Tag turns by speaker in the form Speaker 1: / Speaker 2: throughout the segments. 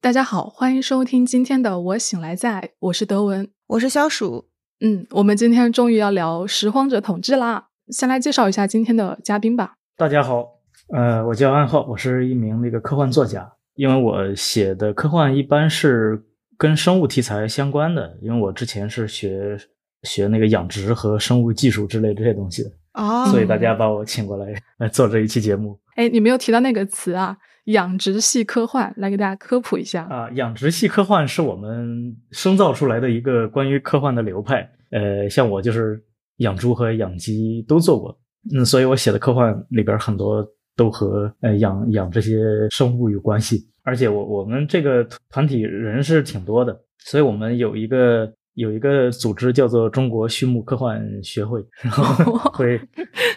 Speaker 1: 大家好，欢迎收听今天的《我醒来在》，我是德文。
Speaker 2: 我是消暑，
Speaker 1: 嗯，我们今天终于要聊拾荒者统治啦。先来介绍一下今天的嘉宾吧。
Speaker 3: 大家好，呃，我叫安浩，我是一名那个科幻作家。因为我写的科幻一般是跟生物题材相关的，因为我之前是学学那个养殖和生物技术之类这些东西的，
Speaker 2: 哦，
Speaker 3: 所以大家把我请过来 来做这一期节目
Speaker 1: 哎，你没有提到那个词啊，养殖系科幻，来给大家科普一下。
Speaker 3: 啊。养殖系科幻是我们生造出来的一个关于科幻的流派，呃，像我就是养猪和养鸡都做过，嗯，所以我写的科幻里边很多都和呃养养这些生物有关系。而且我我们这个团体人是挺多的，所以我们有一个有一个组织叫做中国畜牧科幻学会，然后会，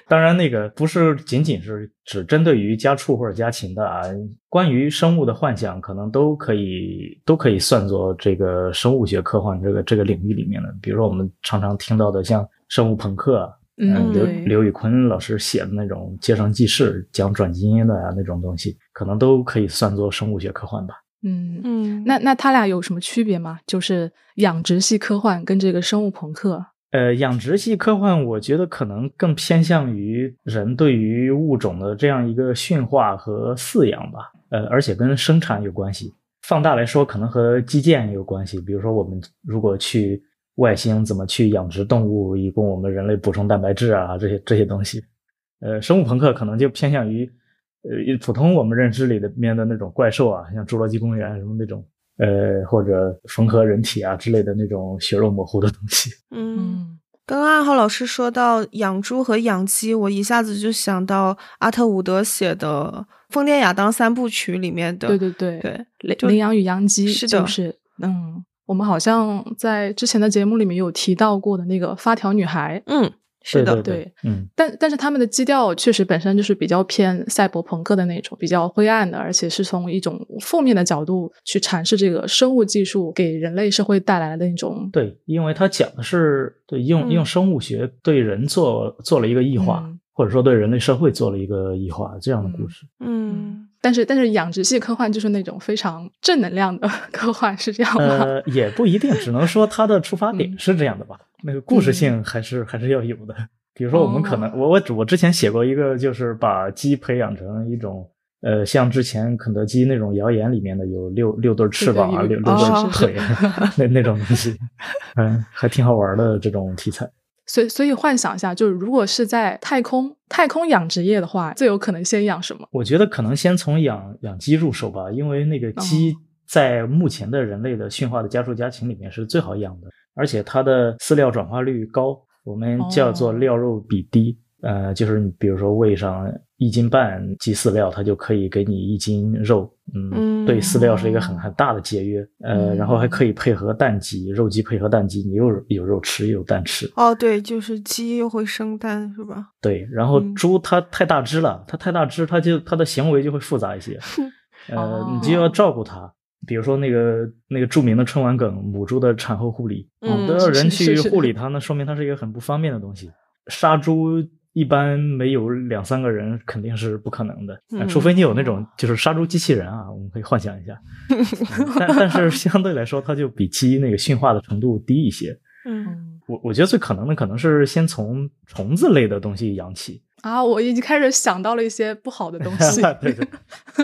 Speaker 3: 当然那个不是仅仅是只针对于家畜或者家禽的啊，关于生物的幻想可能都可以都可以算作这个生物学科幻这个这个领域里面的，比如说我们常常听到的像生物朋克啊，嗯，
Speaker 1: 嗯，
Speaker 3: 刘
Speaker 1: 对，
Speaker 3: 刘宇昆老师写的那种街上记事讲转基因的呀、那种东西，可能都可以算作生物学科幻吧。
Speaker 1: 嗯嗯。
Speaker 2: 嗯，
Speaker 1: 那那它俩有什么区别吗？就是养殖系科幻跟这个生物朋克。
Speaker 3: 呃，养殖系科幻，我觉得可能更偏向于人对于物种的这样一个驯化和饲养吧，呃，而且跟生产有关系。放大来说，可能和基建有关系。比如说，我们如果去外星，怎么去养殖动物，以供我们人类补充蛋白质啊，这些这些东西。呃，生物朋克可能就偏向于，呃，普通我们认知里的面的那种怪兽啊，像《侏罗纪公园》什么那种，呃，或者缝合人体啊之类的那种血肉模糊的东西。
Speaker 2: 嗯，
Speaker 1: 嗯，
Speaker 2: 刚刚暗号老师说到养猪和养鸡，我一下子就想到阿特伍德写的《疯癫亚当》三部曲里面的，
Speaker 1: 对对对，
Speaker 2: 对
Speaker 1: 领
Speaker 2: 就
Speaker 1: 领养与养鸡
Speaker 2: 是
Speaker 1: 就
Speaker 2: 的
Speaker 1: 是嗯，我们好像在之前的节目里面有提到过的那个发条女孩，
Speaker 2: 嗯，是的，
Speaker 3: 对对
Speaker 1: 对
Speaker 3: 对，嗯，
Speaker 1: 但但是他们的基调确实本身就是比较偏赛博朋克的那种，比较灰暗的，而且是从一种负面的角度去阐释这个生物技术给人类社会带来的那种
Speaker 3: 对，因为它讲的是对
Speaker 2: 嗯
Speaker 3: 用用生物学对人做做了一个异化，
Speaker 1: 嗯
Speaker 3: 或者说对人类社会做了一个异化这样的故事。
Speaker 2: 嗯，
Speaker 1: 但是但是养殖系科幻就是那种非常正能量的 科幻，是这样吗？
Speaker 3: 呃，也不一定，只能说它的出发点
Speaker 1: 嗯
Speaker 3: 是这样的吧。那个故事性还是、还是要有的。比如说，我们可能、
Speaker 1: 哦
Speaker 3: 我我只我之前写过一个，就是把鸡培养成一种。呃，像之前肯德基那种谣言里面的有六六对翅膀啊，
Speaker 1: 对对
Speaker 3: 六
Speaker 1: 有
Speaker 3: 六对
Speaker 2: 哦
Speaker 3: 腿啊，那那种东西，嗯，还挺好玩的这种题材。
Speaker 1: 所以所以幻想一下，就是如果是在太空太空养殖业的话，最有可能先养什么？
Speaker 3: 我觉得可能先从养养鸡入手吧，因为那个
Speaker 1: 哦
Speaker 3: 鸡在目前的人类的驯化的家畜家禽里面是最好养的，而且它的饲料转化率高，我们叫做
Speaker 1: 哦
Speaker 3: 料肉比低。呃，就是你比如说喂上一斤半鸡饲料，它就可以给你一斤肉，嗯，
Speaker 2: 嗯
Speaker 3: 对饲料是一个很很大的节约，呃，
Speaker 1: 嗯
Speaker 3: 然后还可以配合蛋鸡，肉鸡配合蛋鸡，你又有肉吃又有蛋吃，
Speaker 2: 哦，对，就是鸡又会生蛋，是吧？
Speaker 3: 对，然后
Speaker 2: 嗯
Speaker 3: 猪它太大只了，它太大只，它就它的行为就会复杂一些，
Speaker 1: 哦
Speaker 3: 呃，你就要照顾它。比如说那个那个著名的春晚梗，母猪的产后护理，
Speaker 2: 嗯
Speaker 3: 你都要人
Speaker 1: 是是
Speaker 3: 去
Speaker 1: 是
Speaker 3: 护理它，那说明它是一个很不方便的东西。杀猪一般没有两三个人肯定是不可能的，呃除
Speaker 2: 嗯
Speaker 3: 非你有
Speaker 1: 哦
Speaker 3: 那种就是杀猪机器人啊，我们可以幻想 一下。嗯但但是相对来说，它就比鸡那个驯化的程度低一些。
Speaker 2: 嗯，
Speaker 1: 嗯
Speaker 3: 我我觉得最可能的可能是先从虫子类的东西养起，
Speaker 1: 啊，我已经开始想到了一些不好的东西，
Speaker 3: 对对，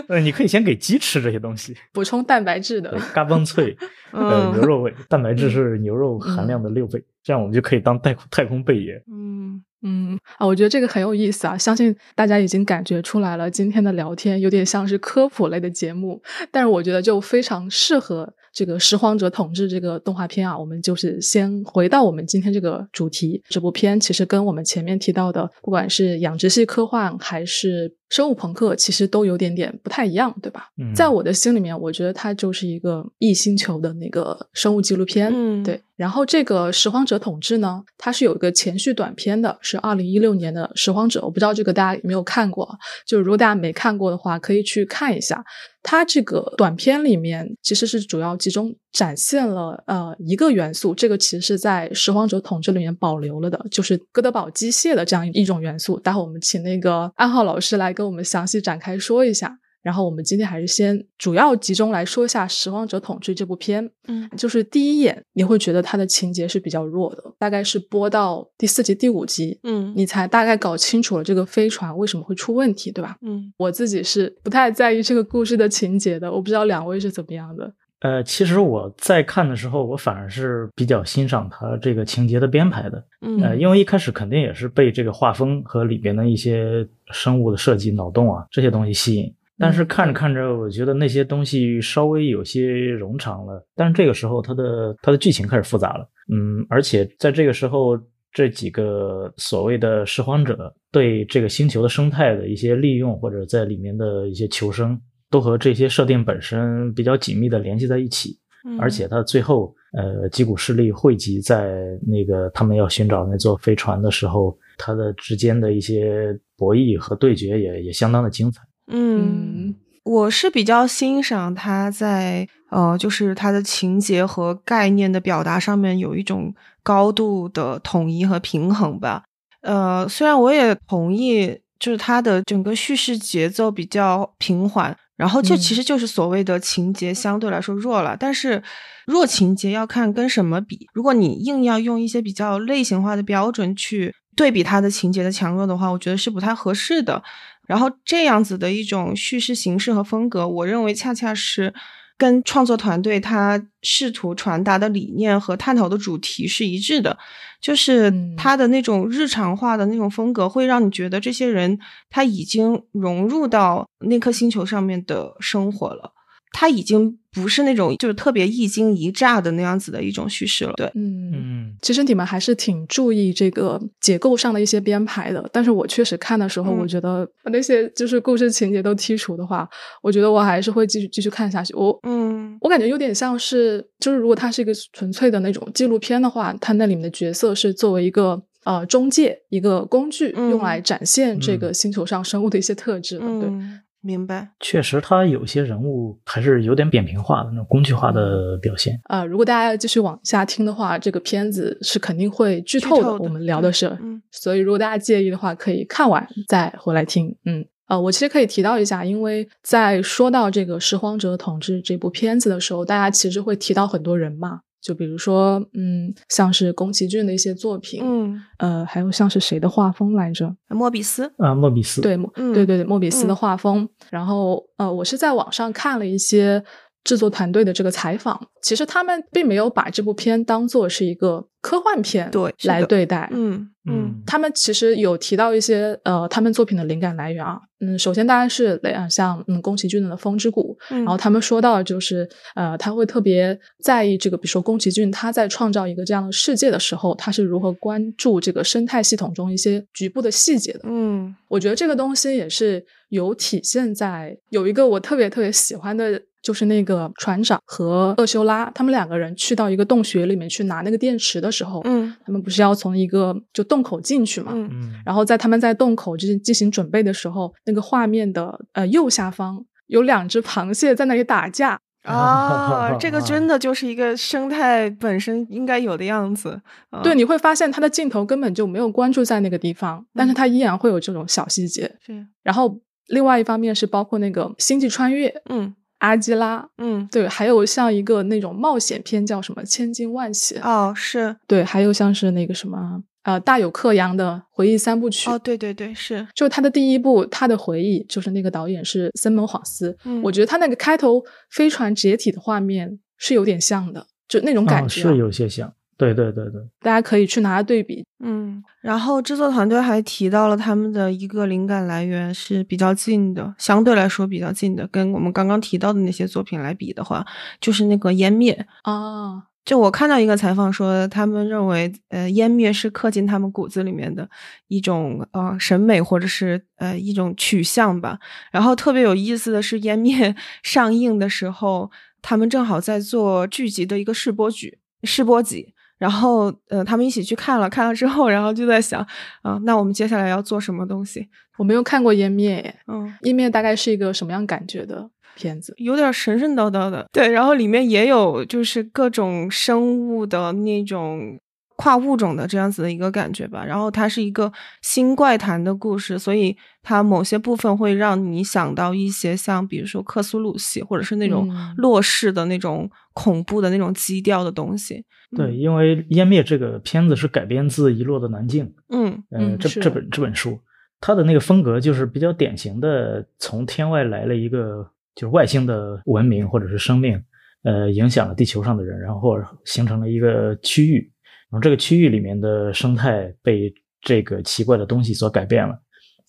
Speaker 3: 呃，你可以先给鸡吃这些东西，
Speaker 1: 补充蛋白质的
Speaker 3: 对。嘎嘣脆，呃，
Speaker 2: 嗯，
Speaker 3: 牛肉味，蛋白质是牛肉含量的六倍，这样我们就可以当太空太空贝爷。
Speaker 2: 嗯，
Speaker 1: 嗯啊，我觉得这个很有意思啊，相信大家已经感觉出来了，今天的聊天有点像是科普类的节目，但是我觉得就非常适合这个《拾荒者统治》这个动画片啊。我们就是先回到我们今天这个主题，这部片其实跟我们前面提到的，不管是养殖系科幻还是生物朋克，其实都有点点不太一样，对吧？
Speaker 3: 嗯，
Speaker 1: 在我的心里面，我觉得它就是一个异星球的那个生物纪录片。
Speaker 2: 嗯
Speaker 1: 对。然后这个《拾荒者统治》呢，它是有一个前续短片的，是二零一六年的《拾荒者》，我不知道这个大家有没有看过。啊就如果大家没看过的话，可以去看一下。它这个短片里面其实是主要集中展现了呃一个元素，这个其实是在《拾荒者统治》里面保留了的，就是哥德堡机械的这样一种元素。待会我们请那个暗号老师来跟我们详细展开说一下。然后我们今天还是先主要集中来说一下《拾荒者统治》这部片。
Speaker 2: 嗯
Speaker 1: 就是第一眼你会觉得它的情节是比较弱的，大概是播到第四集、第五集，
Speaker 2: 嗯
Speaker 1: 你才大概搞清楚了这个飞船为什么会出问题，对吧？
Speaker 2: 嗯
Speaker 1: 我自己是不太在意这个故事的情节的，我不知道两位是怎么样的。
Speaker 3: 呃，其实我在看的时候，我反而是比较欣赏他这个情节的编排的。
Speaker 2: 嗯
Speaker 3: 呃，因为一开始肯定也是被这个画风和里边的一些生物的设计、脑洞啊这些东西吸引。但是看着看着，我觉得那些东西稍微有些冗长了。但是这个时候，它的它的剧情开始复杂了。嗯，而且在这个时候，这几个所谓的拾荒者对这个星球的生态的一些利用，或者在里面的一些求生，都和这些设定本身比较紧密的联系在一起。
Speaker 2: 嗯
Speaker 3: 而且他最后呃几股势力汇集在那个他们要寻找那座飞船的时候，他的之间的一些博弈和对决也也相当的精彩。
Speaker 2: 嗯，我是比较欣赏他在呃，就是他的情节和概念的表达上面有一种高度的统一和平衡吧。呃，虽然我也同意，就是他的整个叙事节奏比较平缓，然后这
Speaker 1: 嗯
Speaker 2: 其实就是所谓的情节相对来说弱了，但是弱情节要看跟什么比。如果你硬要用一些比较类型化的标准去对比它的情节的强弱的话，我觉得是不太合适的。然后这样子的一种叙事形式和风格，我认为恰恰是跟创作团队他试图传达的理念和探讨的主题是一致的，就是
Speaker 1: 嗯
Speaker 2: 他的那种日常化的那种风格，会让你觉得这些人他已经融入到那颗星球上面的生活了。他已经不是那种就是特别一惊一乍的那样子的一种叙事了，对，
Speaker 1: 嗯嗯
Speaker 3: 嗯
Speaker 1: 其实你们还是挺注意这个结构上的一些编排的，但是我确实看的时候，
Speaker 2: 嗯
Speaker 1: 我觉得把那些就是故事情节都剔除的话，我觉得我还是会继续继续看下去。我
Speaker 2: 嗯
Speaker 1: 我感觉有点像是，就是如果它是一个纯粹的那种纪录片的话，它那里面的角色是作为一个呃中介、一个工具，
Speaker 2: 嗯
Speaker 1: 用来展现这个
Speaker 3: 嗯
Speaker 1: 星球上生物的一些特质的。对，
Speaker 2: 嗯，明白，
Speaker 3: 确实，他有些人物还是有点扁平化的那种工具化的表现。
Speaker 1: 呃，如果大家要继续往下听的话，这个片子是肯定会剧透的。
Speaker 2: 剧透的
Speaker 1: 我们聊的是，
Speaker 2: 嗯嗯
Speaker 1: 所以如果大家介意的话，可以看完再回来听。嗯，呃，我其实可以提到一下，因为在说到这个《拾荒者统治》这部片子的时候，大家其实会提到很多人嘛，就比如说，嗯，像是宫崎骏的一些作品，
Speaker 2: 嗯，
Speaker 1: 呃，还有像是谁的画风来着？
Speaker 2: 莫比斯，
Speaker 3: 啊，莫比斯，
Speaker 1: 对，莫
Speaker 2: 嗯
Speaker 1: 对对对，莫比斯
Speaker 2: 嗯
Speaker 1: 的画风。然后呃，我是在网上看了一些制作团队的这个采访，其实他们并没有把这部片当做是一个科幻片
Speaker 2: 对是
Speaker 1: 来
Speaker 2: 的
Speaker 1: 对待。
Speaker 2: 嗯嗯
Speaker 3: 嗯，
Speaker 1: 他们其实有提到一些呃，他们作品的灵感来源啊，嗯，首先当然是呃像嗯宫崎骏的《风之谷》，
Speaker 2: 嗯，
Speaker 1: 然后他们说到的就是，呃，他会特别在意这个，比如说宫崎骏他在创造一个这样的世界的时候，他是如何关注这个生态系统中一些局部的细节的。
Speaker 2: 嗯
Speaker 1: 我觉得这个东西也是有体现在有一个我特别特别喜欢的，就是那个船长和厄修拉他们两个人去到一个洞穴里面去拿那个电池的时候，
Speaker 2: 嗯
Speaker 1: 他们不是要从一个就洞口进去嘛？
Speaker 2: 嗯
Speaker 3: 嗯，
Speaker 1: 然后在他们在洞口就是进行准备的时候，那个画面的呃右下方有两只螃蟹在那里打架，
Speaker 2: 啊，这个
Speaker 3: 啊
Speaker 2: 真的就是一个生态本身应该有的样子。啊
Speaker 1: 对，，你会发现他的镜头根本就没有关注在那个地方，但是
Speaker 2: 嗯
Speaker 1: 他依然会有这种小细节。
Speaker 2: 是，
Speaker 1: 然后另外一方面是包括那个《星际穿越》
Speaker 2: 嗯
Speaker 1: 阿基拉，
Speaker 2: 嗯，
Speaker 1: 对，还有像一个那种冒险片叫什么《千金万险》，
Speaker 2: 哦，是，
Speaker 1: 对，还有像是那个什么呃大有克洋的回忆三部曲。
Speaker 2: 哦，对对对，是，
Speaker 1: 就他的第一部，他的回忆就是那个导演是森本晃司，
Speaker 2: 嗯，
Speaker 1: 我觉得他那个开头飞船解体的画面是有点像的，就那种感
Speaker 3: 啊
Speaker 1: 觉啊、
Speaker 3: 是有些像，对对对对，
Speaker 1: 大家可以去拿它对比。
Speaker 2: 嗯，然后制作团队还提到了他们的一个灵感来源是比较近的，相对来说比较近的，跟我们刚刚提到的那些作品来比的话，就是那个《湮灭》。
Speaker 1: 啊，
Speaker 2: 就我看到一个采访说，他们认为，呃，湮灭是刻进他们骨子里面的一种呃审美或者是呃一种取向吧。然后特别有意思的是，湮灭 上映的时候，他们正好在做剧集的一个试播剧试播集。然后，呃，他们一起去看了，看了之后，然后就在想，啊、那我们接下来要做什么东西？
Speaker 1: 我没有看过《湮灭》耶，
Speaker 2: 嗯，
Speaker 1: 《湮灭》大概是一个什么样感觉的片子？
Speaker 2: 有点神神叨叨的，对，然后里面也有就是各种生物的那种跨物种的这样子的一个感觉吧。然后它是一个新怪谈的故事，所以它某些部分会让你想到一些像比如说克苏鲁系，或者是那种
Speaker 1: 嗯
Speaker 2: 洛氏的那种恐怖的那种基调的东西。
Speaker 1: 嗯
Speaker 3: 对，因为《湮灭》这个片子是改编自《遗落的南境》，
Speaker 2: 嗯
Speaker 3: 呃，
Speaker 1: 嗯
Speaker 3: 这
Speaker 1: 是
Speaker 3: 这本这本书，它的那个风格就是比较典型的，从天外来了一个就是外星的文明或者是生命，呃，影响了地球上的人，然后形成了一个区域，然后这个区域里面的生态被这个奇怪的东西所改变了，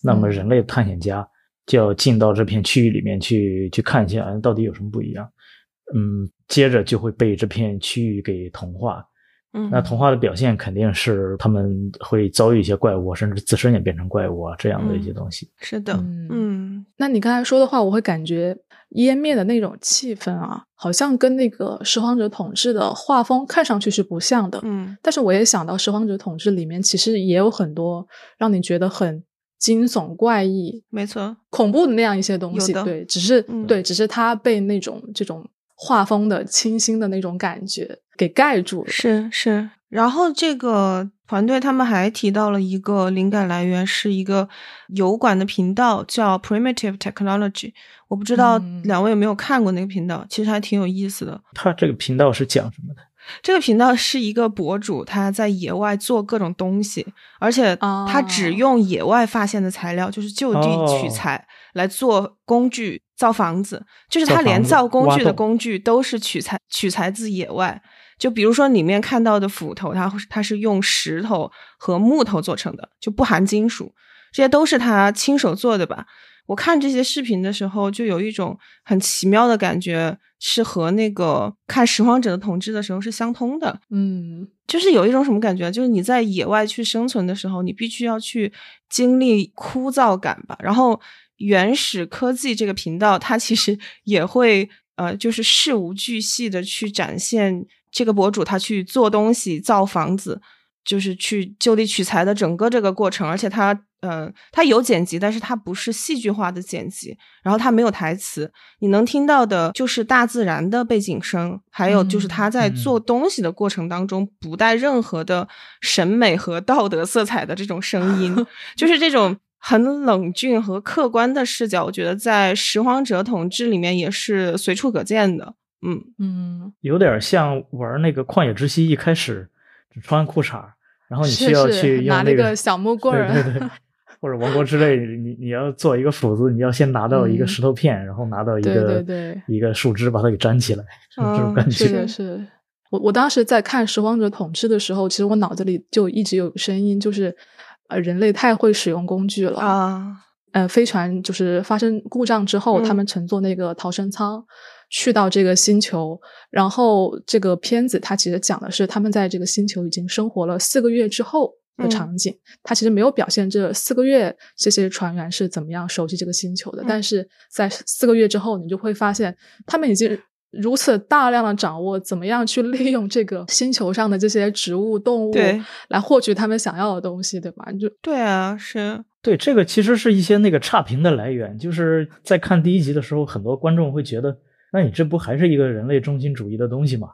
Speaker 3: 那么
Speaker 1: 嗯
Speaker 3: 人类探险家就要进到这片区域里面去去看一下哎到底有什么不一样，嗯，接着就会被这片区域给同化，
Speaker 2: 嗯，
Speaker 3: 那童话的表现肯定是他们会遭遇一些怪物，啊甚至自身也变成怪物啊这样的一些东西。
Speaker 2: 是的，
Speaker 1: 嗯
Speaker 2: 嗯
Speaker 1: 那你刚才说的话，我会感觉湮灭的那种气氛啊，好像跟那个《拾荒者统治》的画风看上去是不像的。
Speaker 2: 嗯
Speaker 1: 但是我也想到《拾荒者统治》里面其实也有很多让你觉得很惊悚、怪异、
Speaker 2: 没错，
Speaker 1: 恐怖的那样一些东西
Speaker 2: 有的。
Speaker 1: 对，只是、
Speaker 2: 嗯
Speaker 1: 对，只是它被那种这种画风的清新的那种感觉给盖住了。
Speaker 2: 是是。然后这个团队他们还提到了一个灵感来源是一个油管的频道叫 Primitive Technology，我不知道
Speaker 1: 嗯
Speaker 2: 两位有没有看过那个频道，其实还挺有意思的。
Speaker 3: 它这个频道是讲什么的？
Speaker 2: 这个频道是一个博主，他在野外做各种东西，而且
Speaker 1: 哦
Speaker 2: 他只用野外发现的材料，就是就地取材来做工具、造房子。就是他连
Speaker 3: 造
Speaker 2: 造
Speaker 3: 房子
Speaker 2: 工具
Speaker 3: 挖
Speaker 2: 的
Speaker 3: 洞
Speaker 2: 工具都是取材取材自野外。就比如说里面看到的斧头，它它是用石头和木头做成的，就不含金属，这些都是他亲手做的吧。我看这些视频的时候，就有一种很奇妙的感觉，是和那个看《拾荒者的统治》的时候是相通的。
Speaker 1: 嗯，
Speaker 2: 就是有一种什么感觉，啊就是你在野外去生存的时候，你必须要去经历枯燥感吧。然后，原始科技这个频道，它其实 也会呃，就是事无巨细的去展现这个博主他去做东西、造房子，就是去就地取材的整个这个过程。而且他呃，他有剪辑，但是他不是戏剧化的剪辑，然后他没有台词，你能听到的就是大自然的背景声，还有就是
Speaker 1: 嗯
Speaker 2: 他在
Speaker 3: 嗯
Speaker 2: 做东西的过程当中不带任何的审美和道德色彩的这种声音，就是这种很冷峻和客观的视角，我觉得在《拾荒者统治》里面也是随处可见的。嗯，
Speaker 1: 嗯，
Speaker 3: 有点像玩那个《旷野之息》，一开始只穿裤衩，然后你
Speaker 1: 是
Speaker 3: 需要
Speaker 1: 是
Speaker 3: 去
Speaker 1: 拿
Speaker 3: 用
Speaker 1: 那
Speaker 3: 个
Speaker 1: 个小木棍儿
Speaker 3: 对对对，或者《王国之泪》，你你要做一个斧子，你要先拿到一个
Speaker 1: 嗯
Speaker 3: 石头片，然后拿到一
Speaker 1: 对
Speaker 3: 个
Speaker 1: 对对哦
Speaker 3: 一个树枝把它给粘起来，就是这
Speaker 2: 嗯
Speaker 3: 种感觉。
Speaker 1: 是的，是的。我我当时在看《拾荒者统治》的时候，其实我脑子里就一直有个声音，就是呃，人类太会使用工具了。
Speaker 2: 啊，
Speaker 1: 呃，飞船就是发生故障之后，他
Speaker 2: 嗯
Speaker 1: 们乘坐那个逃生舱去到这个星球，然后这个片子它其实讲的是他们在这个星球已经生活了四个月之后的
Speaker 2: 嗯
Speaker 1: 场景。它其实没有表现这四个月这些船员是怎么样熟悉这个星球的，
Speaker 2: 嗯
Speaker 1: 但是在四个月之后，你就会发现他们已经。如此大量的掌握怎么样去利用这个星球上的这些植物、动物
Speaker 2: 对
Speaker 1: 来获取他们想要的东西，对吧？你就
Speaker 2: 对啊，是，
Speaker 3: 对，这个其实是一些那个差评的来源，就是在看第一集的时候，很多观众会觉得，那你这不还是一个人类中心主义的东西吗？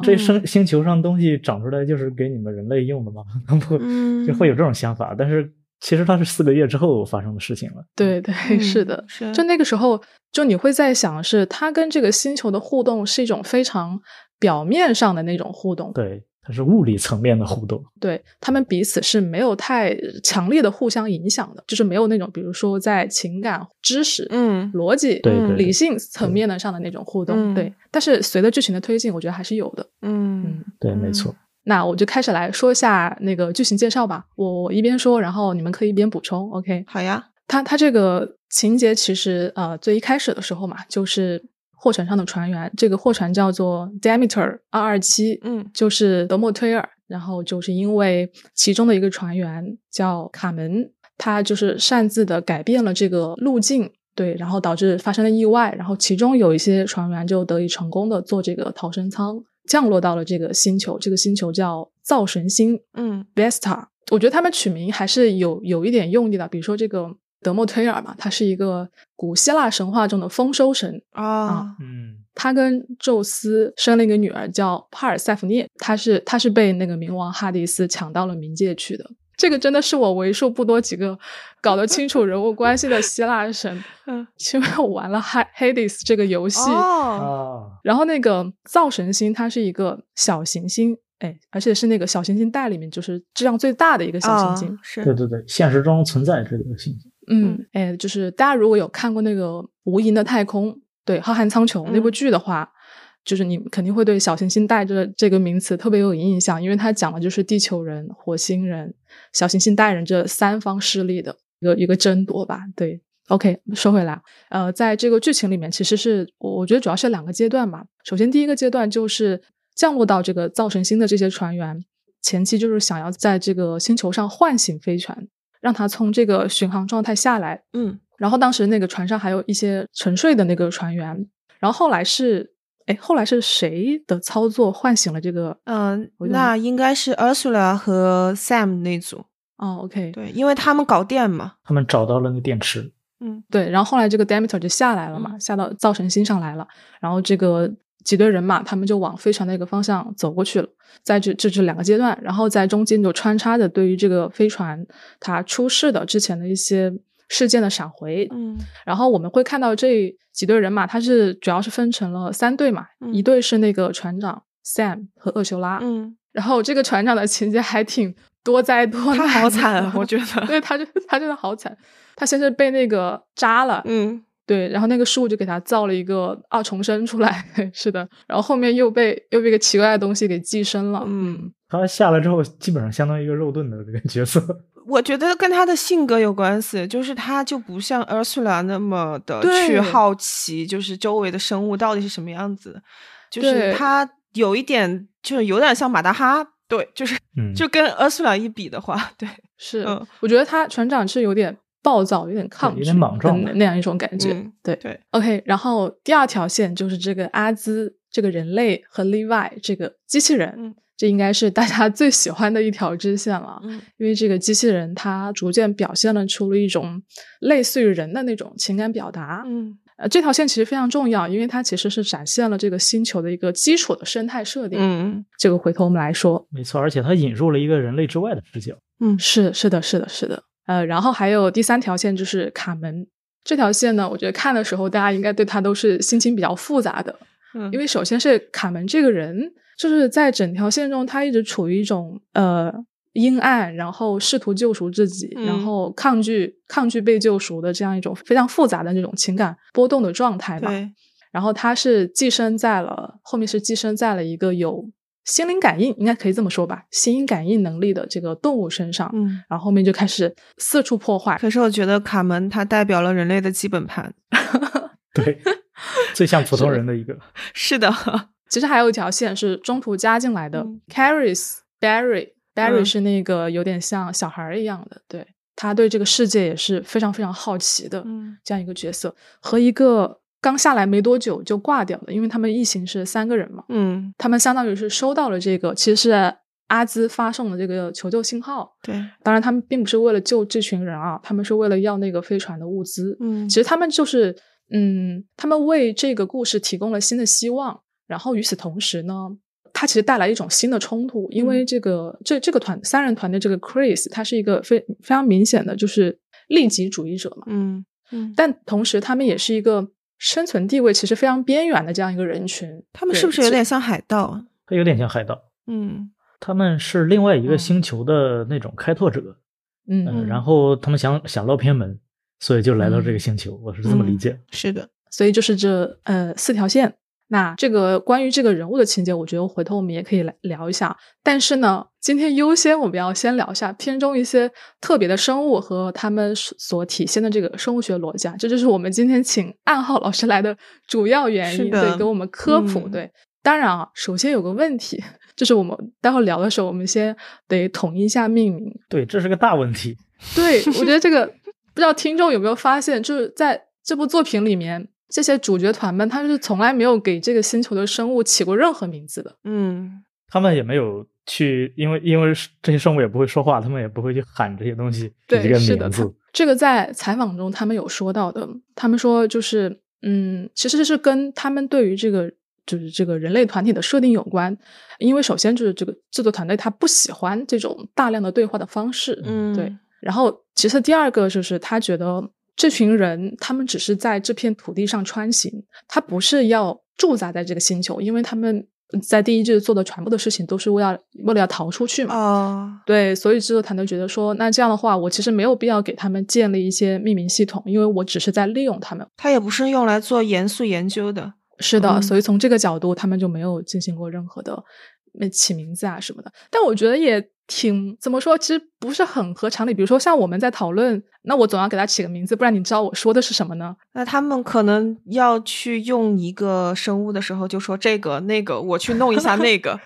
Speaker 1: 啊，
Speaker 3: 这生星球上东西长出来就是给你们人类用的吗？ 不，
Speaker 2: 嗯，
Speaker 3: 就会有这种想法。但是其实它是四个月之后发生的事情了。
Speaker 1: 对对， 是的
Speaker 2: 嗯，，是
Speaker 1: 就那个时候，就你会在想，是他跟这个星球的互动是一种非常表面上的那种互动，
Speaker 3: 对，它是物理层面的互动。
Speaker 1: 对他们彼此是没有太强烈的互相影响的，就是没有那种比如说在情感、知识、
Speaker 2: 嗯
Speaker 1: 逻辑、
Speaker 3: 对
Speaker 2: 嗯
Speaker 3: 对
Speaker 1: 理
Speaker 3: 对
Speaker 1: 性层面的上的那种互动。
Speaker 2: 嗯
Speaker 1: 对，但是随着剧情的推进，我觉得还是有的。
Speaker 2: 嗯
Speaker 3: 对，没错。
Speaker 1: 那我就开始来说一下那个剧情介绍吧，我我一边说，然后你们可以一边补充，OK？
Speaker 2: 好呀，
Speaker 1: 他他这个情节其实呃，最一开始的时候嘛，就是货船上的船员，这个货船叫做 Demeter 二二七，
Speaker 2: 嗯
Speaker 1: 就是德莫忒尔。然后就是因为其中的一个船员叫卡门，他就是擅自的改变了这个路径，对，然后导致发生了意外。然后其中有一些船员就得以成功的坐这个逃生舱降落到了这个星球，这个星球叫造神星。
Speaker 2: 嗯
Speaker 1: Vesta，我觉啊得他们取名还是有有一点用力的。比如说这个德莫忒尔嘛，他是一个古希腊神话中的丰收神，
Speaker 2: 啊
Speaker 3: 嗯，
Speaker 1: 他跟宙斯生了一个女儿叫帕尔塞福涅，她是她是被那个冥王哈迪斯抢到了冥界去的。这个真的是我为数不多几个搞得清楚人物关系的希腊神，
Speaker 2: 嗯，
Speaker 1: 因为我玩了 Hi- Hades 这个游戏，
Speaker 2: 哦，
Speaker 3: 啊，
Speaker 1: 然后那个灶神星它是一个小行星，哎，而且是那个小行星带里面就是质量最大的一个小行星
Speaker 2: 哦，是
Speaker 3: 对对对，现实中存在这个信息。
Speaker 1: 嗯，哎，就是大家如果有看过那个《无垠的太空》对《浩瀚苍穹》那部
Speaker 2: 嗯
Speaker 1: 剧的话，就是你肯定会对“小行星带”这这个名词特别有印象，因为它讲的就是地球人、火星人、小行星带人这三方势力的一个一个争夺吧。对，OK，说回来，呃，在这个剧情里面，其实是我我觉得主要是两个阶段吧。首先，第一个阶段就是降落到这个造神星的这些船员，前期就是想要在这个星球上唤醒飞船，让它从这个巡航状态下来。
Speaker 2: 嗯，
Speaker 1: 然后当时那个船上还有一些沉睡的那个船员，然后后来是，哎，后来是谁的操作唤醒了这个？
Speaker 2: 嗯、
Speaker 1: 我有点
Speaker 2: 那应该是 Ursula 和 Sam 那组，
Speaker 1: 哦，OK，
Speaker 2: 对，因为他们搞电嘛，
Speaker 3: 他们找到了那电池，
Speaker 2: 嗯
Speaker 1: 对，然后后来这个 Demeter 就下来了嘛，下到造神星上来了，然后这个几队人马他们就往飞船的一个方向走过去了，在这这是两个阶段，然后在中间就穿插着对于这个飞船它出事的之前的一些事件的闪回，
Speaker 2: 嗯
Speaker 1: 然后我们会看到这几队人马，它是主要是分成了三队嘛，
Speaker 2: 嗯
Speaker 1: 一队是那个船长 Sam 和厄修拉，
Speaker 2: 嗯，
Speaker 1: 然后这个船长的情节还挺多灾多难，
Speaker 2: 他好惨啊，我觉得，
Speaker 1: 对，他就他真的好惨，他先是被那个扎了，
Speaker 2: 嗯
Speaker 1: 对，然后那个树就给他造了一个二重身出来， 是的，然后后面又被又被一个奇怪的东西给寄生了，
Speaker 2: 嗯，
Speaker 3: 他下来之后基本上相当于一个肉盾的这个角色。
Speaker 2: 我觉得跟他的性格有关系，就是他就不像 Ursula 那么的
Speaker 1: 对
Speaker 2: 去好奇，就是周围的生物到底是什么样子，就
Speaker 1: 对
Speaker 2: 是他有一点，就是有点像马达哈，对，就是
Speaker 3: 嗯，
Speaker 2: 就跟 Ursula 一比的话，对，
Speaker 1: 是，
Speaker 2: 嗯
Speaker 1: 我觉得他船长是有点暴躁，有点抗拒，
Speaker 3: 有点莽撞
Speaker 1: 的那那样一种感觉，
Speaker 2: 嗯
Speaker 1: 对
Speaker 2: 对，
Speaker 1: OK，然后第二条线就是这个阿兹这个人类和 Levi 这个机器人，
Speaker 2: 嗯
Speaker 1: 这应该是大家最喜欢的一条支线了，
Speaker 2: 嗯
Speaker 1: 因为这个机器人它逐渐表现了出了一种类似于人的那种情感表达。
Speaker 2: 嗯
Speaker 1: 呃，这条线其实非常重要，因为它其实是展现了这个星球的一个基础的生态设定。
Speaker 2: 嗯
Speaker 1: 这个回头我们来说，
Speaker 3: 没错，而且他引入了一个人类之外的视角。
Speaker 2: 嗯
Speaker 1: 是是的，是的，是的。呃，然后还有第三条线就是卡门这条线呢，我觉得看的时候大家应该对它都是心情比较复杂的。
Speaker 2: 嗯，
Speaker 1: 因为首先是卡门这个人，就是在整条线中，他一直处于一种呃阴暗，然后试图救赎自己，
Speaker 2: 嗯
Speaker 1: 然后抗拒抗拒被救赎的这样一种非常复杂的这种情感波动的状态吧。
Speaker 2: 对，
Speaker 1: 然后他是寄生在了后面是寄生在了一个有心灵感应，应该可以这么说吧，心灵感应能力的这个动物身上，
Speaker 2: 嗯。
Speaker 1: 然后后面就开始四处破坏。
Speaker 2: 可是我觉得卡门他代表了人类的基本盘。
Speaker 3: 对，最像普通人的一个。
Speaker 2: 是的，
Speaker 1: 其实还有一条线是中途加进来的、
Speaker 2: 嗯
Speaker 1: c a r r i s Barry。Barry
Speaker 2: 嗯
Speaker 1: 是那个有点像小孩儿一样的，对他对这个世界也是非常非常好奇的
Speaker 2: 嗯
Speaker 1: 这样一个角色，和一个刚下来没多久就挂掉的，因为他们一行是三个人嘛，
Speaker 2: 嗯，
Speaker 1: 他们相当于是收到了这个，其实是阿兹发送的这个求救信号。
Speaker 2: 对，
Speaker 1: 当然，他们并不是为了救这群人啊，他们是为了要那个飞船的物资。
Speaker 2: 嗯
Speaker 1: 其实他们就是，嗯，他们为这个故事提供了新的希望。然后与此同时呢，它其实带来一种新的冲突，因为
Speaker 2: 嗯
Speaker 1: 这个、这这个团三人团的这个 Chris，他是一个非非常明显的就是利己主义者嘛，
Speaker 2: 嗯嗯，
Speaker 1: 但同时他们也是一个生存地位其实非常边缘的这样一个人群。
Speaker 2: 他们
Speaker 1: 对
Speaker 2: 是不是有点像海盗啊？
Speaker 3: 他有点像海盗，
Speaker 2: 嗯
Speaker 3: 他们是另外一个
Speaker 2: 嗯
Speaker 3: 星球的那种开拓者，
Speaker 1: 嗯
Speaker 3: 嗯，然后他们想想捞偏门，所以就来到这个星球，我是这么理解。，
Speaker 2: 是的，
Speaker 1: 所以就是这呃四条线。那这个关于这个人物的情节，我觉得回头我们也可以来聊一下。但是呢，今天优先我们要先聊一下片中一些特别的生物和他们所所体现的这个生物学逻辑啊，这就是我们今天请暗号老师来的主要原
Speaker 2: 是
Speaker 1: 因，
Speaker 2: 的
Speaker 1: 对，给我们科普。
Speaker 2: 嗯
Speaker 1: 对，当然啊，首先有个问题， 就是我们待会儿聊的时候，我们先得统一一下命名，
Speaker 3: 对，这是个大问题。
Speaker 1: 对，我觉得这个不知道听众有没有发现，就是在这部作品里面，这些主角团们他是从来没有给这个星球的生物起过任何名字的。
Speaker 2: 嗯
Speaker 3: 他们也没有去，因为因为是这些生物也不会说话，他们也不会去喊这些东西，
Speaker 1: 对
Speaker 3: 这个
Speaker 1: 是的
Speaker 3: 名字。
Speaker 1: 这个在采访中他们有说到的，他们说就是嗯，其实是跟他们对于这个就是这个人类团体的设定有关，因为首先就是这个制作团队他不喜欢这种大量的对话的方式，
Speaker 2: 嗯，
Speaker 1: 对，然后其次第二个就是他觉得这群人他们只是在这片土地上穿行，他不是要驻扎在这个星球，因为他们在第一季做的全部的事情都是为了为了要逃出去嘛，
Speaker 2: 哦，
Speaker 1: 对，所以制作团队觉得说，那这样的话，我其实没有必要给他们建立一些命名系统，因为我只是在利用他们。
Speaker 2: 它也不是用来做严肃研究的。
Speaker 1: 是的，
Speaker 2: 嗯
Speaker 1: 所以从这个角度，他们就没有进行过任何的呃起名字啊什么的。但我觉得也挺怎么说，其实不是很合常理。比如说像我们在讨论，那我总要给它起个名字，不然你知道我说的是什么呢？
Speaker 2: 那他们可能要去用一个生物的时候，就说这个那个，我去弄一下 那个。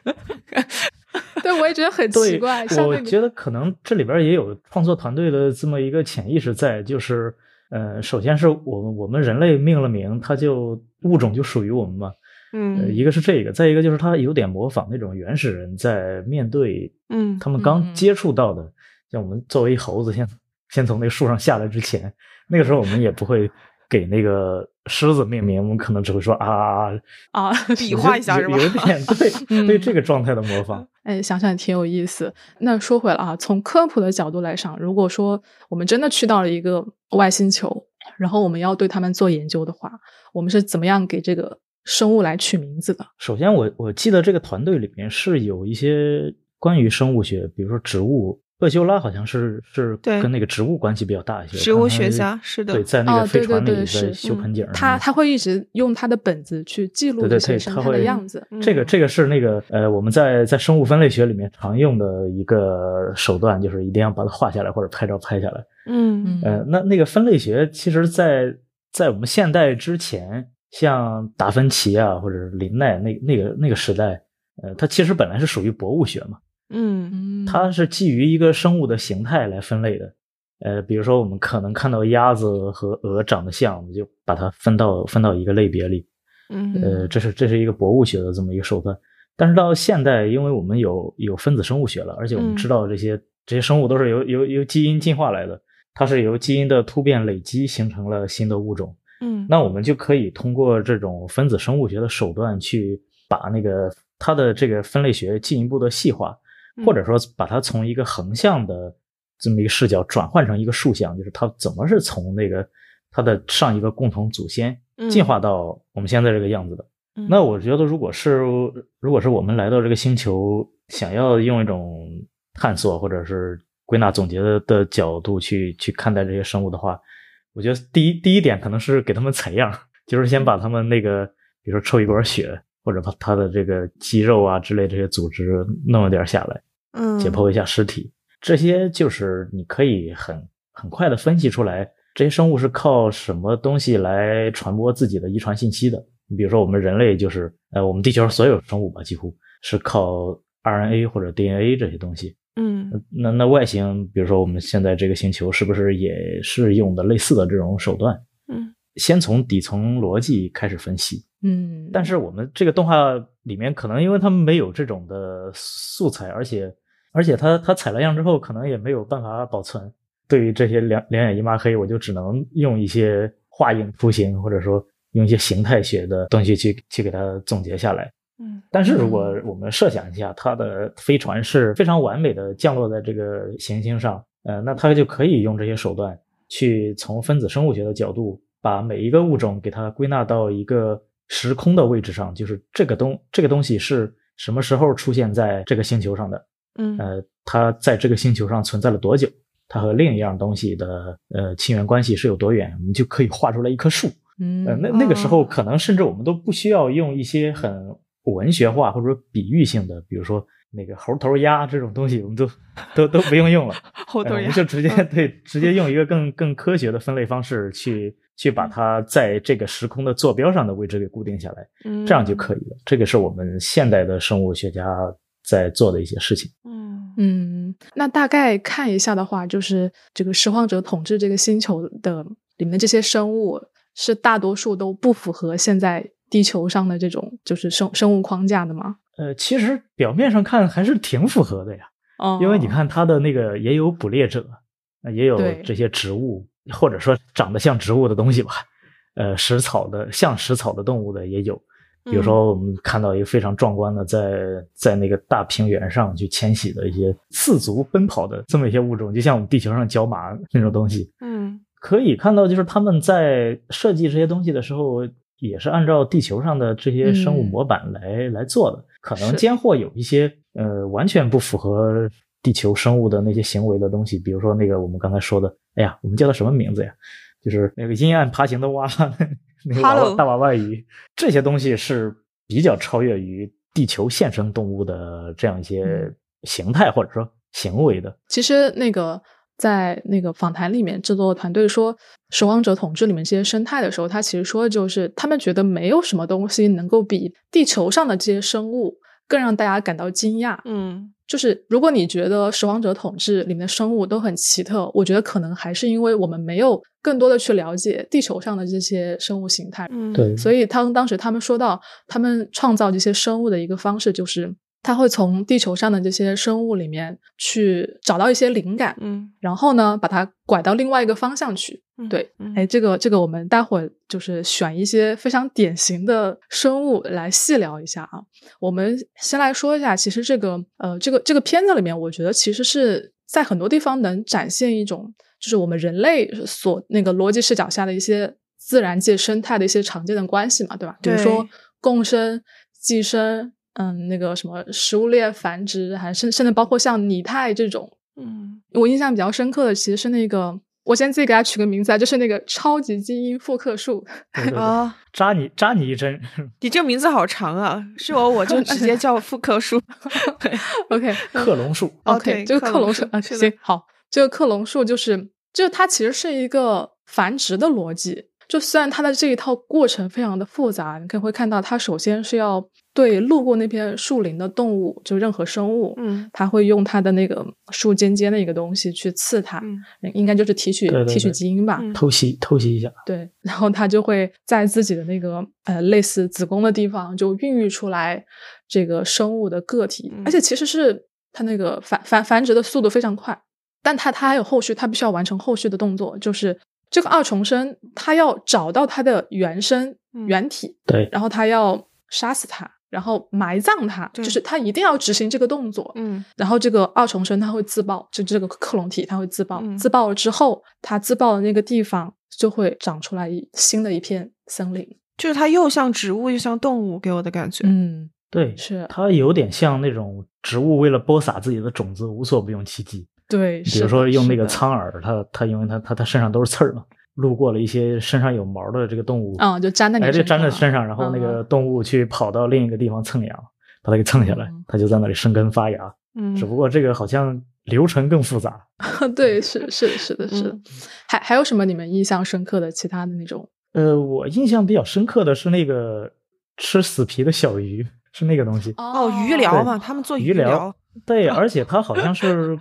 Speaker 1: 对，我也觉得 很
Speaker 3: 对，
Speaker 1: 奇怪。像
Speaker 3: 我
Speaker 1: 那
Speaker 3: 觉
Speaker 1: 个，
Speaker 3: 得可能这里边也有创作团队的这么一个潜意识在，就是呃，首先是我们我们人类命了名，它就物种就属于我们嘛。呃，
Speaker 2: 嗯
Speaker 3: 一个是这个，再一个就是它有点模仿那种原始人在面对
Speaker 2: 嗯
Speaker 3: 他们刚
Speaker 1: 嗯
Speaker 3: 接触到的，像我们作为一猴子先先从那树上下来之前，那个时候我们也不会给那个狮子命名，我们可能只会说啊啊啊，
Speaker 1: 啊，
Speaker 2: 比划一下
Speaker 3: 有
Speaker 2: 是吧
Speaker 3: 有点对
Speaker 1: 嗯
Speaker 3: 对这个状态的模仿。
Speaker 1: 哎，想想也挺有意思。那说回来啊，从科普的角度来讲，如果说我们真的去到了一个外星球，然后我们要对他们做研究的话，我们是怎么样给这个生物来取名字的？
Speaker 3: 首先我，我记得这个团队里面是有一些关于生物学，比如说植物，厄修拉好像是是
Speaker 2: 对
Speaker 3: 跟那个植物关系比较大一些。
Speaker 2: 植物
Speaker 3: 我看他
Speaker 2: 学家是的
Speaker 3: 对，在那
Speaker 1: 哦
Speaker 3: 个
Speaker 1: 对
Speaker 3: 飞
Speaker 1: 对
Speaker 3: 船里
Speaker 1: 对
Speaker 3: 在
Speaker 1: 是嗯
Speaker 3: 修盆景儿什么
Speaker 1: 他
Speaker 3: 的。
Speaker 1: 他会一直用他的本子去记录
Speaker 3: 嗯对
Speaker 1: 这
Speaker 3: 对
Speaker 1: 些
Speaker 3: 对，
Speaker 1: 生
Speaker 3: 他
Speaker 1: 态的
Speaker 3: 会
Speaker 1: 样子。
Speaker 3: 这个
Speaker 2: 嗯
Speaker 3: 这个是那个呃，我们在在生物分类学里面常用的一个手段，就是一定要把它画下来或者拍照拍下来。
Speaker 1: 嗯
Speaker 2: 嗯
Speaker 3: 呃，那那个分类学其实在，在我们现代之前，像达芬奇啊或者林奈那那个那个时代，呃，它其实本来是属于博物学嘛。
Speaker 2: 嗯
Speaker 1: 嗯，
Speaker 3: 它是基于一个生物的形态来分类的。呃，比如说我们可能看到鸭子和鹅长得像，我们就把它分到分到一个类别里。
Speaker 2: 嗯
Speaker 3: 呃，这是这是一个博物学的这么一个手段。但是到现代，因为我们有有分子生物学了，而且我们
Speaker 2: 嗯
Speaker 3: 知道这些、这些生物都是由由由基因进化来的，它是由基因的突变累积形成了新的物种。
Speaker 2: 嗯，
Speaker 3: 那我们就可以通过这种分子生物学的手段去把那个它的这个分类学进一步的细化，或
Speaker 2: 嗯
Speaker 3: 者说把它从一个横向的这么一个视角转换成一个竖向，就是它怎么是从那个它的上一个共同祖先进化到我们现在这个样子的。
Speaker 2: 嗯
Speaker 3: 那我觉得，如果是如果是我们来到这个星球，想要用一种探索或者是归纳总结的的角度去去看待这些生物的话，我觉得第一第一点可能是给他们采样，就是先把他们那个，比如说抽一管血，或者把他的这个肌肉啊之类这些组织弄一点下来，
Speaker 2: 嗯
Speaker 3: 解剖一下尸体，这些就是你可以很很快的分析出来，这些生物是靠什么东西来传播自己的遗传信息的。你比如说，我们人类就是，呃，我们地球上所有生物吧，几乎是靠 RNA 或者 DNA 这些东西。
Speaker 2: 嗯
Speaker 3: 那那外星，比如说我们现在这个星球，是不是也是用的类似的这种手段？
Speaker 2: 嗯
Speaker 3: 先从底层逻辑开始分析，
Speaker 1: 嗯，
Speaker 3: 但是我们这个动画里面，可能因为他们没有这种的素材，而且而且他他采了样之后，可能也没有办法保存。对于这些两两眼姨妈黑，我就只能用一些画影图形，或者说用一些形态学的东西去去给它总结下来。
Speaker 2: 嗯
Speaker 3: 但是如果我们设想一下，它的飞船是非常完美的降落在这个行星上，呃，那它就可以用这些手段去从分子生物学的角度，把每一个物种给它归纳到一个时空的位置上，就是这个东这个东西是什么时候出现在这个星球上的，
Speaker 2: 嗯
Speaker 3: 呃，它在这个星球上存在了多久，它和另一样东西的呃亲缘关系是有多远，我们就可以画出来一棵树。
Speaker 1: 嗯，
Speaker 3: 呃，那那个时候
Speaker 2: 哦
Speaker 3: 可能甚至我们都不需要用一些很文学化或者说比喻性的，比如说那个猴头鸭这种东西，我们都都都不用 用了，
Speaker 2: 后
Speaker 3: 呃
Speaker 2: 头
Speaker 3: 我
Speaker 2: 呀
Speaker 3: 们就直接、
Speaker 2: 嗯
Speaker 3: 对直接用一个更更科学的分类方式去去
Speaker 2: 嗯
Speaker 3: 把它在这个时空的坐标上的位置给固定下来，
Speaker 2: 嗯
Speaker 3: 这样就可以了。这个是我们现代的生物学家在做的一些事情。
Speaker 2: 嗯
Speaker 1: 嗯，那大概看一下的话，就是这个拾荒者统治这个星球的里面的这些生物，是大多数都不符合现在地球上的这种就是生生物框架的吗？
Speaker 3: 呃，其实表面上看还是挺符合的呀。
Speaker 1: 哦，
Speaker 3: 因为你，看它的那个也有捕猎者，呃也有
Speaker 1: 对
Speaker 3: 这些植物，或者说长得像植物的东西吧。呃食草的像食草的动物的也有。比
Speaker 2: 嗯
Speaker 3: 如
Speaker 1: 嗯
Speaker 3: 说，我们看到一个非常壮观的在，在在那个大平原上去迁徙的一些四足奔跑的这么一些物种，就像我们地球上角马那种东西，
Speaker 2: 嗯
Speaker 3: 可以看到，就是他们在设计这些东西的时候，也是按照地球上的这些生物
Speaker 1: 嗯
Speaker 3: 模板来、来做的。可能
Speaker 1: 是
Speaker 3: 间或有一些呃完全不符合地球生物的那些行为的东西，比如说那个我们刚才说的，哎呀，我们叫它什么名字呀？就是那个阴暗爬行的蛙， 那个娃娃
Speaker 2: Hello
Speaker 3: 大娃娃鱼，这些东西是比较超越于地球现生动物的这样一些
Speaker 1: 嗯
Speaker 3: 形态或者说行为的。
Speaker 1: 其实那个在那个访谈里面，制作团队说《守望者统治》里面这些生态的时候，他其实说的就是他们觉得没有什么东西能够比地球上的这些生物更让大家感到惊讶。
Speaker 2: 嗯
Speaker 1: 就是如果你觉得《守望者统治》里面的生物都很奇特，我觉得可能还是因为我们没有更多的去了解地球上的这些生物形态，
Speaker 2: 嗯，
Speaker 3: 对，
Speaker 1: 所以他们当时他们说到，他们创造这些生物的一个方式就是，他会从地球上的这些生物里面去找到一些灵感，
Speaker 2: 嗯，
Speaker 1: 然后呢，把它拐到另外一个方向去。
Speaker 2: 嗯，
Speaker 1: 对
Speaker 2: 嗯，
Speaker 1: 哎，这个这个，我们待会儿就是选一些非常典型的生物来细聊一下啊。我们先来说一下，其实这个呃，这个这个片子里面，我觉得其实是在很多地方能展现一种，就是我们人类所那个逻辑视角下的一些自然界生态的一些常见的关系嘛，对吧？比如说
Speaker 2: 对
Speaker 1: 共生、寄生。嗯，那个什么食物链繁殖，还甚甚至包括像拟态这种，
Speaker 2: 嗯
Speaker 1: 我印象比较深刻的其实是那个，我先自己给它取个名字啊，就是那个超级基因复刻术。
Speaker 3: 对对对
Speaker 1: 哦
Speaker 2: 啊，
Speaker 3: 扎你扎你一针，
Speaker 2: 你这名字好长啊，是我我就直接叫妇科书。
Speaker 1: OK
Speaker 3: 克隆术。
Speaker 2: 哦
Speaker 1: OK，
Speaker 2: 对
Speaker 1: 这个
Speaker 2: 克
Speaker 1: 克隆
Speaker 2: 隆
Speaker 1: 术
Speaker 2: 术
Speaker 1: 啊，
Speaker 2: 是的
Speaker 1: 行好，这个克隆术就是，就它其实是一个繁殖的逻辑。就虽然它的这一套过程非常的复杂，你可以会看到它首先是要对路过那片树林的动物，就任何生物，
Speaker 2: 嗯
Speaker 1: 它会用它的那个树尖尖的一个东西去刺它，
Speaker 2: 嗯
Speaker 1: 应该就是提取
Speaker 3: 对对
Speaker 1: 提取
Speaker 3: 对
Speaker 1: 基因吧。
Speaker 2: 嗯
Speaker 3: 偷袭偷袭一下，
Speaker 1: 对，然后它就会在自己的那个呃类似子宫的地方就孕育出来这个生物的个体，
Speaker 2: 嗯
Speaker 1: 而且其实是它那个繁繁繁殖的速度非常快，但它它还有后续，它必须要完成后续的动作，就是这个二重生，它要找到它的原生
Speaker 2: 嗯
Speaker 1: 原体，
Speaker 3: 对
Speaker 1: 然后它要杀死它，然后埋葬它，就
Speaker 2: 对
Speaker 1: 是它一定要执行这个动作，
Speaker 2: 嗯
Speaker 1: 然后这个二重生它会自爆，就这个克隆体它会自爆，
Speaker 2: 嗯
Speaker 1: 自爆了之后，它自爆的那个地方就会长出来一新的一片森林。
Speaker 2: 就是它又像植物又像动物，给我的感觉。
Speaker 1: 嗯，
Speaker 3: 对，
Speaker 1: 是
Speaker 3: 它有点像那种植物为了播撒自己的种子，无所不用其极。
Speaker 1: 对，
Speaker 3: 比
Speaker 1: 是
Speaker 3: 如
Speaker 1: 的
Speaker 3: 说用那个，
Speaker 1: 是的
Speaker 3: 苍耳，它它因为它它它身上都是刺儿嘛，路过了一些身上有毛的这个动物，
Speaker 1: 啊就粘在你
Speaker 3: 哎，这
Speaker 1: 身上
Speaker 3: 粘在
Speaker 1: 了嗯
Speaker 3: 身上，然后那个动物去跑到另一个地方蹭痒，把它给蹭下来
Speaker 1: 嗯，
Speaker 3: 它就在那里生根发芽。
Speaker 2: 嗯，
Speaker 3: 只不过这个好像流程更复杂。
Speaker 1: 对，是是是的，是的。
Speaker 2: 嗯
Speaker 1: 还还有什么你们印象深刻的其他的那种？
Speaker 3: 呃，我印象比较深刻的是那个吃死皮的小鱼，是那个东西。
Speaker 2: 哦，鱼疗
Speaker 3: 对
Speaker 2: 嘛，他们
Speaker 1: 呃
Speaker 2: 做
Speaker 3: 鱼疗
Speaker 2: 疗，
Speaker 3: 对，而且它好像是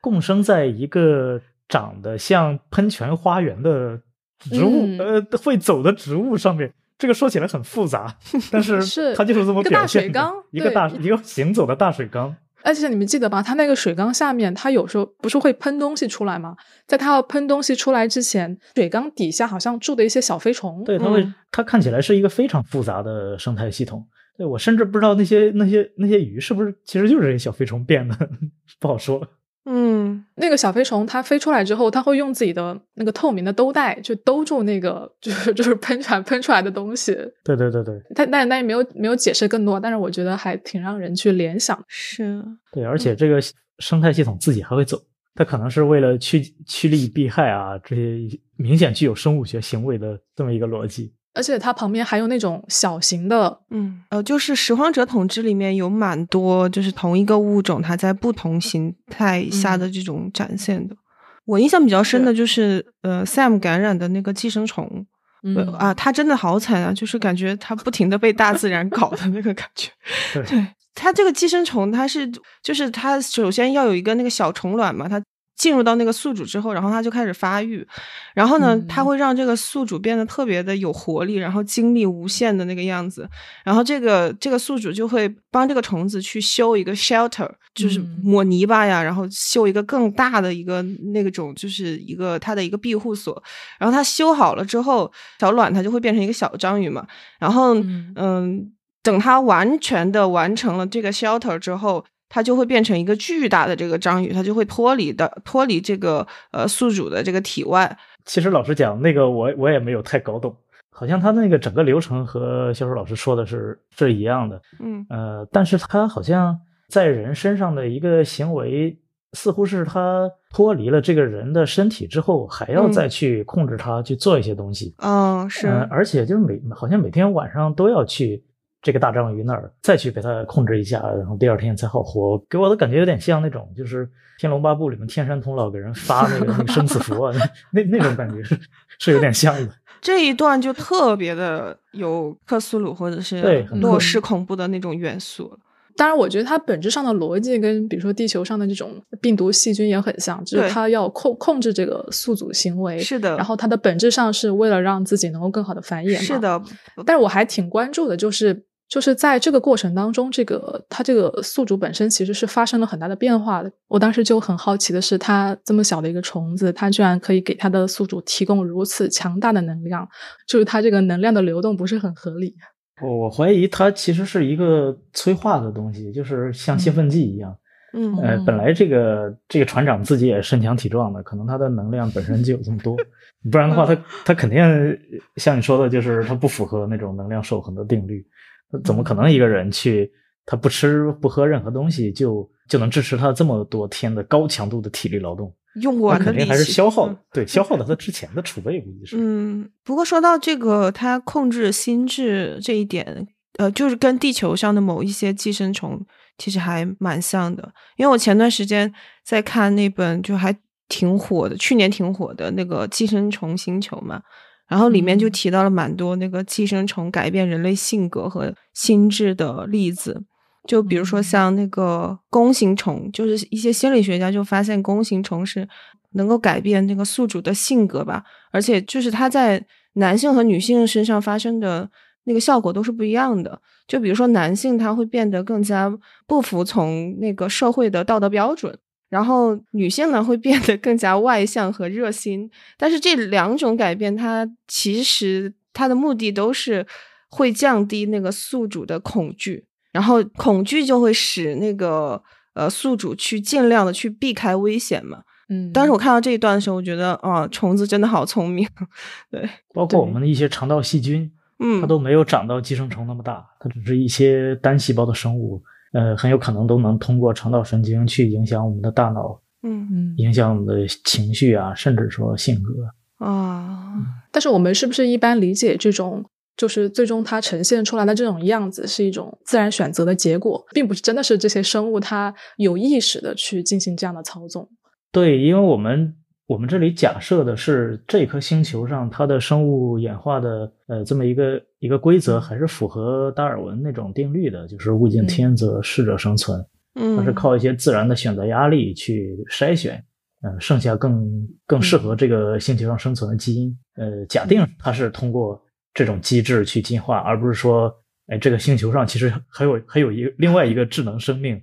Speaker 3: 共生在一个长得像喷泉花园的植物，
Speaker 1: 嗯
Speaker 3: 呃，会走的植物上面。这个说起来很 复杂，但是
Speaker 1: 是
Speaker 3: 它就是这么
Speaker 1: 一个
Speaker 3: 表
Speaker 1: 大
Speaker 3: 现
Speaker 1: 水
Speaker 3: 的
Speaker 1: 缸
Speaker 3: 一个大
Speaker 1: 对
Speaker 3: 一个行走的大水缸。
Speaker 1: 而且你们记得吧？它那个水缸下面，它有时候不是会喷东西出来吗？在它要喷东西出来之前，水缸底下好像住的一些小飞虫。
Speaker 3: 对，它会，
Speaker 2: 嗯
Speaker 3: 它看起来是一个非常复杂的生态系统。对我甚至不知道那些那些那些鱼是不是其实就是这些小飞虫变的， 不好说。
Speaker 2: 嗯
Speaker 1: 那个小飞虫它飞出来之后，它会用自己的那个透明的兜带去兜住那个，就是 就是喷出来喷出来的东西。
Speaker 3: 对对对对
Speaker 1: 但但但也没有没有解释更多，但是我觉得还挺让人去联想。
Speaker 2: 是，
Speaker 3: 对，而且这个生态系统自己还会走，它可能是为了趋趋利避害啊，这些明显具有生物学行为的这么一个逻辑。
Speaker 1: 而且它旁边还有那种小型的，
Speaker 2: 嗯，呃，就是拾荒者统治里面有蛮多，就是同一个物种它在不同形态下的这种展现的。我印象比较深的嗯就是，呃，Sam 感染的那个寄生虫，
Speaker 1: 嗯
Speaker 2: 呃啊，他真的好惨啊，就是感觉他不停的被大自然搞的那个感 觉。
Speaker 3: 对
Speaker 2: 对，它这个寄生虫，它是就是它首先要有一个那个小虫卵嘛，它进入到那个宿主之后，然后它就开始发育，然后呢，它
Speaker 1: 嗯
Speaker 2: 会让这个宿主变得特别的有活力，然后精力无限的那个样子，然后这个这个宿主就会帮这个虫子去修一个 shelter，就是
Speaker 1: 嗯
Speaker 2: 抹泥巴呀，然后修一个更大的一个那个种，就是一个它的一个庇护所，然后它修好了之后，小卵它就会变成一个小章鱼嘛。然后，
Speaker 1: 嗯
Speaker 2: 嗯等它完全的完成了这个 shelter 之后，它就会变成一个巨大的这个章鱼，它就会脱离的脱离这个呃宿主的这个体外。
Speaker 3: 其实老实讲，那个我我也没有太搞懂，好像他那个整个流程和销售老师说的是是一样的，
Speaker 2: 嗯
Speaker 3: 呃，但是他好像在人身上的一个行为，似乎是他脱离了这个人的身体之后，还要
Speaker 2: 嗯
Speaker 3: 再去控制他去做一些东西，
Speaker 2: 嗯，是
Speaker 3: 呃，而且就是每好像每天晚上都要去这个大章鱼那儿再去给它控制一下，然后第二天才好活。给我的感觉有点像那种就是《天龙八部》里面天山童姥给人发那个那个生死符啊， 那那那种感觉是是有点像的。
Speaker 2: 这一段就特别的有克苏鲁或者
Speaker 3: 对
Speaker 2: 是
Speaker 3: 很
Speaker 2: 洛
Speaker 1: 恐
Speaker 2: 氏恐怖的那种元素。
Speaker 1: 当然，我觉得它本质上的逻辑跟比如说地球上的这种病毒细菌也很像，就是
Speaker 2: 对
Speaker 1: 它要控控制这个宿主行为，
Speaker 2: 是的，
Speaker 1: 然后它的本质上是为了让自己能够更好的繁衍嘛。
Speaker 2: 是的，
Speaker 1: 但是我还挺关注的，就是就是在这个过程当中，这个它这个宿主本身其实是发生了很大的变化的。我当时就很好奇的是，它这么小的一个虫子，它居然可以给它的宿主提供如此强大的能量，就是它这个能量的流动不是很合理。
Speaker 3: 我我怀疑它其实是一个催化的东西，就是像兴奋剂一样。
Speaker 2: 嗯
Speaker 1: 嗯
Speaker 3: 呃，本来这个这个船长自己也身强体壮的，可能他的能量本身就有这么 多，不然的话
Speaker 2: 嗯
Speaker 3: 他，他肯定像你说的，就是他不符合那种能量守恒的定律。他
Speaker 2: 嗯
Speaker 3: 怎么可能一个人去他不吃不喝任何东西就就能支持他这么多天的高强度的体力劳动？
Speaker 2: 用
Speaker 3: 那
Speaker 2: 完的
Speaker 3: 肯
Speaker 2: 力
Speaker 3: 定
Speaker 2: 气
Speaker 3: 还是消耗，对，消耗了他之前的储备，估计是。
Speaker 2: 嗯，不过说到这个，它控制心智这一点，呃，就是跟地球上的某一些寄生虫其实还蛮像的。因为我前段时间在看那本就还挺火的，去年挺火的那个《寄生虫星球》嘛，然后里面就
Speaker 1: 嗯
Speaker 2: 提到了蛮多那个寄生虫改变人类性格和心智的例子。就比如说
Speaker 1: 嗯
Speaker 2: 像那个弓形虫，就是一些心理学家就发现弓形虫是能够改变那个宿主的性格吧，而且就是它在男性和女性身上发生的那个效果都是不一样的。就比如说男性他会变得更加不服从那个社会的道德标准，然后女性呢会变得更加外向和热心。但是这两种改变，它其实它的目的都是会降低那个宿主的恐惧，然后恐惧就会使那个呃宿主去尽量的去避开危险嘛。
Speaker 1: 嗯，
Speaker 2: 当时我看到这一段的时候，我觉得啊，虫子真的好聪明，对，
Speaker 3: 包括我
Speaker 1: 对
Speaker 3: 们的一些肠道细菌，
Speaker 2: 嗯，
Speaker 3: 它都没有长到寄生虫那么大，它只是一些单细胞的生物，呃，很有可能都能通过肠道神经去影响我们的大脑，
Speaker 2: 嗯
Speaker 1: 嗯，
Speaker 3: 影响我们的情绪啊，甚至说性格。
Speaker 2: 啊，
Speaker 1: 但是我们是不是一般理解这种，就是最终它呈现出来的这种样子是一种自然选择的结果，并不是真的是这些生物它有意识的去进行这样的操纵。
Speaker 3: 对，因为我们我们这里假设的是这颗星球上它的生物演化的呃这么一个一个规则，还是符合达尔文那种定律的，就是物竞天择，适者生存。
Speaker 2: 嗯，
Speaker 3: 它是靠一些自然的选择压力去筛选，呃，剩下更更
Speaker 2: 嗯
Speaker 3: 适合这个星球上生存的基因。呃，假定它是通过这种机制去进化，而不是说，哎，这个星球上其实还有还有一个另外一个智能生命，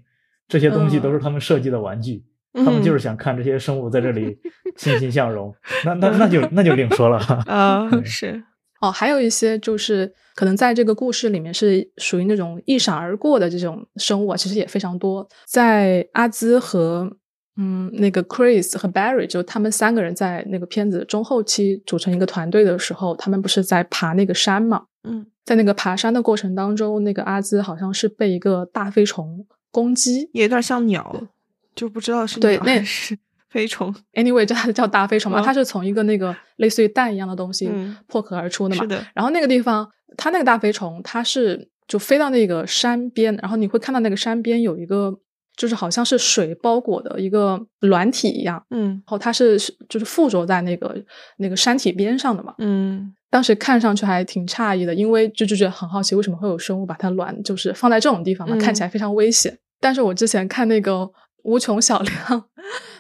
Speaker 3: 这些东西
Speaker 2: 嗯
Speaker 3: 都是他们设计的玩具，他们就是想看这些生物在这 里欣欣向荣。那那那就那就另说了。
Speaker 2: 啊，是，
Speaker 1: 哦，还有一些就是可能在这个故事里面是属于那种一闪而过的这种生物啊，其实也非常多。在阿兹和嗯那个 Chris 和 Barry，就他们三个人在那个片子中后期组成一个团队的时候，他们不是在爬那个山嘛？
Speaker 2: 嗯
Speaker 1: 在那个爬山的过程当中，那个阿兹好像是被一个大飞虫攻击。
Speaker 2: 也有点像鸟，就不知道是
Speaker 1: 对
Speaker 2: 鸟
Speaker 1: 那
Speaker 2: 还是 飞虫，
Speaker 1: Anyway，这它叫大飞虫嘛，
Speaker 2: 嗯
Speaker 1: 它是从一个那个类似于蛋一样的东西
Speaker 2: 嗯
Speaker 1: 破壳而出的嘛。
Speaker 2: 是的，
Speaker 1: 然后那个地方，它那个大飞虫，它是就飞到那个山边，然后你会看到那个山边有一个，就是好像是水包裹的一个卵体一样，
Speaker 2: 嗯
Speaker 1: 然后它是就是附着在那个那个山体边上的嘛。
Speaker 2: 嗯
Speaker 1: 当时看上去还挺诧异的，因为就就觉得很好奇，为什么会有生物把它卵就是放在这种地方嘛，
Speaker 2: 嗯
Speaker 1: 看起来非常危险。但是我之前看那个《无穷小亮》，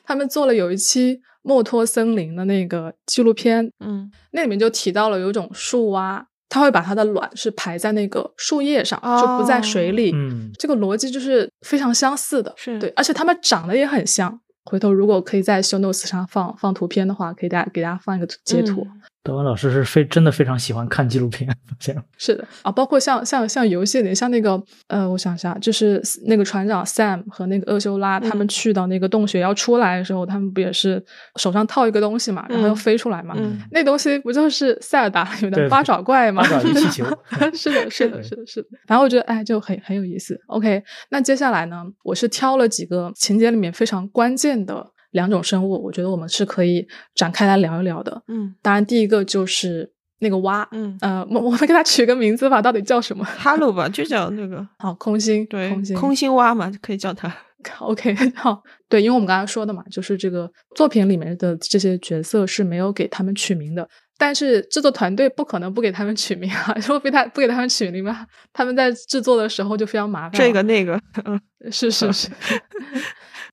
Speaker 1: 他们做了有一期《墨脱森林》的那个纪录片，
Speaker 2: 嗯，
Speaker 1: 那里面就提到了有一种树蛙，它会把它的卵是排在那个树叶上，就不在水里。
Speaker 3: 嗯，
Speaker 1: 这个逻辑就是非常相似的，
Speaker 2: 是
Speaker 1: 对，而且它们长得也很像。回头如果可以在 show notes 上放放图片的话，可以大家给大家放一个图截图。
Speaker 2: 嗯
Speaker 3: 德文老师是非真的非常喜欢看纪录片，发现了
Speaker 1: 是的啊，包括像像像游戏里，像那个呃，我想一下，就是那个船长 Sam 和那个厄修拉，他们
Speaker 2: 嗯
Speaker 1: 去到那个洞穴要出来的时候，他们不也是手上套一个东西嘛，然后
Speaker 2: 嗯
Speaker 1: 又飞出来嘛？
Speaker 2: 嗯
Speaker 1: 那东西不就是塞尔达有
Speaker 3: 对
Speaker 1: 的八爪怪吗？
Speaker 3: 八爪鱼气球
Speaker 1: 是的，是的，
Speaker 3: 对
Speaker 1: 是的，是的。反正我觉得，哎，就很很有意思。OK，那接下来呢，我是挑了几个情节里面非常关键的两种生物，我觉得我们是可以展开来聊一聊的。
Speaker 2: 嗯
Speaker 1: 当然，第一个就是那个蛙，
Speaker 2: 嗯
Speaker 1: 呃，我我们给它取个名字吧，到底叫什么？
Speaker 2: 哈喽吧，就叫那个
Speaker 1: 好，空心，
Speaker 2: 对
Speaker 1: 空心，啊
Speaker 2: 空心蛙嘛，可以叫它。
Speaker 1: OK，好，对，因为我们刚刚说的嘛，就是这个作品里面的这些角色是没有给他们取名的，但是制作团队不可能不给他们取名啊， 如果不给他不给他们取名吧，他们在制作的时候就非常麻烦。
Speaker 2: 这个那个，嗯
Speaker 1: 是是是。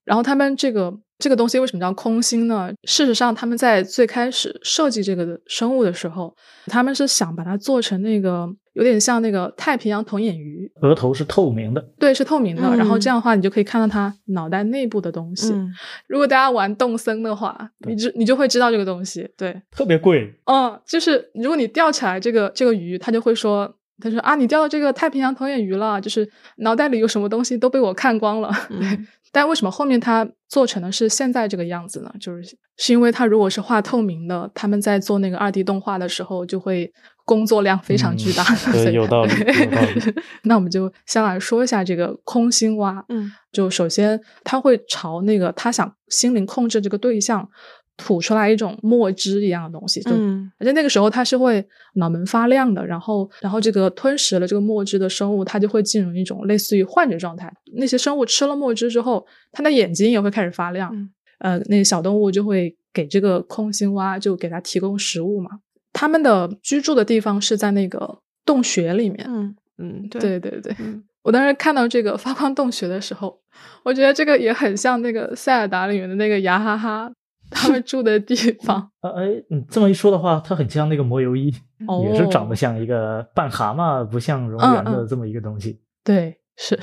Speaker 1: 然后他们这个这个东西为什么叫空心呢？事实上，他们在最开始设计这个生物的时候，他们是想把它做成那个有点像那个太平洋铜眼鱼，
Speaker 3: 额头是透明的，
Speaker 1: 对，是透明的，然后
Speaker 2: 嗯
Speaker 1: 这样的话你就可以看到它脑袋内部的东西。
Speaker 2: 嗯
Speaker 1: 如果大家玩动森的话，
Speaker 3: 对
Speaker 1: 你就你就会知道这个东西。对，
Speaker 3: 特别贵。
Speaker 1: 嗯，就是如果你钓起来这个这个鱼，它就会说，他说啊，你钓到这个太平洋头眼鱼了，就是脑袋里有什么东西都被我看光了。对，
Speaker 2: 嗯
Speaker 1: 但为什么后面它做成的是现在这个样子呢？就是是因为它如果是画透明的，他们在做那个二 D 动画的时候就会。工作量非常巨大，
Speaker 3: 嗯对
Speaker 1: 所以
Speaker 3: 有道理有道理
Speaker 1: 那我们就先来说一下这个空心蛙。
Speaker 2: 嗯
Speaker 1: 就首先他会朝那个他想心灵控制这个对象吐出来一种墨汁一样的东 西，就、
Speaker 2: 嗯
Speaker 1: 而且那个时候它是会脑门发亮的，然后然后这个吞食了这个墨汁的生物，它就会进入一种类似于幻觉状态。那些生物吃了墨汁之后，它的眼睛也会开始发亮，
Speaker 2: 嗯
Speaker 1: 呃，那个小动物就会给这个空心蛙就给它提供食物嘛。它们的居住的地方是在那个洞穴里面，
Speaker 2: 嗯嗯，
Speaker 1: 对，对对。
Speaker 2: 嗯
Speaker 1: 我当时看到这个发光洞穴的时候，我觉得这个也很像那个塞尔达里面的那个牙哈哈他们住的地方。
Speaker 3: 啊，哎，你这么一说的话，它很像那个魔游一，
Speaker 1: 哦，
Speaker 3: 也是长得像一个半蛤蟆不像蝾螈的这么一个东西，
Speaker 1: 对，是，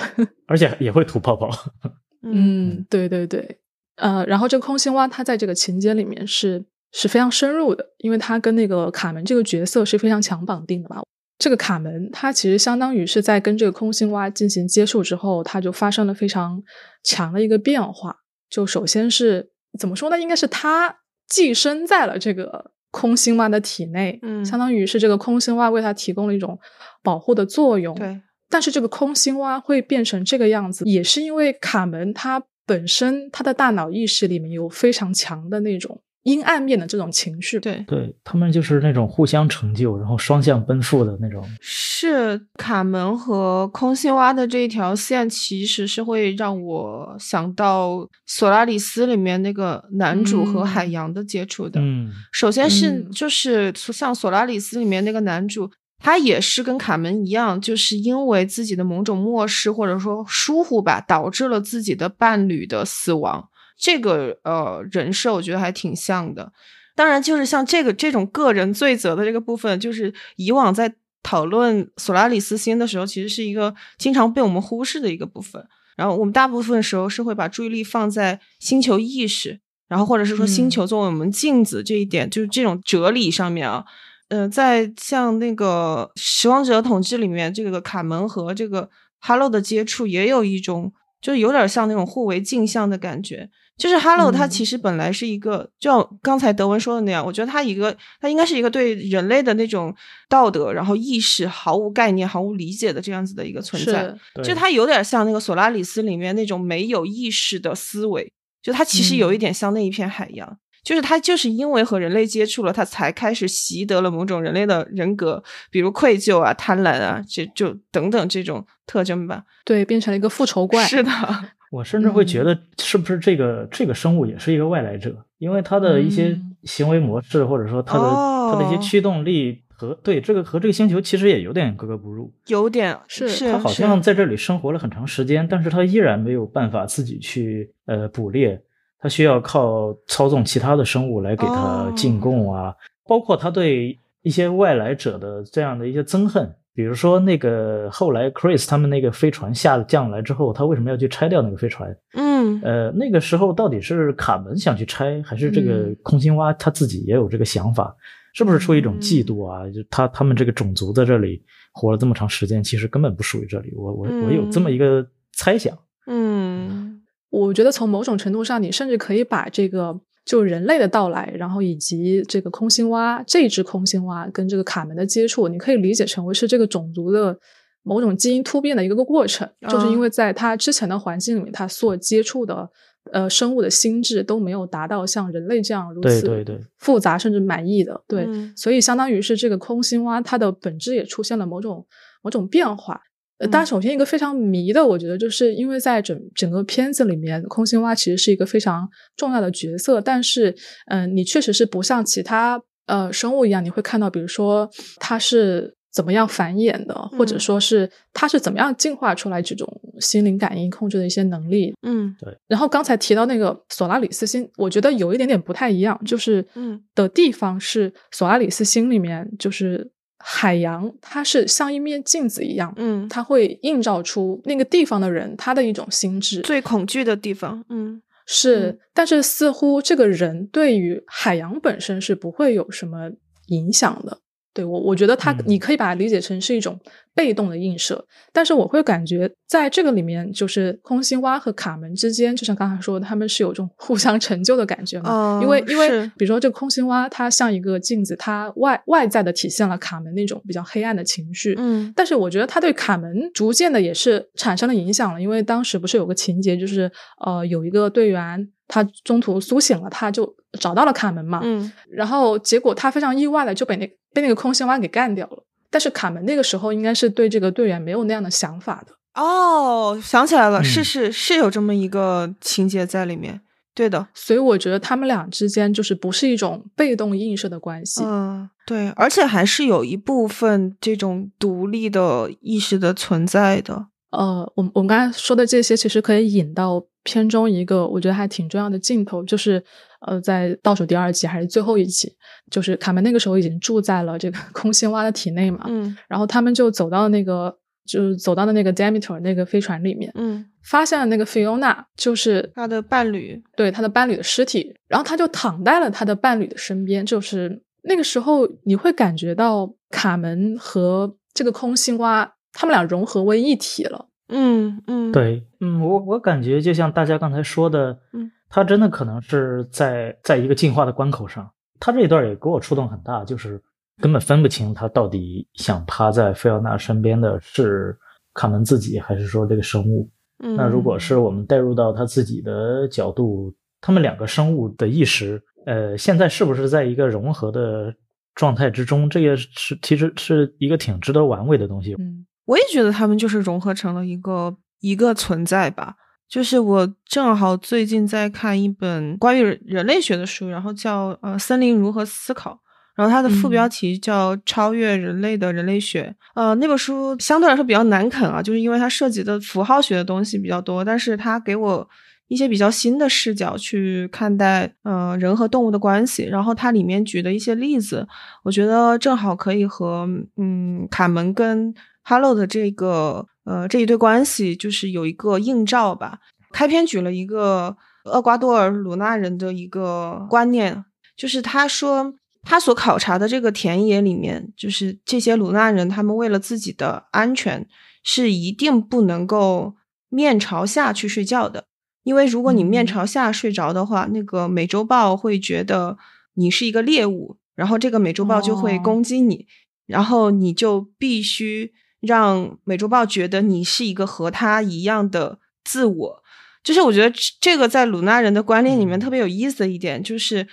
Speaker 3: 而且也会吐泡泡。
Speaker 2: 嗯
Speaker 1: 嗯，对对对，呃，然后这个空心蛙它在这个情节里面是是非常深入的，因为它跟那个卡门这个角色是非常强绑定的吧。这个卡门，它其实相当于是在跟这个空心蛙进行接触之后，它就发生了非常强的一个变化。就首先是怎么说呢？应该是它寄生在了这个空心蛙的体内，
Speaker 2: 嗯
Speaker 1: 相当于是这个空心蛙为它提供了一种保护的作用。
Speaker 2: 对，
Speaker 1: 但是这个空心蛙会变成这个样子，也是因为卡门他本身他的大脑意识里面有非常强的那种阴暗面的这种情绪。，
Speaker 2: 对，
Speaker 3: 对他们就是那种互相成就，然后双向奔赴的那种。
Speaker 2: 是卡门和空心蛙的这一条线，其实是会让我想到《索拉里斯》里面那个男主和海
Speaker 1: 嗯
Speaker 2: 洋的接触的。
Speaker 3: 嗯，
Speaker 2: 首先是
Speaker 1: 嗯
Speaker 2: 就是像《索拉里斯》里面那个男主，他也是跟卡门一样，就是因为自己的某种漠视或者说疏忽吧，导致了自己的伴侣的死亡。这个呃人设，我觉得还挺像的。当然，就是像这个这种个人罪责的这个部分，就是以往在讨论索拉里斯星的时候，其实是一个经常被我们忽视的一个部分。然后我们大部分时候是会把注意力放在星球意识，然后或者是说星
Speaker 1: 嗯
Speaker 2: 球作为我们镜子这一点，就是这种哲理上面啊。呃，在像那个《拾荒者统治》里面，这个卡门和这个哈喽的接触，也有一种就是有点像那种互为镜像的感觉。就是 Hello，它
Speaker 1: 嗯
Speaker 2: 其实本来是一个，就像刚才德文说的那样，我觉得它一个，它应该是一个对人类的那种道德，然后意识毫无概念、毫无理解的这样子的一个存在。
Speaker 1: 是，
Speaker 3: 对
Speaker 2: 就它有点像那个《索拉里斯》里面那种没有意识的思维，就它其实
Speaker 1: 嗯
Speaker 2: 有一点像那一片海洋。就是它就是因为和人类接触了，它才开始习得了某种人类的人格，比如愧疚啊、贪婪啊，这就等等这种特征吧。
Speaker 1: 对，变成了一个复仇怪。
Speaker 2: 是的，
Speaker 3: 我甚至会觉得，是不是这个、这个生物也是一个外来者？因为它的一些
Speaker 1: 嗯
Speaker 3: 行为模式，或者说它的、它的一些
Speaker 2: 哦
Speaker 3: 驱动力和对这个和这个星球其实也有点格格不入。
Speaker 2: 有点
Speaker 1: 是
Speaker 2: 是
Speaker 3: 它好
Speaker 2: 是
Speaker 3: 像在这里生活了很长时间，但是它依然没有办法自己去呃捕猎，它需要靠操纵其他的生物来给它
Speaker 2: 哦
Speaker 3: 进贡啊，包括他对一些外来者的这样的一些憎恨。比如说，那个后来 Chris 他们那个飞船下降来之后，他为什么要去拆掉那个飞船？
Speaker 2: 嗯
Speaker 3: 呃，那个时候到底是卡门想去拆，还是这个
Speaker 1: 嗯
Speaker 3: 空心蛙他自己也有这个想法？是不是出于一种
Speaker 1: 嗯
Speaker 3: 嫉妒啊？就他他们这个种族在这里活了这么长时间，其实根本不属于这里。我我我有
Speaker 1: 嗯
Speaker 3: 这么一个猜想。
Speaker 2: 嗯
Speaker 1: 我觉得从某种程度上，你甚至可以把这个就人类的到来，然后以及这个空心蛙这只空心蛙跟这个卡门的接触，你可以理解成为是这个种族的某种基因突变的一个过程，就是
Speaker 3: 啊
Speaker 1: 因为在它之前的环境里面，它所接触的。呃，生物的心智都没有达到像人类这样如
Speaker 3: 对
Speaker 1: 此嗯
Speaker 3: 对对
Speaker 1: 复杂甚至满意的，对，
Speaker 2: 嗯
Speaker 1: 所以相当于是这个空心蛙它的本质也出现了某种某种变化。呃，但
Speaker 2: 嗯
Speaker 1: 首先一个非常迷的，我觉得就是因为在整整个片子里面，空心蛙其实是一个非常重要的角色，但是，嗯、你确实是不像其他呃生物一样，你会看到，比如说它是怎么样繁衍的，或者
Speaker 2: 嗯
Speaker 1: 说是它是怎么样进化出来这种心灵感应控制的一些能力，
Speaker 2: 嗯
Speaker 1: 然后刚才提到那个索拉里斯星，我觉得有一点点不太一样，就是
Speaker 2: 嗯
Speaker 1: 的地方是索拉里斯星里面就是海洋，它是像一面镜子一样，
Speaker 2: 嗯，
Speaker 1: 它会映照出那个地方的人他的一种心智。
Speaker 2: 最恐惧的地方，嗯
Speaker 1: 是
Speaker 2: 嗯，
Speaker 1: 但是似乎这个人对于海洋本身是不会有什么影响的。对我，我觉得他
Speaker 3: 嗯
Speaker 1: 你可以把它理解成是一种被动的映射，但是我会感觉在这个里面，就是空心蛙和卡门之间，就像刚才说的，他们是有一种互相成就的感觉嘛。
Speaker 2: 哦
Speaker 1: 因为因为
Speaker 2: 是
Speaker 1: 比如说这个空心蛙，它像一个镜子，它外外在的体现了卡门那种比较黑暗的情绪，
Speaker 2: 嗯
Speaker 1: 但是我觉得他对卡门逐渐的也是产生了影响了，因为当时不是有个情节，就是呃有一个队员他中途苏醒了，他就找到了卡门嘛，
Speaker 2: 嗯
Speaker 1: 然后结果他非常意外的就被那被那个空心蛙给干掉了。但是卡门那个时候应该是对这个队员没有那样的想法的，
Speaker 2: 哦，想起来了，是
Speaker 3: 嗯
Speaker 2: 是是有这么一个情节在里面，对的，
Speaker 1: 所以我觉得他们俩之间就是不是一种被动映射的关系。
Speaker 2: 嗯，对，而且还是有一部分这种独立的意识的存在的。
Speaker 1: 呃，我们我们刚才说的这些，其实可以引到片中一个我觉得还挺重要的镜头，就是呃，在倒数第二集还是最后一集，就是卡门那个时候已经住在了这个 空心蛙的体内嘛，
Speaker 2: 嗯
Speaker 1: 然后他们就走到那个就是走到的那个 Demeter 那个飞船里面，
Speaker 2: 嗯，
Speaker 1: 发现了那个 Fiona 就是
Speaker 2: 他的伴侣，
Speaker 1: 对他的伴侣的尸体，然后他就躺在了他的伴侣的身边。就是那个时候，你会感觉到卡门和这个空心蛙他们俩融合为一体了。
Speaker 2: 嗯嗯，，
Speaker 3: 对，嗯，我我感觉就像大家刚才说的，
Speaker 2: 嗯，
Speaker 3: 他真的可能是在在一个进化的关口上，他这一段也给我触动很大，就是根本分不清他到底想趴在菲奥娜身边的是卡门自己，还是说这个生物。
Speaker 2: 嗯、
Speaker 3: 那如果是我们带入到他自己的角度，他们两个生物的意识，呃，现在是不是在一个融合的状态之中？这个是其实是一个挺值得玩味的东西。
Speaker 1: 嗯，
Speaker 2: 我也觉得他们就是融合成了一个一个存在吧。就是我正好最近在看一本关于人人类学的书，然后叫呃《森林如何思考》，然后它的副标
Speaker 1: 嗯
Speaker 2: 题叫《超越人类的人类学》。呃，那本书相对来说比较难啃啊，就是因为它涉及的符号学的东西比较多，但是它给我一些比较新的视角去看待呃人和动物的关系。然后它里面举的一些例子，我觉得正好可以和嗯卡门跟哈喽的这个呃这一对关系，就是有一个映照吧。开篇举了一个厄瓜多尔鲁纳人的一个观念，就是他说他所考察的这个田野里面，就是这些鲁纳人，他们为了自己的安全，是一定不能够面朝下去睡觉的，因为如果你面
Speaker 1: 嗯
Speaker 2: 朝下睡着的话，那个美洲豹会觉得你是一个猎物，然后这个美洲豹就会
Speaker 1: 哦
Speaker 2: 攻击你，然后你就必须让美洲豹觉得你是一个和它一样的自我。就是我觉得这这个在鲁纳人的观念里面
Speaker 3: 嗯
Speaker 2: 特别有意思的一点，就是，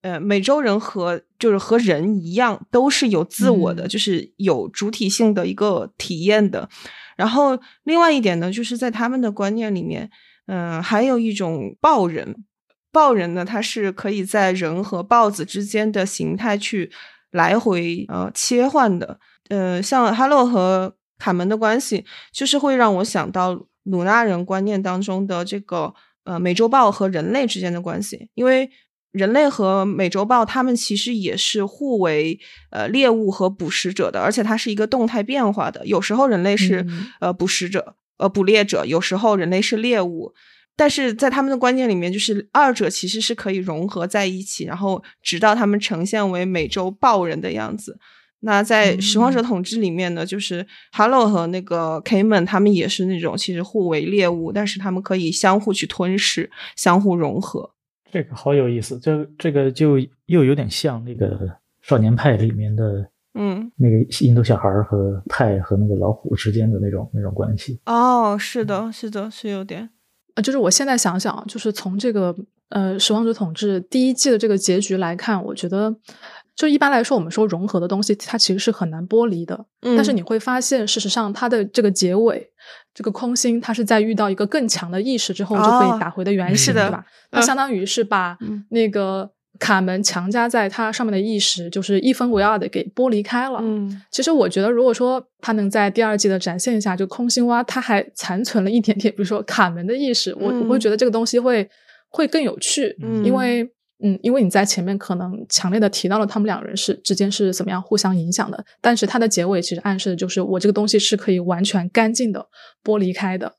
Speaker 2: 呃，美洲人和就是和人一样，都是有自我的，
Speaker 1: 嗯
Speaker 2: 就是有主体性的一个体验的。然后另外一点呢，就是在他们的观念里面，嗯、还有一种豹人，豹人呢，它是可以在人和豹子之间的形态去来回呃切换的。呃，像哈洛和卡门的关系，就是会让我想到鲁纳人观念当中的这个呃美洲豹和人类之间的关系，因为人类和美洲豹它们其实也是互为呃猎物和捕食者的，而且它是一个动态变化的，有时候人类是、
Speaker 1: 嗯
Speaker 2: 呃捕食者呃捕猎者，有时候人类是猎物。但是在他们的观念里面，就是二者其实是可以融合在一起，然后直到他们呈现为美洲豹人的样子。那在
Speaker 1: 嗯
Speaker 2: 拾荒者统治里面呢，就是 Hello 和那个 Kman 他们也是那种其实互为猎物，但是他们可以相互去吞噬，相互融合。
Speaker 3: 这个好有意思，这这个就又有点像那个少年派里面的
Speaker 2: 嗯，
Speaker 3: 那个印度小孩儿和派和那个老虎之间的那种那种关系。
Speaker 2: 哦，是的，是的，是有点。
Speaker 1: 呃，就是我现在想想啊，就是从这个呃《拾荒者统治》第一季的这个结局来看，我觉得就一般来说，我们说融合的东西，它其实是很难剥离的。
Speaker 2: 嗯
Speaker 1: 但是你会发现，事实上它的这个结尾，这个空心，它是在遇到一个更强的意识之后，就可
Speaker 2: 哦
Speaker 1: 以打回的原
Speaker 3: 是
Speaker 1: 形，
Speaker 2: 的
Speaker 1: 对吧？它
Speaker 2: 嗯
Speaker 1: 相当于是把
Speaker 2: 嗯
Speaker 1: 那个卡门强加在它上面的意识，就是一分为二的给剥离开了。
Speaker 2: 嗯
Speaker 1: 其实我觉得，如果说他能在第二季的展现一下，就空心蛙它还残存了一点点，比如说卡门的意识，我、
Speaker 2: 嗯
Speaker 1: 我会觉得这个东西会会更有趣，
Speaker 2: 嗯，
Speaker 1: 因为嗯，因为你在前面可能强烈的提到了他们两人是之间是怎么样互相影响的，但是它的结尾其实暗示的就是我这个东西是可以完全干净的剥离开的，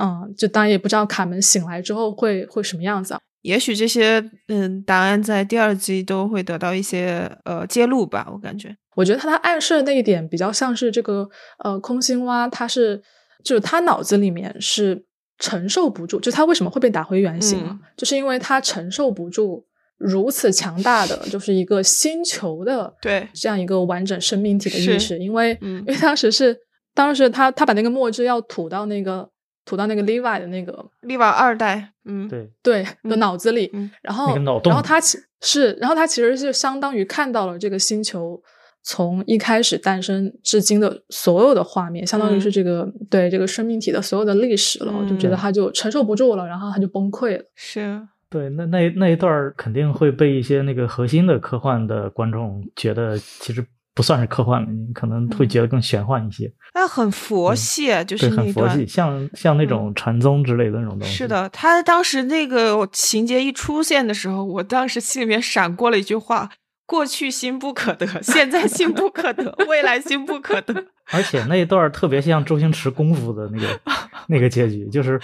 Speaker 1: 嗯，就当然也不知道卡门醒来之后会会什么样子啊，
Speaker 2: 也许这些嗯答案在第二季都会得到一些呃揭露吧，我感觉。
Speaker 1: 我觉得他他暗示的那一点比较像是这个呃空心蛙，它是就是他脑子里面是承受不住，就他为什么会被打回原形
Speaker 2: 嗯
Speaker 1: 啊？就是因为他承受不住如此强大的就是一个星球的
Speaker 2: 对
Speaker 1: 这样一个完整生命体的
Speaker 2: 是
Speaker 1: 意识，因为、
Speaker 2: 嗯
Speaker 1: 因为当时是当时他他把那个墨汁要吐到那个吐到那个 Levi 的那个
Speaker 2: 利瓦二代，嗯，
Speaker 3: 对，
Speaker 1: 对的
Speaker 2: 嗯
Speaker 1: 脑子里，
Speaker 2: 嗯
Speaker 1: 然后
Speaker 3: 那个脑洞
Speaker 1: 然后他其是，然后他其实是相当于看到了这个星球从一开始诞生至今的所有的画面，相当于
Speaker 2: 嗯
Speaker 1: 是这个、对这个生命体的所有的历史了，我就觉得
Speaker 2: 嗯
Speaker 1: 他就承受不住了，然后他就崩溃了。
Speaker 2: 是，
Speaker 3: 对，那那那一段儿肯定会被一些那个核心的科幻的观众觉得其实不算是科幻了，你可能会觉得更玄幻一些，
Speaker 2: 那哎很佛系，啊就是
Speaker 3: 对，
Speaker 2: 那
Speaker 3: 很佛
Speaker 2: 段
Speaker 3: 系，。像像那种禅宗之类的那种东西。
Speaker 2: 是，的，他当时那个情节一出现的时候，我当时心里面闪过了一句话：过去心不可得，现在心不可得，未来心不可 得。
Speaker 3: 而且那一段儿特别像周星驰功夫的那个那个结局，就是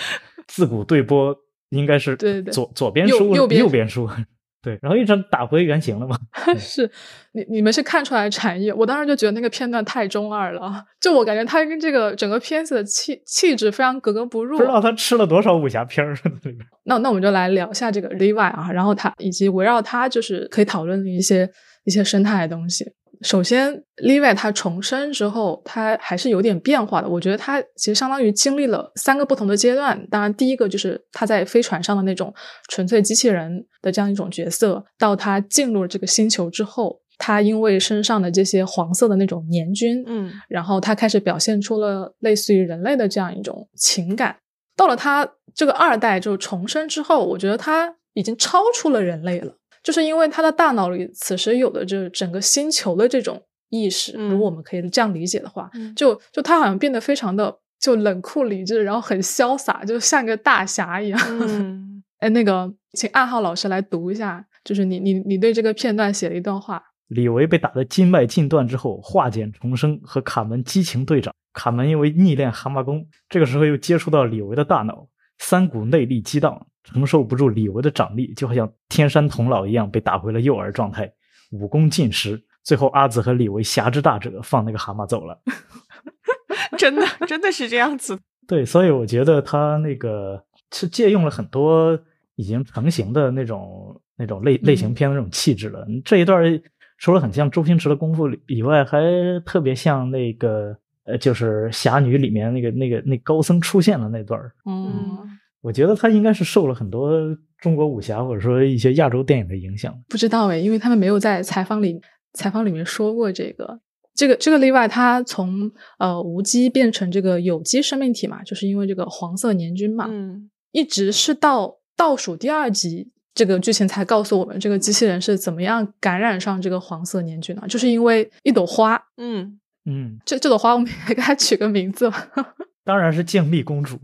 Speaker 3: 自古对波应该是
Speaker 1: 对对对
Speaker 3: 左左边
Speaker 1: 右
Speaker 3: 输
Speaker 1: 右边
Speaker 3: 右边输， 对，然后一直打回原形了嘛。
Speaker 1: 是你你们是看出来产业，我当时就觉得那个片段太中二了，就我感觉他跟这个整个片子的气气质非常格格不入。
Speaker 3: 不知道他吃了多少武侠片儿 里边。
Speaker 1: 那那我们就来聊一下这个 Levi 啊，然后他以及围绕他就是可以讨论的一些一些生态的东西。首先，Levi 他重生之后，他还是有点变化的。我觉得他其实相当于经历了三个不同的阶段。当然，第一个就是他在飞船上的那种纯粹机器人的这样一种角色，到他进入了这个星球之后，他因为身上的这些黄色的那种粘菌，
Speaker 2: 嗯
Speaker 1: 然后他开始表现出了类似于人类的这样一种情感。到了他这个二代就重生之后，我觉得他已经超出了人类了，就是因为他的大脑里此时有的就是整个星球的这种意识，
Speaker 2: 嗯
Speaker 1: 如果我们可以这样理解的话，
Speaker 2: 嗯
Speaker 1: 就就他好像变得非常的就冷酷理智，然后很潇洒，就像个大侠一样。
Speaker 2: 嗯，
Speaker 1: 哎，那个，请暗号老师来读一下，就是你你你对这个片段写了一段话。
Speaker 3: 李维被打得筋脉尽断之后，化茧重生，和卡门激情对涨。卡门因为逆恋蛤蟆功，这个时候又接触到李维的大脑，三股内力激荡，承受不住李维的掌力，就好像天山童姥一样被打回了幼儿状态，武功尽失。最后，阿紫和李维侠之大者，放那个蛤蟆走了。
Speaker 2: 真的真的是这样子。
Speaker 3: 对，所以我觉得他那个是借用了很多已经成型的那种那种类类型
Speaker 1: 嗯
Speaker 3: 片的那种气质了。这一段儿除了很像周星驰的功夫以外，还特别像那个呃，就是侠女里面那个那个那高僧出现的那段儿。
Speaker 1: 嗯，
Speaker 3: 我觉得他应该是受了很多中国武侠或者说一些亚洲电影的影响。
Speaker 1: 不知道诶，因为他们没有在采访里采访里面说过这个。这个这个例外，它从呃无机变成这个有机生命体嘛，就是因为这个黄色年菌嘛，
Speaker 2: 嗯
Speaker 1: 一直是到倒数第二集这个剧情才告诉我们，这个机器人是怎么样感染上这个黄色年菌的，就是因为一朵花，
Speaker 2: 嗯
Speaker 3: 嗯，
Speaker 1: 这这朵花我们也给它取个名字吧，
Speaker 3: 当然是静谧公主。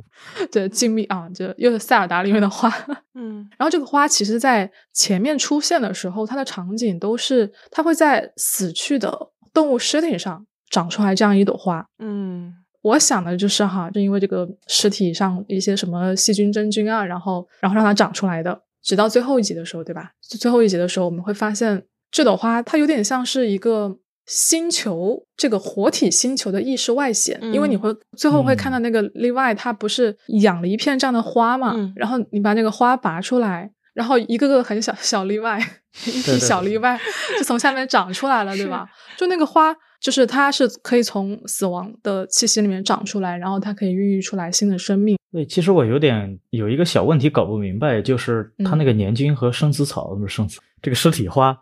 Speaker 1: 这静谧啊，这又是塞尔达里面的花。
Speaker 2: 嗯
Speaker 1: 然后这个花其实，在前面出现的时候，它的场景都是它会在死去的动物尸体上长出来这样一朵花。
Speaker 2: 嗯
Speaker 1: 我想的就是哈，是因为这个尸体上一些什么细菌、真菌啊，然后然后让它长出来的。直到最后一集的时候，对吧？就最后一集的时候，我们会发现这朵花它有点像是一个星球，这个活体星球的意识外显，因为你
Speaker 2: 嗯
Speaker 1: 会最后会看
Speaker 3: 嗯
Speaker 1: 到那个例外，他不是养了一片这样的花嘛？
Speaker 2: 嗯
Speaker 1: 然后你把那个花拔出来，然后一个个很小小例外，一
Speaker 3: 对
Speaker 1: 批
Speaker 3: 对
Speaker 1: 小
Speaker 3: 对
Speaker 1: 例外就从下面长出来了，对吧？就那个花，就是它是可以从死亡的气息里面长出来，然后它可以孕育出来新的生命。
Speaker 3: 对，其实我有点有一个小问题搞不明白，就是它那
Speaker 1: 嗯
Speaker 3: 个年菌和生子草，不是生子，这个尸体花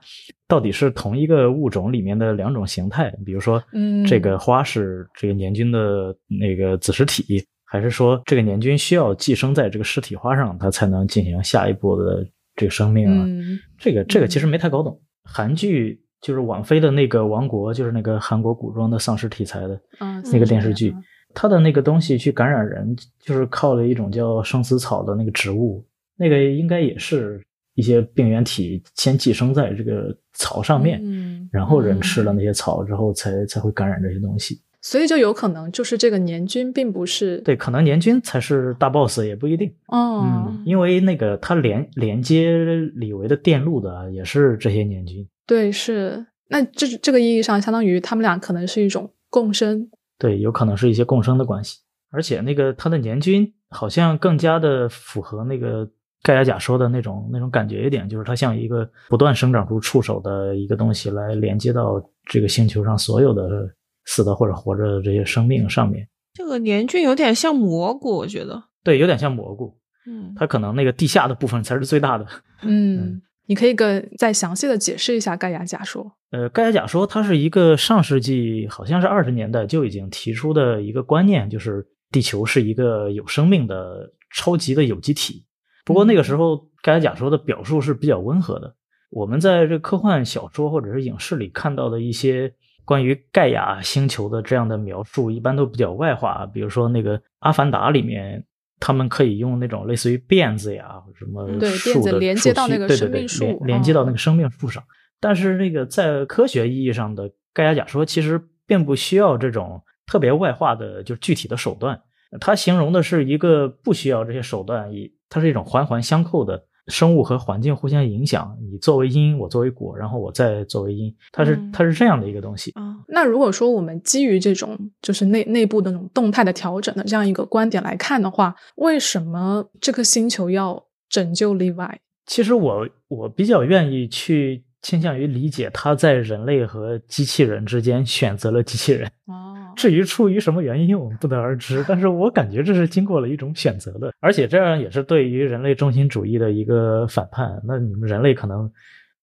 Speaker 3: 到底是同一个物种里面的两种形态？比如说，
Speaker 1: 嗯
Speaker 3: 这个花是这个年菌的那个子实体，还是说这个年菌需要寄生在这个尸体花上，它才能进行下一步的这个生命啊？
Speaker 1: 嗯
Speaker 3: 这个这个
Speaker 1: 嗯
Speaker 3: 其实没太搞懂。韩剧就是网飞的那个《王国》，就是那个韩国古装的丧尸题材的，
Speaker 1: 嗯，
Speaker 3: 那个
Speaker 1: 是
Speaker 3: 电
Speaker 1: 这
Speaker 3: 视
Speaker 1: 样
Speaker 3: 剧
Speaker 1: 的，
Speaker 3: 它的那个东西去感染人，就是靠了一种叫生死草的那个植物，那个应该也是一些病原体先寄生在这个草上面，
Speaker 1: 嗯，
Speaker 3: 然后人
Speaker 2: 嗯
Speaker 3: 吃了那些草之后才才会感染这些东西。
Speaker 1: 所以就有可能就是这个年菌并不是
Speaker 3: 对，可能年菌才是大 boss 也不一定。
Speaker 1: 哦，
Speaker 3: 嗯，因为那个它连连接李维的电路的啊也是这些年菌。
Speaker 1: 对，是那这这个意义上，相当于他们俩可能是一种共生。嗯
Speaker 3: 对，有可能是一些共生的关系。而且那个它的年均好像更加的符合那个盖亚甲说的那种那种感觉一点，就是它像一个不断生长出触手的一个东西来连接到这个星球上所有的死的或者活着的这些生命上面。
Speaker 2: 这个年菌有点像蘑菇，我觉得。
Speaker 3: 对，有点像蘑菇，
Speaker 2: 嗯
Speaker 3: 它可能那个地下的部分才是最大的。
Speaker 1: 嗯，你可以跟再详细的解释一下盖亚假说。
Speaker 3: 呃，盖亚甲说它是一个上世纪好像是二十年代就已经提出的一个观念，就是地球是一个有生命的超级的有机体。不过那个
Speaker 1: 嗯
Speaker 3: 时候盖亚甲说的表述是比较温和的。我们在这科幻小说或者是影视里看到的一些关于盖亚星球的这样的描述，一般都比较外化。比如说那个《阿凡达》里面，他们可以用那种类似于辫子呀、什么
Speaker 2: 嗯
Speaker 1: 对
Speaker 3: 树
Speaker 1: 辫子
Speaker 3: 的
Speaker 1: 连
Speaker 3: 触
Speaker 1: 接到
Speaker 3: 须
Speaker 1: 那个
Speaker 3: 对
Speaker 1: 生
Speaker 3: 对
Speaker 1: 命
Speaker 3: 对连
Speaker 1: 树
Speaker 3: 连接到那
Speaker 1: 嗯
Speaker 3: 个生命树上。但是那个在科学意义上的盖亚假说，其实并不需要这种特别外化的，就是具体的手段。它形容的是一个不需要这些手段，以它是一种环环相扣的生物和环境互相影响，你作为因，我作为果，然后我再作为因，它是
Speaker 2: 嗯
Speaker 3: 它是这样的一个东西。
Speaker 2: 啊
Speaker 1: 那如果说我们基于这种就是内内部的那种动态的调整的这样一个观点来看的话，为什么这颗星球要拯救例外？
Speaker 3: 其实我我比较愿意去倾向于理解它在人类和机器人之间选择了机器人。
Speaker 1: 哦，
Speaker 3: 至于出于什么原因，我们不得而知。但是我感觉这是经过了一种选择的，而且这样也是对于人类中心主义的一个反叛。那你们人类可能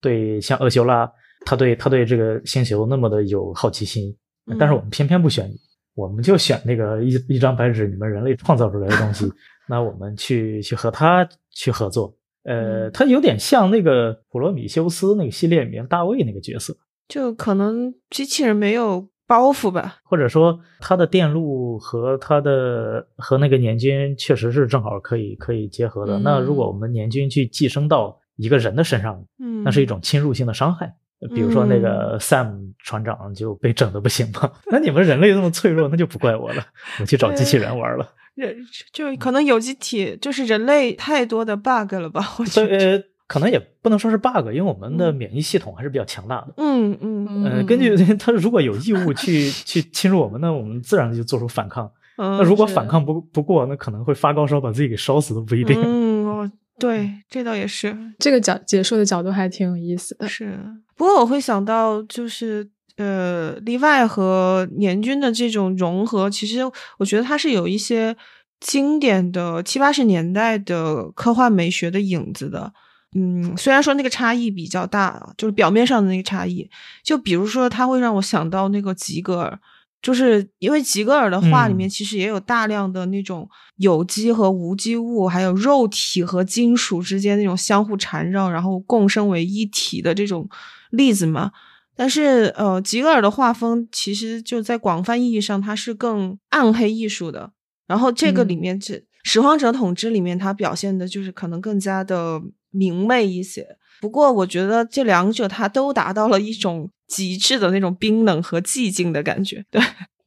Speaker 3: 对像厄修拉，他对他对这个星球那么的有好奇心，
Speaker 2: 嗯
Speaker 3: 但是我们偏偏不选你，我们就选那个一一张白纸，你们人类创造出来的东西， 那我们去去和他去合作。呃，
Speaker 2: 嗯
Speaker 3: 他有点像那个普罗米修斯那个系列里面大卫那个角色。
Speaker 2: 就可能机器人没有包袱吧。
Speaker 3: 或者说它的电路和它的和那个年菌确实是正好可以可以结合的。
Speaker 1: 嗯
Speaker 3: 那如果我们年菌去寄生到一个人的身上，
Speaker 2: 嗯，
Speaker 3: 那是一种侵入性的伤害。比如说那个 Sam 船长就被整的不行了， 那你们人类这么脆弱，那就不怪我了，我去找机器人玩了。
Speaker 2: 人，就可能有机体就是人类太多的 bug 了吧？我
Speaker 3: 所
Speaker 2: 觉
Speaker 3: 以
Speaker 2: 得。
Speaker 3: 呃，可能也不能说是 bug，因为我们的
Speaker 2: 嗯
Speaker 3: 免疫系统还是比较强大的。
Speaker 2: 嗯嗯
Speaker 3: 呃，根据 它如果有异物去去侵入我们，那我们自然就做出反抗。
Speaker 2: 嗯，
Speaker 3: 那如果
Speaker 1: 是
Speaker 3: 反抗不不过，那可能会发高烧把自己给烧死都不一定。
Speaker 2: 嗯，我对，这倒也是
Speaker 1: 这个角解说的角度还挺有意思的。
Speaker 2: 是。不过我会想到就是。呃，例外和年均的这种融合，其实我觉得它是有一些经典的七八十年代的科幻美学的影子的。嗯，虽然说那个差异比较大，啊就是表面上的那个差异，就比如说它会让我想到那个吉格尔，就是因为吉格尔的画里面
Speaker 3: 嗯
Speaker 2: 其实也有大量的那种有机和无机物，还有肉体和金属之间那种相互缠绕，然后共生为一体的这种例子嘛。但是，呃，吉格尔的画风其实就在广泛意义上，它是更暗黑艺术的。然后这个里
Speaker 1: 嗯
Speaker 2: 面这《拾荒者统治》里面，它表现的就是可能更加的明媚一些。不过，我觉得这两者它都达到了一种极致的那种冰冷和寂静的感觉。对，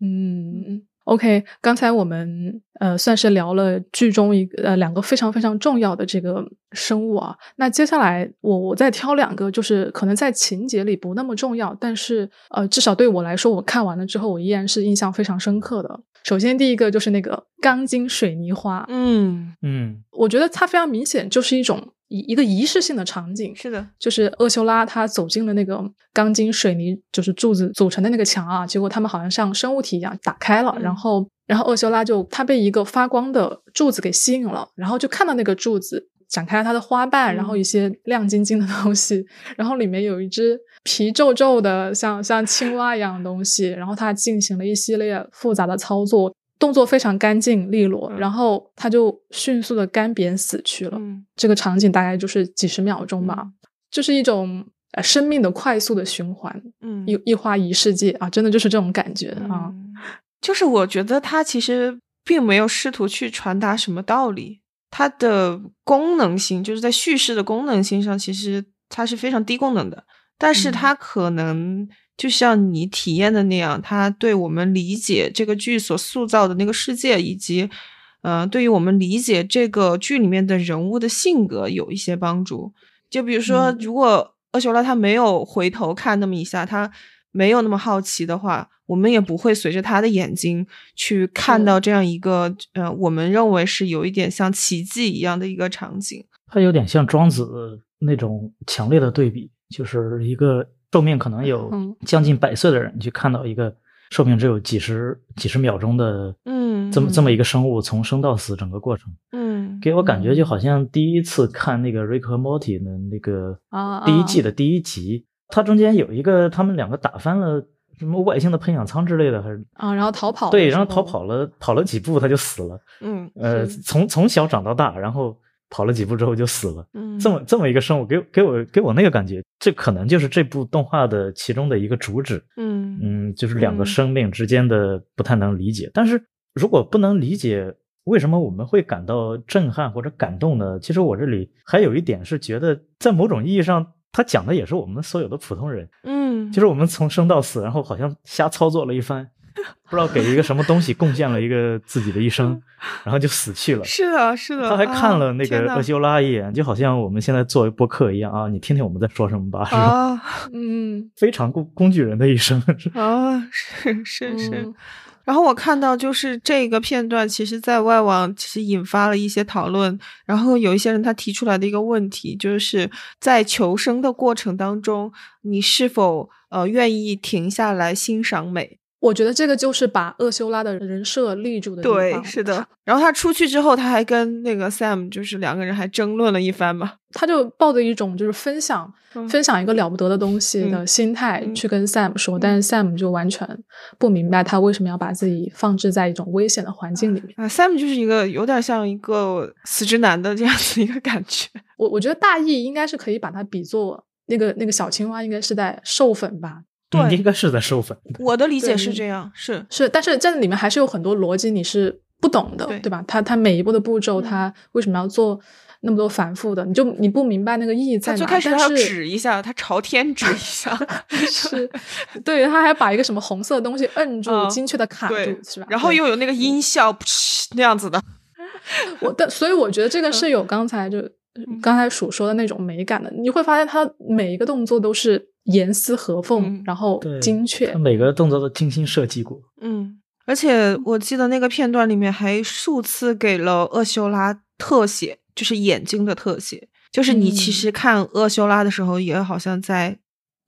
Speaker 1: 嗯，OK，刚才我们呃算是聊了剧中一个呃两个非常非常重要的这个生物啊，那接下来我我再挑两个，就是可能在情节里不那么重要，但是呃至少对我来说，我看完了之后，我依然是印象非常深刻的。首先，第一个就是那个钢筋水泥花，
Speaker 2: 嗯，
Speaker 3: 嗯
Speaker 1: 我觉得它非常明显就是一种一一个仪式性的场景，
Speaker 2: 是的，
Speaker 1: 就是厄修拉她走进了那个钢筋水泥就是柱子组成的那个墙啊，结果他们好像像生物体一样打开了，
Speaker 2: 嗯
Speaker 1: 然后然后厄修拉就她被一个发光的柱子给吸引了，然后就看到那个柱子。展开了它的花瓣，
Speaker 2: 嗯
Speaker 1: 然后一些亮晶晶的东西，然后里面有一只皮皱皱的像像青蛙一样的东西，然后它进行了一系列复杂的操作，动作非常干净利落，
Speaker 2: 嗯
Speaker 1: 然后它就迅速的干瘪死去了。
Speaker 2: 嗯
Speaker 1: 这个场景大概就是几十秒钟吧，就是一种呃生命的快速的循环，
Speaker 2: 嗯
Speaker 1: 一一花一世界啊，真的就是这种感觉啊。
Speaker 2: 嗯，就是我觉得它其实并没有试图去传达什么道理，它的功能性就是在叙事的功能性上，其实它是非常低功能的。但是
Speaker 1: 嗯
Speaker 2: 它可能就像你体验的那样，它对我们理解这个剧所塑造的那个世界，以及呃，对于我们理解这个剧里面的人物的性格有一些帮助。就比如说，
Speaker 1: 嗯
Speaker 2: 如果厄修拉他没有回头看那么一下，他没有那么好奇的话，我们也不会随着他的眼睛去看
Speaker 1: 是
Speaker 2: 到这样一个呃，我们认为是有一点像奇迹一样的一个场景。
Speaker 3: 它有点像庄子那种强烈的对比，就是一个寿命可能有
Speaker 1: 嗯
Speaker 3: 将近百岁的人，你去看到一个寿命只有几十几十秒钟的，
Speaker 2: 嗯
Speaker 3: 这么这么
Speaker 1: 嗯
Speaker 3: 一个生物从生到死整个过程，
Speaker 2: 嗯
Speaker 3: 给我感觉就好像第一次看那个《瑞克和莫蒂》的那个
Speaker 1: 啊
Speaker 3: 第一
Speaker 1: 啊
Speaker 3: 季的第一集，它中间有一个他们两个打翻了什么外星的喷氧舱之类的，还是
Speaker 1: 啊，然后逃跑的
Speaker 3: 对，
Speaker 1: 时
Speaker 3: 然后逃
Speaker 1: 候
Speaker 3: 跑了跑了几步他就死了。
Speaker 2: 嗯
Speaker 3: 呃，
Speaker 1: 是
Speaker 3: 从从小长到大，然后跑了几步之后就死了，
Speaker 2: 嗯
Speaker 3: 这么这么一个生物，给我给我给我那个感觉，这可能就是这部动画的其中的一个主旨。
Speaker 2: 嗯
Speaker 3: 嗯，就是两个
Speaker 2: 嗯
Speaker 3: 生命之间的不太能理解，但是如果不能理解。为什么我们会感到震撼或者感动呢？其实我这里还有一点是觉得，在某种意义上，他讲的也是我们所有的普通人，
Speaker 2: 嗯
Speaker 3: 就是我们从生到死，然后好像瞎操作了一番，不知道给一个什么东西贡献了一个自己的 一生，然后就死去了。
Speaker 2: 是的，是的，
Speaker 3: 他还看
Speaker 2: 啊
Speaker 3: 了那
Speaker 2: 天
Speaker 3: 个
Speaker 2: 呐
Speaker 3: 厄修拉一眼，就好像我们现在做播客一样啊，你听听我们在说什么吧，是吧？
Speaker 2: 啊
Speaker 1: 嗯
Speaker 3: 非常工工具人的一生， 是
Speaker 2: 啊，是是是。
Speaker 1: 嗯
Speaker 2: 然后我看到就是这个片段，其实在外网其实引发了一些讨论。然后有一些人他提出来的一个问题，就是在求生的过程当中，你是否呃愿意停下来欣赏美？
Speaker 1: 我觉得这个就是把厄修拉的人设立住的地
Speaker 2: 对，
Speaker 1: 方
Speaker 2: 是的。然后他出去之后，他还跟那个 Sam 就是两个人还争论了一番嘛。
Speaker 1: 他就抱着一种就是分享、
Speaker 2: 嗯
Speaker 1: 分享一个了不得的东西的
Speaker 2: 嗯
Speaker 1: 心态、
Speaker 2: 嗯
Speaker 1: 去跟 Sam 说，但是 Sam 就完全不明白他为什么要把自己放置在一种危险的环境里面。
Speaker 2: 啊，Sam 就是一个有点像一个死直男的这样子一个感觉。
Speaker 1: 我我觉得大意应该是可以把它比作那个那个小青蛙，应该是在授粉吧。
Speaker 3: 吧？
Speaker 2: 对
Speaker 3: 应该是在授粉。
Speaker 2: 我的理解
Speaker 1: 对
Speaker 2: 是这样，是
Speaker 1: 是，但是这里面还是有很多逻辑你是不懂的，
Speaker 2: 对
Speaker 1: 吧？他他每一步的步骤，
Speaker 2: 嗯
Speaker 1: 他为什么要做那么多反复的？你就你不明白那个意义在
Speaker 2: 他
Speaker 1: 哪。
Speaker 2: 最开始
Speaker 1: 但
Speaker 2: 他要
Speaker 1: 是
Speaker 2: 指一下，他朝天指一下，
Speaker 1: 是，对，他还把一个什么红色的东西摁住，
Speaker 2: 嗯
Speaker 1: 精确的卡住
Speaker 2: 对，嗯
Speaker 1: 是吧？
Speaker 2: 然后
Speaker 1: 对
Speaker 2: 又有那个音效，噗那样子的。
Speaker 1: 我但所以我觉得
Speaker 2: 嗯
Speaker 1: 这个是有刚才就刚才鼠说的那种美感的，你会发现他每一个动作都是严丝合缝，
Speaker 2: 嗯
Speaker 1: 然后
Speaker 3: 对
Speaker 1: 精确
Speaker 3: 他，每个动作都精心设计过，
Speaker 2: 嗯，而且我记得那个片段里面还数次给了厄修拉特写，就是眼睛的特写，就是你其
Speaker 1: 嗯
Speaker 2: 实看厄修拉的时候，也好像在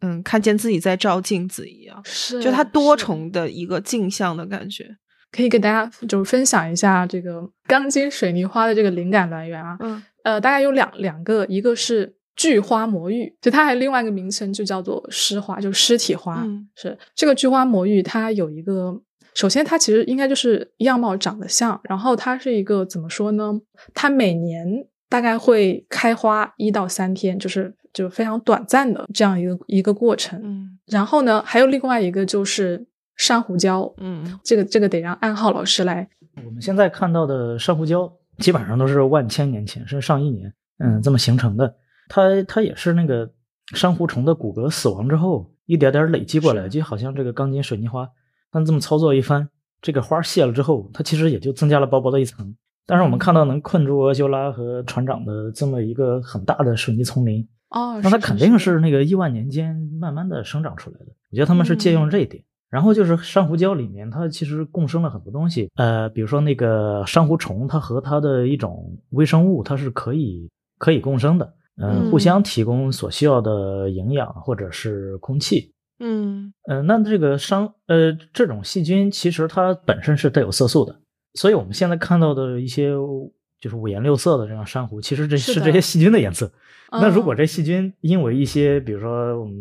Speaker 2: 嗯看见自己在照镜子一样，
Speaker 1: 是
Speaker 2: 就它多
Speaker 1: 是
Speaker 2: 重的一个镜像的感觉。
Speaker 1: 可以给大家就是分享一下这个钢筋水泥花的这个灵感来源啊，
Speaker 2: 嗯
Speaker 1: 呃，大概有两两个，一个是巨花魔芋，就它还有另外一个名称就叫做尸花，就是尸体花。
Speaker 2: 嗯
Speaker 1: 是这个菊花魔芋，它有一个，首先它其实应该就是样貌长得像，然后它是一个怎么说呢？它每年大概会开花一到三天，就是就非常短暂的这样一个一个过程。
Speaker 2: 嗯
Speaker 1: 然后呢，还有另外一个就是珊瑚礁，
Speaker 2: 嗯
Speaker 1: 这个这个得让暗号老师来
Speaker 3: 我们现在看到的珊瑚礁，基本上都是万千年前，甚至上亿年，嗯，这么形成的。它它也是那个珊瑚虫的骨骼死亡之后，一点点累积过来，
Speaker 2: 是
Speaker 3: 就好像这个钢筋水泥花，但这么操作一番，这个花谢了之后，它其实也就增加了薄薄的一层。但是我们看到能困住阿修拉和船长的这么一个很大的水泥丛林，
Speaker 1: 哦，
Speaker 3: 那
Speaker 1: 是
Speaker 3: 它肯定是那个亿万年间慢慢的生长出来的。我觉得他们是借
Speaker 1: 嗯
Speaker 3: 用这一点。然后就是珊瑚礁里面，它其实共生了很多东西，呃，比如说那个珊瑚虫，它和它的一种微生物，它是可以可以共生的，呃，
Speaker 2: 嗯
Speaker 3: 互相提供所需要的营养或者是空气。
Speaker 2: 嗯
Speaker 3: 呃，那这个伤呃这种细菌其实它本身是带有色素的，所以我们现在看到的一些就是五颜六色的这样珊瑚，其实这
Speaker 1: 是
Speaker 3: 是
Speaker 1: 的
Speaker 3: 这些细菌的颜色。那如果
Speaker 1: 嗯
Speaker 3: 这细菌因为一些，比如说我们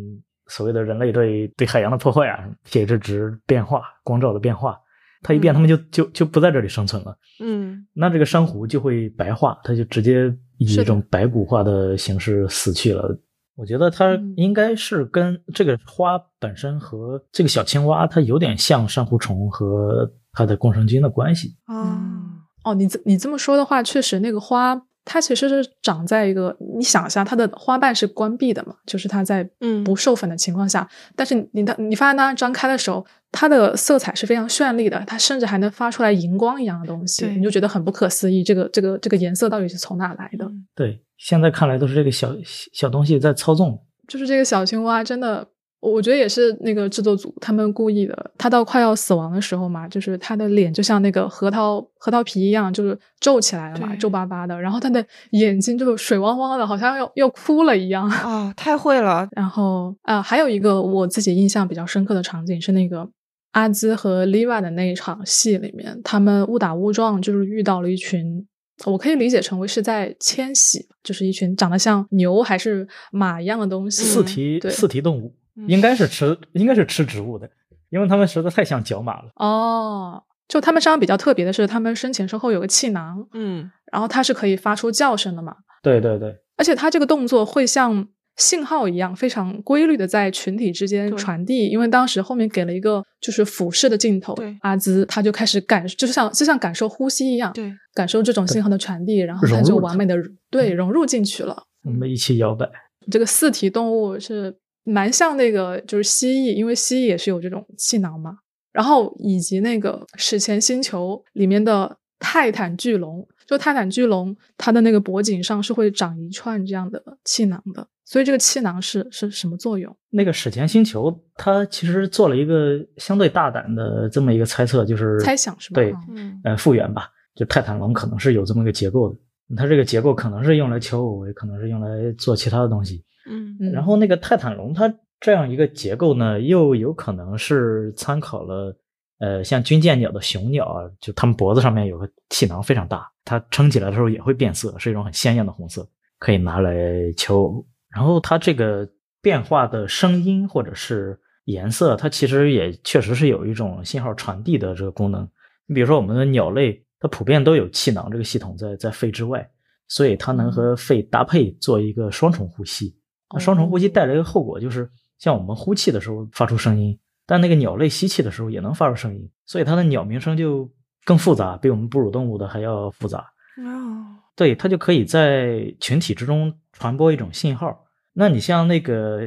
Speaker 3: 所谓的人类对对海洋的破坏啊，pH 值变化、光照的变化，它一变，
Speaker 2: 嗯
Speaker 3: 它们就就就不在这里生存了。
Speaker 2: 嗯
Speaker 3: 那这个珊瑚就会白化，它就直接以
Speaker 1: 是的
Speaker 3: 一种白骨化的形式死去了。我觉得它
Speaker 1: 嗯
Speaker 3: 应该是跟这个花本身和这个小青蛙，它有点像珊瑚虫和它的共生菌的关系。
Speaker 2: 哦
Speaker 1: 嗯哦，你这你这么说的话，确实那个花它其实是长在一个，你想一下，它的花瓣是关闭的嘛，就是它在
Speaker 2: 嗯
Speaker 1: 不授粉的情况下，但是你的你发现它张开的时候，它的色彩是非常绚丽的，它甚至还能发出来荧光一样的东西，
Speaker 2: 对
Speaker 1: 你就觉得很不可思议，这个这个这个颜色到底是从哪来的？
Speaker 2: 嗯
Speaker 3: 对，现在看来都是这个小小东西在操纵。
Speaker 1: 就是这个小青蛙真的，我我觉得也是那个制作组他们故意的。它到快要死亡的时候嘛，就是它的脸就像那个核桃核桃皮一样，就是皱起来了嘛，
Speaker 2: 对
Speaker 1: 皱巴巴的。然后它的眼睛就是水汪汪的，好像要要哭了一样。
Speaker 2: 啊，太会了，
Speaker 1: 然后啊、还有一个我自己印象比较深刻的场景是那个阿兹和 Liva 的那一场戏里面，他们误打误撞就是遇到了一群。我可以理解成为是在迁徙，就是一群长得像牛还是马一样的东西，
Speaker 3: 四
Speaker 2: 蹄
Speaker 3: 蹄
Speaker 1: 嗯对
Speaker 3: 四蹄动物，
Speaker 2: 嗯
Speaker 3: 应该是吃应该是吃植物的，因为它们实在太像角马了。
Speaker 1: 哦，就他们身上比较特别的是，他们生前身后有个气囊，
Speaker 2: 嗯
Speaker 1: 然后它是可以发出叫声的嘛，
Speaker 3: 对对对，
Speaker 1: 而且它这个动作会像信号一样非常规律的在群体之间
Speaker 2: 对
Speaker 1: 传递。因为当时后面给了一个就是俯视的镜头
Speaker 2: 对，
Speaker 1: 阿兹他就开始感，就是像就像感受呼吸一样，
Speaker 2: 对，
Speaker 1: 感受这种信号的传递，然后
Speaker 3: 融
Speaker 1: 他
Speaker 3: 入嗯
Speaker 1: 就
Speaker 3: 它
Speaker 1: 完美的对融入进去了。
Speaker 3: 我们一起摇摆。
Speaker 1: 这个四蹄动物是蛮像那个就是蜥蜴，因为蜥蜴也是有这种气囊嘛。然后以及那个《史前星球》里面的泰坦巨龙，就泰坦巨龙它的那个脖颈上是会长一串这样的气囊的，所以这个气囊是是什么作用？
Speaker 3: 那个史前星球，它其实做了一个相对大胆的这么一个猜测，就是
Speaker 1: 猜想是吧？
Speaker 3: 对，
Speaker 1: 嗯
Speaker 2: 嗯
Speaker 3: 呃，复原吧，就泰坦龙可能是有这么一个结构的。它这个结构可能是用来求偶，也可能是用来做其他的东西。
Speaker 2: 嗯
Speaker 1: 嗯
Speaker 3: 然后那个泰坦龙它这样一个结构呢，又有可能是参考了，呃，像军舰鸟的雄鸟啊，就它们脖子上面有个气囊非常大，它撑起来的时候也会变色，是一种很鲜艳的红色，可以拿来求偶。然后它这个变化的声音或者是颜色，它其实也确实是有一种信号传递的这个功能。你比如说我们的鸟类，它普遍都有气囊这个系统在在肺之外，所以它能和肺搭配做一个双重呼吸。那双重呼吸带来一个后果就是，像我们呼气的时候发出声音，但那个鸟类吸气的时候也能发出声音，所以它的鸟鸣声就更复杂，比我们哺乳动物的还要复杂。
Speaker 2: 哦
Speaker 3: 对，它就可以在群体之中传播一种信号。那你像那个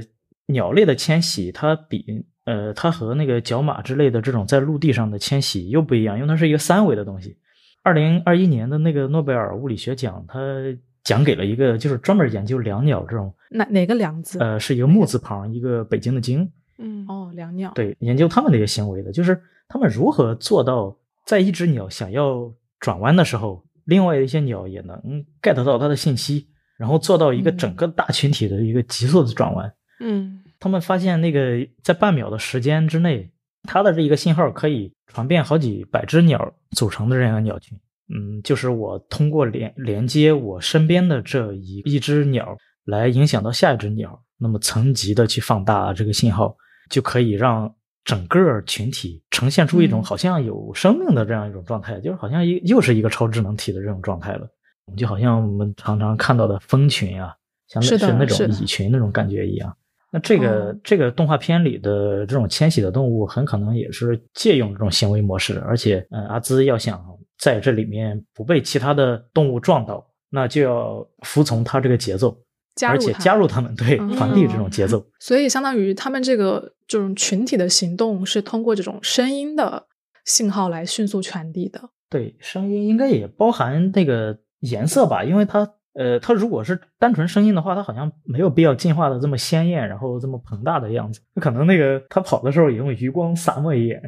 Speaker 3: 鸟类的迁徙，它比呃，它和那个角马之类的这种在陆地上的迁徙又不一样，因为它是一个三维的东西。二零二一年的那个诺贝尔物理学奖，它奖给了一个就是专门研究两鸟这种
Speaker 1: 哪哪个梁字？
Speaker 3: 呃，是一个木字旁，一个北京的京，
Speaker 2: 嗯
Speaker 1: 哦，梁鸟。
Speaker 3: 对，研究他们的一个行为的，就是他们如何做到在一只鸟想要转弯的时候，另外一些鸟也能 get 到它的信息，然后做到一个整个大群体的一个急速的转弯。
Speaker 2: 嗯
Speaker 3: 他们发现那个在半秒的时间之内，它的这一个信号可以传遍好几百只鸟组成的这样一个鸟群。嗯，就是我通过连连接我身边的这一一只鸟来影响到下一只鸟，那么层级的去放大这个信号，就可以让整个群体呈现出一种
Speaker 1: 嗯
Speaker 3: 好像有生命的这样一种状态，就是好像一又是一个超智能体的这种状态了。就好像我们常常看到的蜂群啊，像类
Speaker 1: 是的
Speaker 3: 似那种
Speaker 1: 是的
Speaker 3: 蚁群那种感觉一样。那这个、
Speaker 1: 哦
Speaker 3: 这个动画片里的这种迁徙的动物，很可能也是借用这种行为模式，而且，嗯，阿兹要想在这里面不被其他的动物撞到，那就要服从它这个节奏，
Speaker 1: 加
Speaker 3: 而
Speaker 1: 入
Speaker 3: 且
Speaker 1: 它
Speaker 3: 加入他们，对，
Speaker 1: 嗯
Speaker 3: 传递这种节奏。
Speaker 1: 所以相当于他们这个这种群体的行动是通过这种声音的信号来迅速传递的。
Speaker 3: 对，声音应该也包含那个颜色吧，因为它呃，它如果是单纯声音的话，它好像没有必要进化的这么鲜艳，然后这么膨大的样子。可能那个它跑的时候也用余光扫我一眼，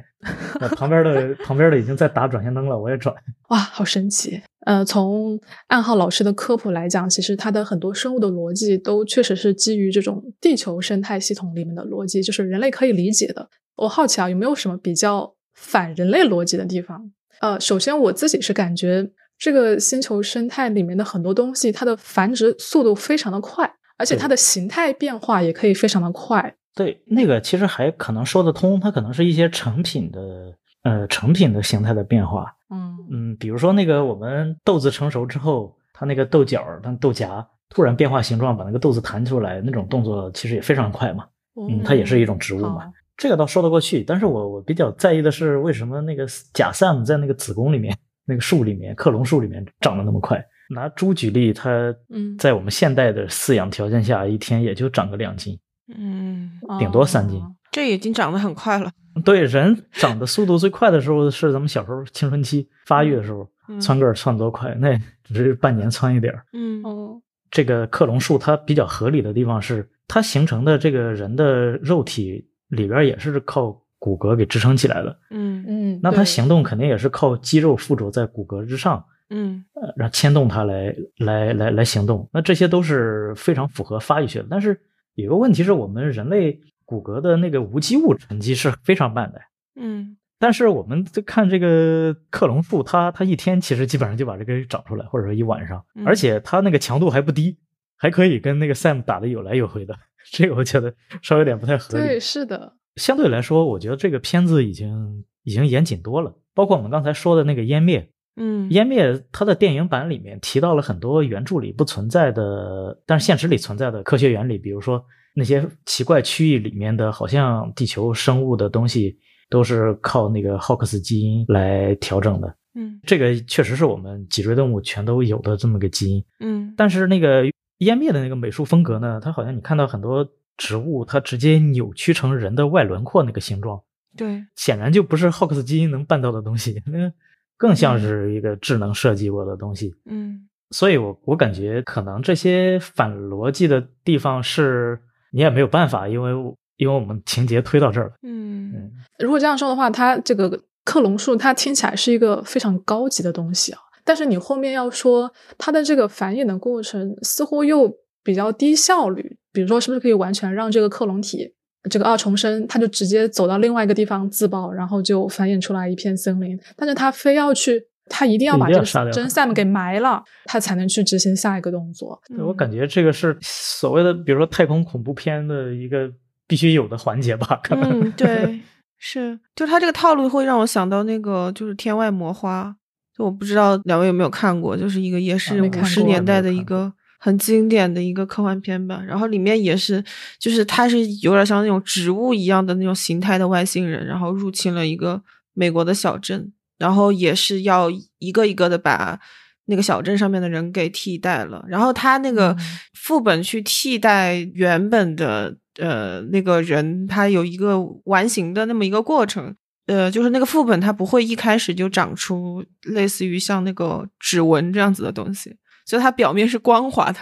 Speaker 3: 呃旁边的旁边的已经在打转向灯了，我也转。
Speaker 1: 哇，好神奇！呃，从暗号老师的科普来讲，其实它的很多生物的逻辑都确实是基于这种地球生态系统里面的逻辑，就是人类可以理解的。我好奇啊，有没有什么比较反人类逻辑的地方？呃，首先我自己是感觉这个星球生态里面的很多东西，它的繁殖速度非常的快，而且它的形态变化也可以非常的快。
Speaker 3: 对，那个其实还可能说得通，它可能是一些成品的呃成品的形态的变化，
Speaker 1: 嗯，
Speaker 3: 嗯，比如说那个我们豆子成熟之后，它那个豆角儿、它豆荚突然变化形状，把那个豆子弹出来，那种动作其实也非常快嘛。嗯，它也是一种植物嘛，
Speaker 1: 哦好
Speaker 3: 这个倒说得过去。但是我我比较在意的是，为什么那个假 Sam 在那个子宫里面、那个树里面、克隆树里面长得那么快？拿猪举例，它
Speaker 1: 嗯
Speaker 3: 在我们现代的饲养条件下，一天也就长个两斤，
Speaker 2: 嗯，
Speaker 3: 顶多三斤
Speaker 1: 哦
Speaker 2: 这已经长得很快了。
Speaker 3: 对，人长的速度最快的时候是咱们小时候青春期发育的时候，
Speaker 2: 嗯
Speaker 3: 窜个儿窜多快，那只是半年窜一点儿。
Speaker 2: 嗯
Speaker 1: 哦，
Speaker 3: 这个克隆树它比较合理的地方是，它形成的这个人的肉体里边也是靠骨骼给支撑起来的，
Speaker 2: 嗯
Speaker 1: 嗯，
Speaker 3: 那它
Speaker 1: 对
Speaker 3: 行动肯定也是靠肌肉附着在骨骼之上，
Speaker 2: 嗯
Speaker 3: 呃，然后牵动它来来来来行动。那这些都是非常符合发育学的。但是有个问题是我们人类骨骼的那个无机物沉积是非常慢的。
Speaker 2: 嗯
Speaker 3: 但是我们就看这个克隆树，它它一天其实基本上就把这个长出来，或者说一晚上，
Speaker 2: 嗯
Speaker 3: 而且它那个强度还不低，还可以跟那个 Sam 打的有来有回的。 这个我觉得稍微有点不太合理。
Speaker 1: 对，是的，
Speaker 3: 相对来说，我觉得这个片子已经已经严谨多了。包括我们刚才说的那个湮灭，
Speaker 2: 嗯
Speaker 3: 湮灭它的电影版里面提到了很多原著里不存在的，但是现实里存在的科学原理，比如说那些奇怪区域里面的，好像地球生物的东西都是靠那个浩克斯基因来调整的。
Speaker 2: 嗯
Speaker 3: 这个确实是我们脊椎动物全都有的这么个基因，
Speaker 2: 嗯
Speaker 3: 但是那个湮灭的那个美术风格呢，它好像你看到很多植物，它直接扭曲成人的外轮廓那个形状。
Speaker 2: 对
Speaker 3: 显然就不是 h o x 基因能办到的东西，那更像是一个智能设计过的东西。
Speaker 2: 嗯
Speaker 3: 所以我我感觉可能这些反逻辑的地方是你也没有办法，因为我因为我们情节推到这儿了。
Speaker 2: 嗯
Speaker 3: 嗯，
Speaker 1: 如果这样说的话，它这个克隆术，它听起来是一个非常高级的东西啊。但是你后面要说它的这个繁衍的过程，似乎又比较低效率。比如说，是不是可以完全让这个克隆体，这个二重生，它就直接走到另外一个地方自爆，然后就繁衍出来一片森林？但是它非要去，它一定要
Speaker 3: 一
Speaker 1: 把
Speaker 3: 定
Speaker 1: 这
Speaker 3: 要
Speaker 1: 个
Speaker 3: 杀掉
Speaker 1: 真 Sam 给埋了，它才能去执行下一个动作。
Speaker 2: 嗯
Speaker 3: 我感觉这个是所谓的，比如说太空恐怖片的一个必须有的环节吧，可能。
Speaker 2: 嗯，对，是，就他这个套路会让我想到那个，就是《天外魔花》，就我不知道两位有没有看过，就是一个也是
Speaker 1: 没
Speaker 2: 五
Speaker 1: 看
Speaker 2: 十
Speaker 1: 过
Speaker 2: 年代的
Speaker 3: 没有
Speaker 2: 一
Speaker 3: 看
Speaker 2: 个很经典的一个科幻片吧。然后里面也是，就是它是有点像那种植物一样的那种形态的外星人，然后入侵了一个美国的小镇，然后也是要一个一个的把那个小镇上面的人给替代了，然后他那个
Speaker 1: 嗯
Speaker 2: 副本去替代原本的呃那个人，他有一个完形的那么一个过程。呃，就是那个副本，它不会一开始就长出类似于像那个指纹这样子的东西，所以它表面是光滑的，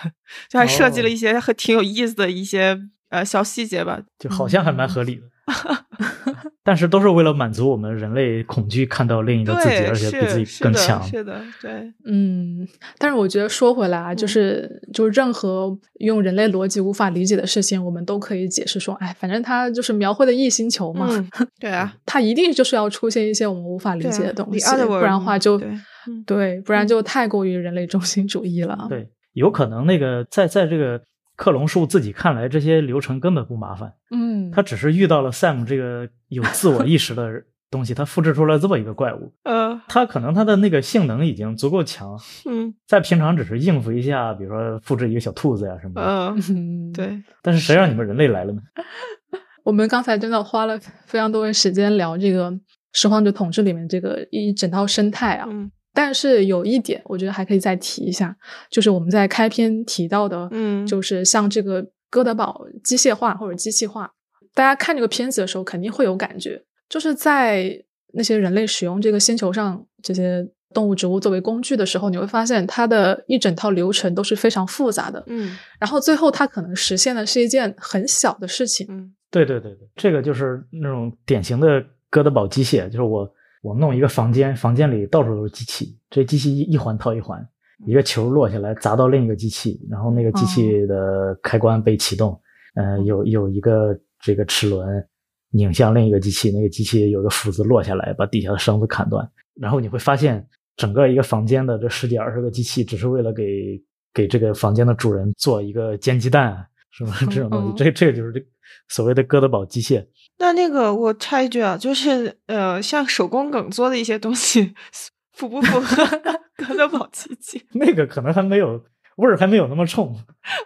Speaker 2: 就还设计了
Speaker 3: 哦
Speaker 2: 一些很挺有意思的一些呃小细节吧。
Speaker 3: 就好像还蛮合理的。
Speaker 2: 嗯
Speaker 3: 但是都是为了满足我们人类恐惧看到另一个自己，
Speaker 2: 对，
Speaker 3: 而且比自
Speaker 2: 是
Speaker 3: 己
Speaker 2: 是
Speaker 3: 更
Speaker 2: 的，
Speaker 3: 强。
Speaker 2: 是的，对，
Speaker 1: 嗯，但是我觉得说回来啊，就
Speaker 2: 嗯
Speaker 1: 是就任何用人类逻辑无法理解的事情，我们都可以解释说，哎，反正它就是描绘的异星球嘛，
Speaker 2: 嗯，对 啊，
Speaker 1: 它一定就是要出现一些我们无法理
Speaker 2: 对啊
Speaker 1: 解的东
Speaker 2: the
Speaker 1: 西，不
Speaker 2: other
Speaker 1: 然的话
Speaker 2: world，
Speaker 1: 就
Speaker 2: 对嗯
Speaker 1: 对不然就太过于人类中心主义了。
Speaker 3: 对，有可能那个在在这个克隆树自己看来，这些流程根本不麻烦，
Speaker 1: 嗯，
Speaker 3: 他只是遇到了 Sam 这个有自我意识的人东西，它复制出了这么一个怪物，
Speaker 2: 呃，
Speaker 3: 它可能它的那个性能已经足够强，
Speaker 1: 呃
Speaker 2: 嗯，
Speaker 3: 在平常只是应付一下，比如说复制一个小兔子呀、什么的，
Speaker 2: 呃，
Speaker 1: 嗯，
Speaker 2: 对，
Speaker 3: 但是谁让你们人类来了呢？
Speaker 1: 我们刚才真的花了非常多的时间聊这个拾荒者统治里面这个一整套生态啊，
Speaker 2: 嗯
Speaker 1: 但是有一点，我觉得还可以再提一下，就是我们在开篇提到的，
Speaker 2: 嗯
Speaker 1: 就是像这个哥德堡机械化或者机器化，大家看这个片子的时候肯定会有感觉，就是在那些人类使用这个星球上这些动物、植物作为工具的时候，你会发现它的一整套流程都是非常复杂的，
Speaker 2: 嗯
Speaker 1: 然后最后它可能实现的是一件很小的事情，
Speaker 2: 嗯
Speaker 3: 对对对对，这个就是那种典型的哥德堡机械，就是我我弄一个房间，房间里到处都是机器，这机器一一环套一环，一个球落下来砸到另一个机器，然后那个机器的开关被启动，呃，有有一个这个齿轮拧向另一个机器，那个机器有个斧子落下来，把底下的绳子砍断，然后你会发现整个一个房间的这十几二十个机器，只是为了给给这个房间的主人做一个煎鸡蛋啊，什么 这种东西，
Speaker 1: 嗯
Speaker 3: 这这个就是这所谓的哥德堡机械。
Speaker 2: 那那个我插一句啊，就是呃，像手工梗做的一些东西，符不符 合哥德堡奇迹
Speaker 3: 那个可能还没有味儿，还没有那么冲，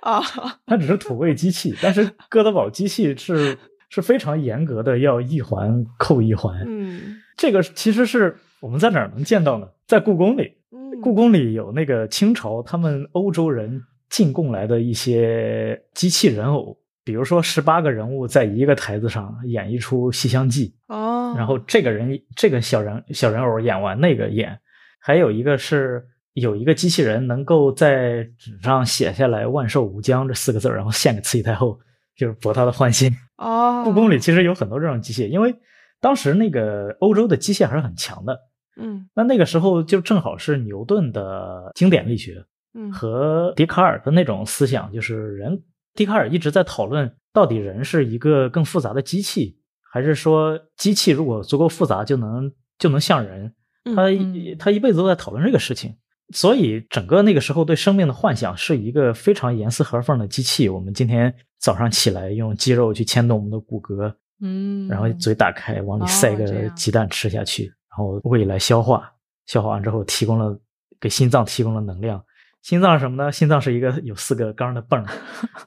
Speaker 2: 啊？
Speaker 3: 它只是土味机器。但是哥德堡机器是是非常严格的，要一环扣一环。
Speaker 2: 嗯
Speaker 3: 这个其实是我们在哪儿能见到呢？在故宫里，
Speaker 2: 嗯，
Speaker 3: 故宫里有那个清朝他们欧洲人进贡来的一些机器人偶，比如说十八个人物在一个台子上演一出《西厢记》，
Speaker 2: 哦，
Speaker 3: 然后这个人这个小人小人偶演完那个演，还有一个是有一个机器人能够在纸上写下来“万寿无疆”这四个字儿，然后献给慈禧太后，就是博她的欢心。
Speaker 2: 哦，
Speaker 3: 故宫里其实有很多这种机械，因为当时那个欧洲的机械还是很强的。
Speaker 2: 嗯
Speaker 3: 那那个时候就正好是牛顿的经典力学
Speaker 2: 嗯
Speaker 3: 和笛卡尔的那种思想，就是人。笛卡尔一直在讨论，到底人是一个更复杂的机器，还是说机器如果足够复杂就能就能像人？
Speaker 2: 嗯
Speaker 3: 他
Speaker 1: 嗯
Speaker 3: 他一辈子都在讨论这个事情，所以整个那个时候对生命的幻想是一个非常严丝合缝的机器。我们今天早上起来用肌肉去牵动我们的骨骼，
Speaker 1: 嗯，
Speaker 3: 然后嘴打开往里塞
Speaker 1: 哦这
Speaker 3: 个
Speaker 1: 样
Speaker 3: 鸡蛋吃下去，然后胃来消化，消化完之后提供了给心脏提供了能量。心脏是什么呢？心脏是一个有四个缸的泵 儿，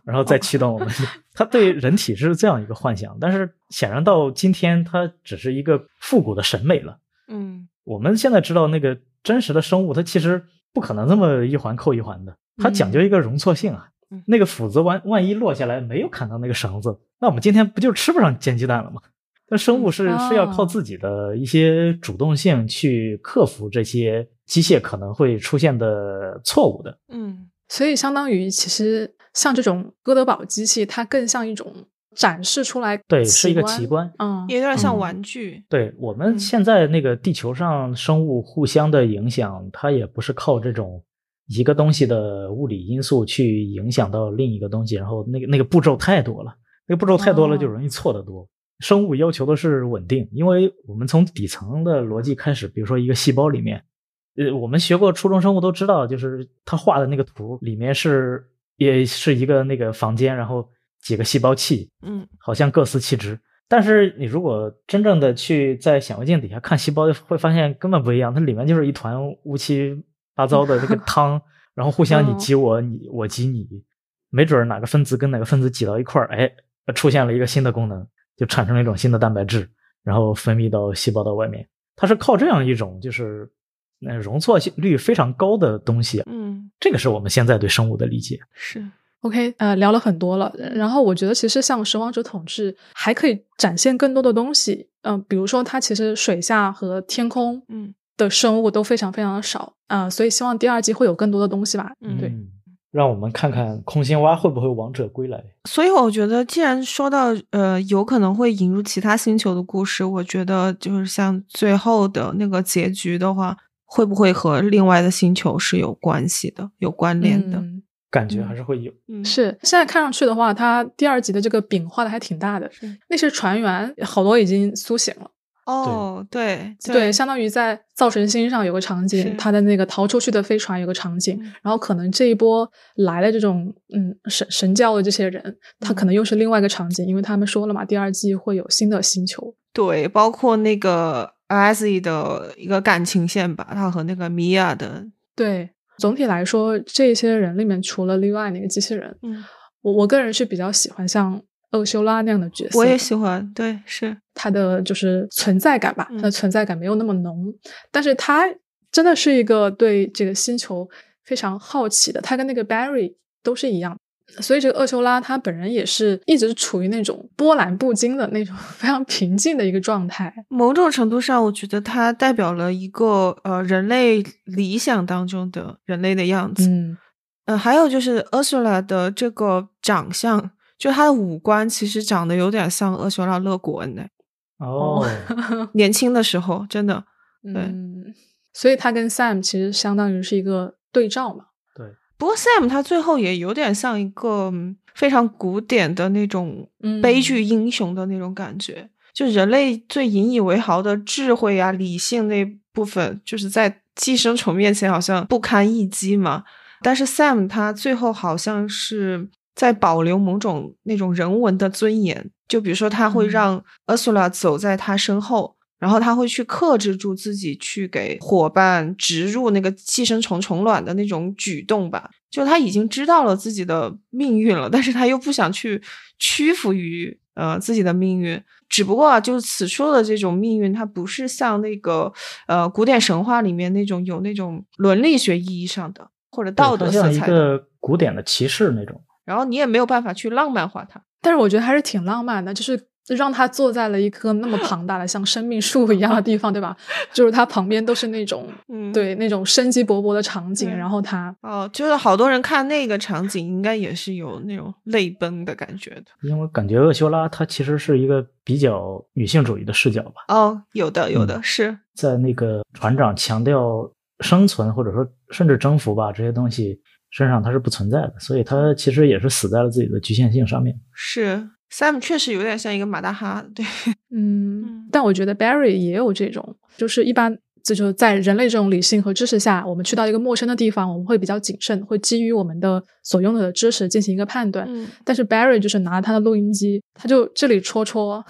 Speaker 3: 然后再驱动我们。它对人体是这样一个幻想，但是显然到今天，它只是一个复古的审美了。
Speaker 2: 嗯
Speaker 3: 我们现在知道那个真实的生物，它其实不可能这么一环扣一环的，它讲究一个容错性啊。
Speaker 2: 嗯
Speaker 3: 那个斧子万万一落下来没有砍到那个绳子，那我们今天不就吃不上煎鸡蛋了吗？那生物是、
Speaker 1: 嗯
Speaker 3: 是要靠自己的一些主动性去克服这些机械可能会出现的错误的。
Speaker 2: 嗯
Speaker 1: 所以相当于其实像这种哥德堡机器，它更像一种展示出来，
Speaker 3: 对，是一个奇，观。
Speaker 1: 嗯，
Speaker 2: 也有点像
Speaker 3: 嗯
Speaker 2: 玩具，
Speaker 3: 对我
Speaker 2: 嗯
Speaker 3: 们现在那个地球上生物互相的影响，它也不是靠这种一个东西的物理因素去影响到另一个东西，然后那个那个步骤太多了，那个步骤太多了
Speaker 1: 哦
Speaker 3: 就容易错得多。生物要求的是稳定，因为我们从底层的逻辑开始，比如说一个细胞里面，呃，我们学过初中生物都知道，就是他画的那个图里面是也是一个那个房间，然后几个细胞器，
Speaker 2: 嗯
Speaker 3: 好像各司其职。但是你如果真正的去在显微镜底下看细胞，会发现根本不一样，它里面就是一团乌七八糟的那个 汤，然后互相你
Speaker 2: 嗯
Speaker 3: 挤我，你我挤你，没准儿哪个分子跟哪个分子挤到一块儿，哎，出现了一个新的功能，就产生了一种新的蛋白质，然后分泌到细胞的外面。它是靠这样一种就是呃容错率非常高的东西，
Speaker 2: 嗯，
Speaker 3: 这个是我们现在对生物的理解。
Speaker 2: 是，
Speaker 1: OK，呃，聊了很多了，然后我觉得其实像拾荒者统治还可以展现更多的东西，嗯、比如说它其实水下和天空
Speaker 2: 嗯
Speaker 1: 的生物都非常非常的少，啊、所以希望第二季会有更多的东西吧。
Speaker 2: 嗯
Speaker 1: 对，
Speaker 3: 嗯，让我们看看空心蛙会不会王者归来。
Speaker 2: 所以我觉得，既然说到呃，有可能会引入其他星球的故事，我觉得就是像最后的那个结局的话，会不会和另外的星球是有关系的、有关联的？
Speaker 1: 嗯
Speaker 3: 感觉还是会有。
Speaker 2: 嗯
Speaker 1: 是，现在看上去的话，它第二集的这个饼画的还挺大的，
Speaker 2: 是，
Speaker 1: 那些船员好多已经苏醒了，
Speaker 2: 哦，对
Speaker 1: 对，相当于在《造神星》上有个场
Speaker 2: 是
Speaker 1: 景，他的那个逃出去的飞船有个场景，
Speaker 2: 嗯
Speaker 1: 然后可能这一波来了这种嗯神神教的这些人，他可能
Speaker 2: 嗯
Speaker 1: 又是另外一个场景，因为他们说了嘛，第二季会有新的星球。
Speaker 2: 对，包括那个 Leslie 的一个感情线吧，他和那个米娅的，
Speaker 1: 对，总体来说，这些人里面除了 Levi 那个机器人，
Speaker 2: 嗯，
Speaker 1: 我我个人是比较喜欢像厄修拉那样的角色，
Speaker 2: 我也喜欢，对，是，
Speaker 1: 他的就是存在感吧，
Speaker 2: 嗯
Speaker 1: 他的存在感没有那么浓，但是他真的是一个对这个星球非常好奇的，他跟那个 Barry 都是一样。所以这个厄修拉他本人也是一直处于那种波澜不惊的那种 非常平静的一个状态，
Speaker 2: 某种程度上，我觉得它代表了一个呃人类理想当中的人类的样子。
Speaker 1: 嗯，
Speaker 2: 呃，还有就是 Ursula 的这个长相，就她的五官其实长得有点像厄修拉·勒古恩呢。
Speaker 3: 哦，
Speaker 2: 年轻的时候，真的，
Speaker 1: 嗯，所以他跟 Sam 其实相当于是一个对照嘛，
Speaker 2: 不过 Sam 他最后也有点像一个嗯非常古典的那种
Speaker 1: 嗯
Speaker 2: 悲剧英雄的那种感觉，就人类最引以为豪的智慧啊、理性那部分，就是在寄生虫面前好像不堪一击嘛。但是 Sam 他最后好像是在保留某种那种人文的尊严，就比如说他会
Speaker 1: 嗯
Speaker 2: 让 Ursula 走在他身后，然后他会去克制住自己去给伙伴植入那个寄生虫虫卵的那种举动吧。就他已经知道了自己的命运了，但是他又不想去屈服于呃自己的命运。只不过啊，就是此处的这种命运，它不是像那个呃古典神话里面那种有那种伦理学意义上的或者道德
Speaker 3: 它
Speaker 2: 色
Speaker 3: 像一
Speaker 2: 彩的，
Speaker 3: 个古典的骑士那种。
Speaker 2: 然后你也没有办法去浪漫化它。
Speaker 1: 但是我觉得还是挺浪漫的，就是让他坐在了一棵那么庞大的像生命树一样的地方，对吧？就是他旁边都是那种
Speaker 2: 嗯，
Speaker 1: 对那种生机勃勃的场景，
Speaker 2: 对
Speaker 1: 然后他
Speaker 2: 哦，就是好多人看那个场景，应该也是有那种泪奔的感觉的。
Speaker 3: 因为感觉厄修拉她其实是一个比较女性主义的视角吧，
Speaker 2: 哦，有的，有的、是，
Speaker 3: 在那个船长强调生存或者说甚至征服吧这些东西身上它是不存在的，所以她其实也是死在了自己的局限性上面。
Speaker 2: 是，Sam 确实有点像一个马大哈，对，嗯
Speaker 1: 嗯，但我觉得 Barry 也有这种，就是一般。这就是在人类这种理性和知识下，我们去到一个陌生的地方，我们会比较谨慎，会基于我们的所拥有的知识进行一个判断。
Speaker 2: 嗯，
Speaker 1: 但是 Barry 就是拿他的录音机，他就这里戳戳，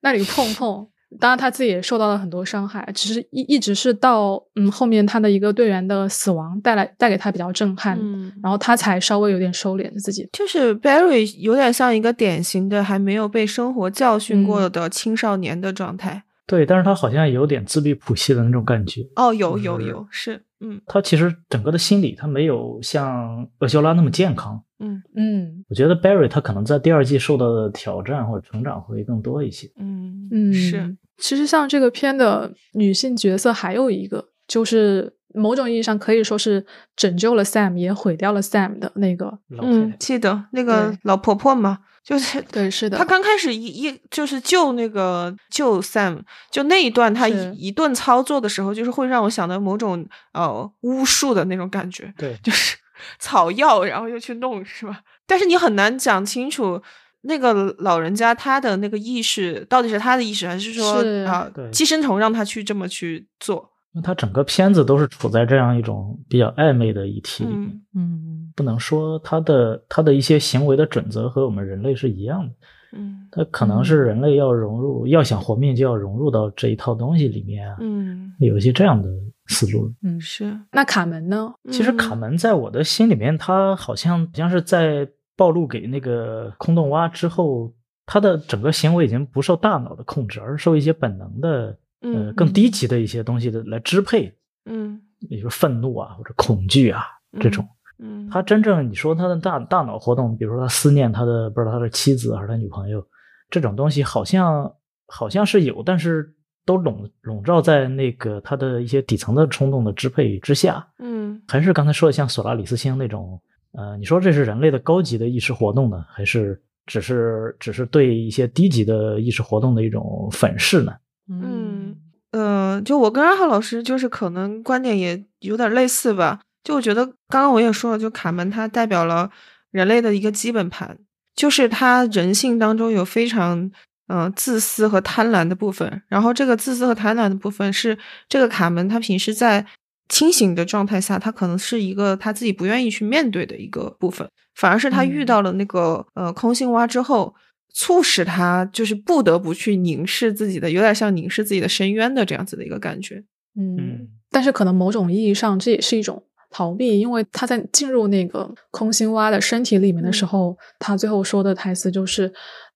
Speaker 1: 那里碰碰。当然他自己也受到了很多伤害，其实一一直是到嗯后面他的一个队员的死亡带来带给他比较震撼，
Speaker 2: 嗯
Speaker 1: 然后他才稍微有点收敛自己。
Speaker 2: 就是 Barry 有点像一个典型的还没有被生活教训过
Speaker 1: 嗯
Speaker 2: 的青少年的状态。
Speaker 3: 对，但是她好像有点自闭谱系的那种感觉。
Speaker 2: 哦，有有
Speaker 3: 是
Speaker 2: 有，是，嗯
Speaker 3: 她其实整个的心理，她没有像厄修拉那么健康。
Speaker 2: 嗯
Speaker 1: 嗯
Speaker 3: 我觉得 Barry 他可能在第二季受到的挑战或者成长会更多一些。
Speaker 2: 嗯
Speaker 1: 嗯，
Speaker 2: 是，。
Speaker 1: 其实像这个片的女性角色还有一个，就是某种意义上可以说是拯救了 Sam，也毁掉了 Sam 的那个。
Speaker 3: 老太
Speaker 2: 嗯
Speaker 3: 太，，
Speaker 2: 记得那个
Speaker 1: 对
Speaker 2: 老婆婆嘛， 就是
Speaker 1: 对，是的，
Speaker 2: 她刚开始一一就是救那个救 Sam，就那一段她
Speaker 1: 是
Speaker 2: 一一顿操作的时候，就是会让我想到某种呃巫术的那种感觉，
Speaker 3: 对，
Speaker 2: 就是 草药，然后又去弄是吧？但是你很难讲清楚。那个老人家他的那个意识到底是他的意识，还是说
Speaker 1: 是
Speaker 2: 啊
Speaker 3: 对
Speaker 2: 寄生虫让他去这么去做？
Speaker 3: 因为他整个片子都是处在这样一种比较暧昧的议题里面，
Speaker 2: 嗯，
Speaker 1: 嗯
Speaker 3: 不能说他的他的一些行为的准则和我们人类是一样的，
Speaker 2: 嗯
Speaker 3: 他可能是人类要融入，要想活命就要融入到这一套东西里面啊，
Speaker 2: 嗯，
Speaker 3: 有一些这样的思路。
Speaker 1: 嗯。
Speaker 2: 是。
Speaker 1: 那卡门呢？
Speaker 3: 其实卡
Speaker 2: 嗯
Speaker 3: 门在我的心里面，他好像好像是在暴露给那个空洞蛙之后，他的整个行为已经不受大脑的控制，而受一些本能的呃
Speaker 2: 嗯
Speaker 3: 更低级的一些东西的来支配，
Speaker 2: 嗯
Speaker 3: 比如说愤怒啊或者恐惧啊这种。
Speaker 2: 嗯，
Speaker 3: 他真正你说他的大大脑活动，比如说他思念他的不知道他的妻子还是他女朋友，这种东西好像好像是有，但是都笼笼罩在那个他的一些底层的冲动的支配之下。
Speaker 2: 嗯
Speaker 3: 还是刚才说的像索拉里斯星那种，呃，你说这是人类的高级的意识活动呢，还是只是只是对一些低级的意识活动的一种粉饰呢？
Speaker 2: 嗯呃，就我跟阿浩老师就是可能观点也有点类似吧。就我觉得刚刚我也说了，就卡门它代表了人类的一个基本盘，就是它人性当中有非常嗯、呃自私和贪婪的部分。然后这个自私和贪婪的部分是这个卡门他平时在清醒的状态下，他可能是一个他自己不愿意去面对的一个部分，反而是他遇
Speaker 1: 嗯
Speaker 2: 到了那个、呃空心蛙之后。促使他就是不得不去凝视自己的，有点像凝视自己的深渊的这样子的一个感觉。
Speaker 1: 嗯，
Speaker 3: 嗯
Speaker 1: 但是可能某种意义上这也是一种逃避，因为他在进入那个空心蛙的身体里面的时候，他最后说的台词就是。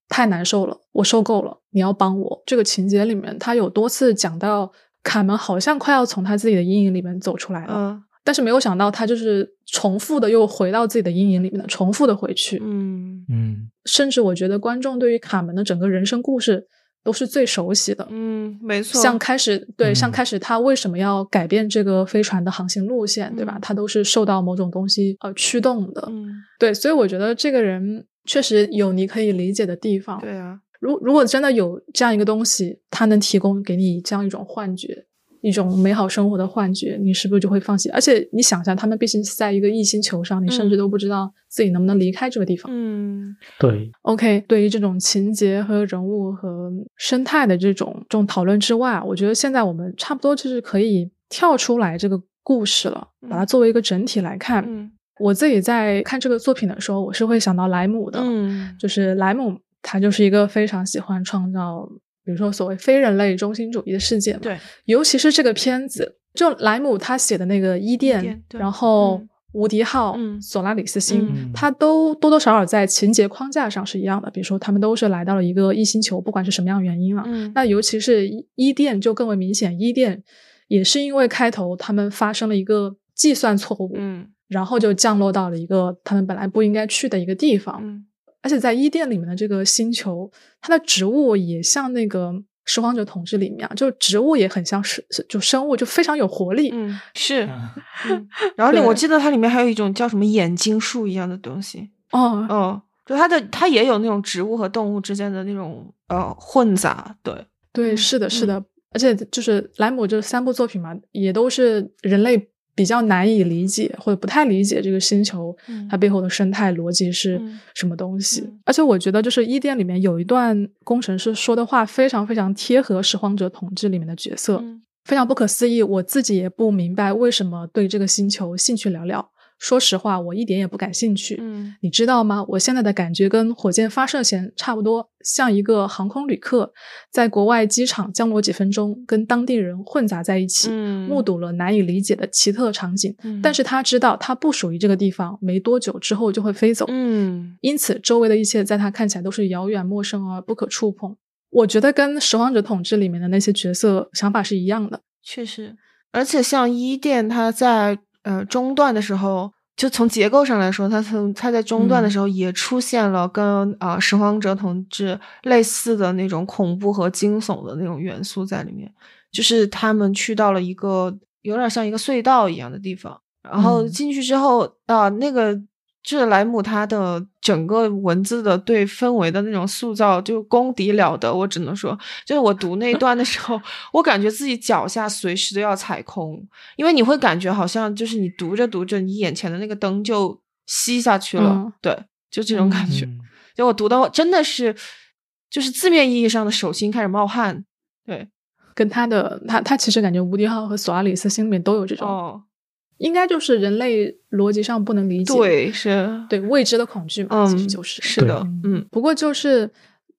Speaker 1: 太难受了，我受够了，你要帮我。这个情节里面，他有多次讲到卡门好像快要从他自己的阴影里面走出来了，
Speaker 2: 嗯
Speaker 1: 但是没有想到他就是重复的又回到自己的阴影里面了，重复的回去。
Speaker 2: 嗯
Speaker 3: 嗯
Speaker 1: 甚至我觉得观众对于卡门的整个人生故事都是最熟悉的，
Speaker 2: 嗯，没错。
Speaker 1: 像开始对，像
Speaker 3: 嗯
Speaker 1: 开始他为什么要改变这个飞船的航行路线，对吧
Speaker 2: 嗯？
Speaker 1: 他都是受到某种东西呃驱动的，
Speaker 2: 嗯，
Speaker 1: 对，所以我觉得这个人确实有你可以理解的地方。
Speaker 2: 对啊，
Speaker 1: 如如果真的有这样一个东西，它能提供给你这样一种幻觉。一种美好生活的幻觉，你是不是就会放弃？而且你想一下，他们毕竟是在一个异星球上，你甚至
Speaker 2: 嗯
Speaker 1: 都不知道自己能不能离开这个地方。
Speaker 2: 嗯
Speaker 3: 对，
Speaker 1: OK，对于这种情节和人物和生态的这种这种讨论之外，啊我觉得现在我们差不多就是可以跳出来这个故事了，把它
Speaker 2: 嗯
Speaker 1: 作为一个整体来看。
Speaker 2: 嗯
Speaker 1: 我自己在看这个作品的时候，我是会想到莱姆的，
Speaker 2: 嗯
Speaker 1: 就是莱姆他就是一个非常喜欢创造，比如说所谓非人类中心主义的世界嘛，
Speaker 2: 对，
Speaker 1: 尤其是这个片子，就莱姆他写的那个《伊甸》
Speaker 2: 甸对
Speaker 1: 然后《
Speaker 2: 嗯
Speaker 1: 无敌号》
Speaker 2: 嗯
Speaker 1: 索拉里斯星》
Speaker 2: 嗯
Speaker 1: 它都多多少少在情节框架上是一样的。比如说，他们都是来到了一个异星球，不管是什么样原因啊。
Speaker 2: 嗯
Speaker 1: 那尤其是伊伊甸就更为明显，伊甸也是因为开头他们发生了一个计算错误，
Speaker 2: 嗯
Speaker 1: 然后就降落到了一个他们本来不应该去的一个地方。
Speaker 2: 嗯
Speaker 1: 而且在伊甸里面的这个星球，它的植物也像那个《拾荒者统治》里面啊，就植物也很像是就生物，就非常有活力。
Speaker 2: 嗯是。
Speaker 3: 啊
Speaker 2: 嗯然后里
Speaker 1: 对
Speaker 2: 我记得它里面还有一种叫什么眼睛树一样的东西，
Speaker 1: 哦，
Speaker 2: 哦，就它的它也有那种植物和动物之间的那种呃混杂，对，
Speaker 1: 对，
Speaker 2: 嗯
Speaker 1: 是的，是
Speaker 2: 嗯
Speaker 1: 的，而且就是莱姆这三部作品嘛，也都是人类比较难以理解或者不太理解这个星球
Speaker 2: 嗯
Speaker 1: 它背后的生态逻辑是
Speaker 2: 嗯
Speaker 1: 什么东西。
Speaker 2: 嗯
Speaker 1: 而且我觉得，就是《伊甸》里面有一段工程师说的话，非常非常贴合《拾荒者统治》里面的角色，
Speaker 2: 嗯
Speaker 1: 非常不可思议。我自己也不明白为什么对这个星球兴趣寥寥。说实话，我一点也不感兴趣。
Speaker 2: 嗯
Speaker 1: 你知道吗？我现在的感觉跟火箭发射前差不多，像一个航空旅客在国外机场降落几分钟，跟当地人混杂在一起，
Speaker 2: 嗯
Speaker 1: 目睹了难以理解的奇特场景。
Speaker 2: 嗯
Speaker 1: 但是他知道他不属于这个地方，没多久之后就会飞走。
Speaker 2: 嗯
Speaker 1: 因此，周围的一切在他看起来都是遥远、陌生而不可触碰。我觉得跟《拾荒者统治》里面的那些角色想法是一样的。
Speaker 2: 确实，而且像伊甸，它在呃中段的时候，就从结构上来说，它从它在中段的
Speaker 1: 嗯
Speaker 2: 时候也出现了跟啊、拾荒者同志类似的那种恐怖和惊悚的那种元素在里面，就是他们去到了一个有点像一个隧道一样的地方，然后
Speaker 1: 嗯
Speaker 2: 进去之后啊、那个。这莱姆他的整个文字的对氛围的那种塑造，就功底了得，我只能说，就是我读那一段的时候，我感觉自己脚下随时都要踩空，因为你会感觉好像就是你读着读着，你眼前的那个灯就熄下去了，
Speaker 1: 嗯
Speaker 2: 对，就这种感觉。
Speaker 3: 嗯
Speaker 2: 就我读到真的是，就是字面意义上的手心开始冒汗。对，
Speaker 1: 跟他的他他其实感觉无敌号和索拉里斯心里面都有这种
Speaker 2: 哦，
Speaker 1: 应该就是人类逻辑上不能理解，
Speaker 2: 对，是，
Speaker 1: 对未知的恐惧嘛，其实
Speaker 2: 嗯
Speaker 1: 就是
Speaker 2: 是的，嗯
Speaker 1: 不过就是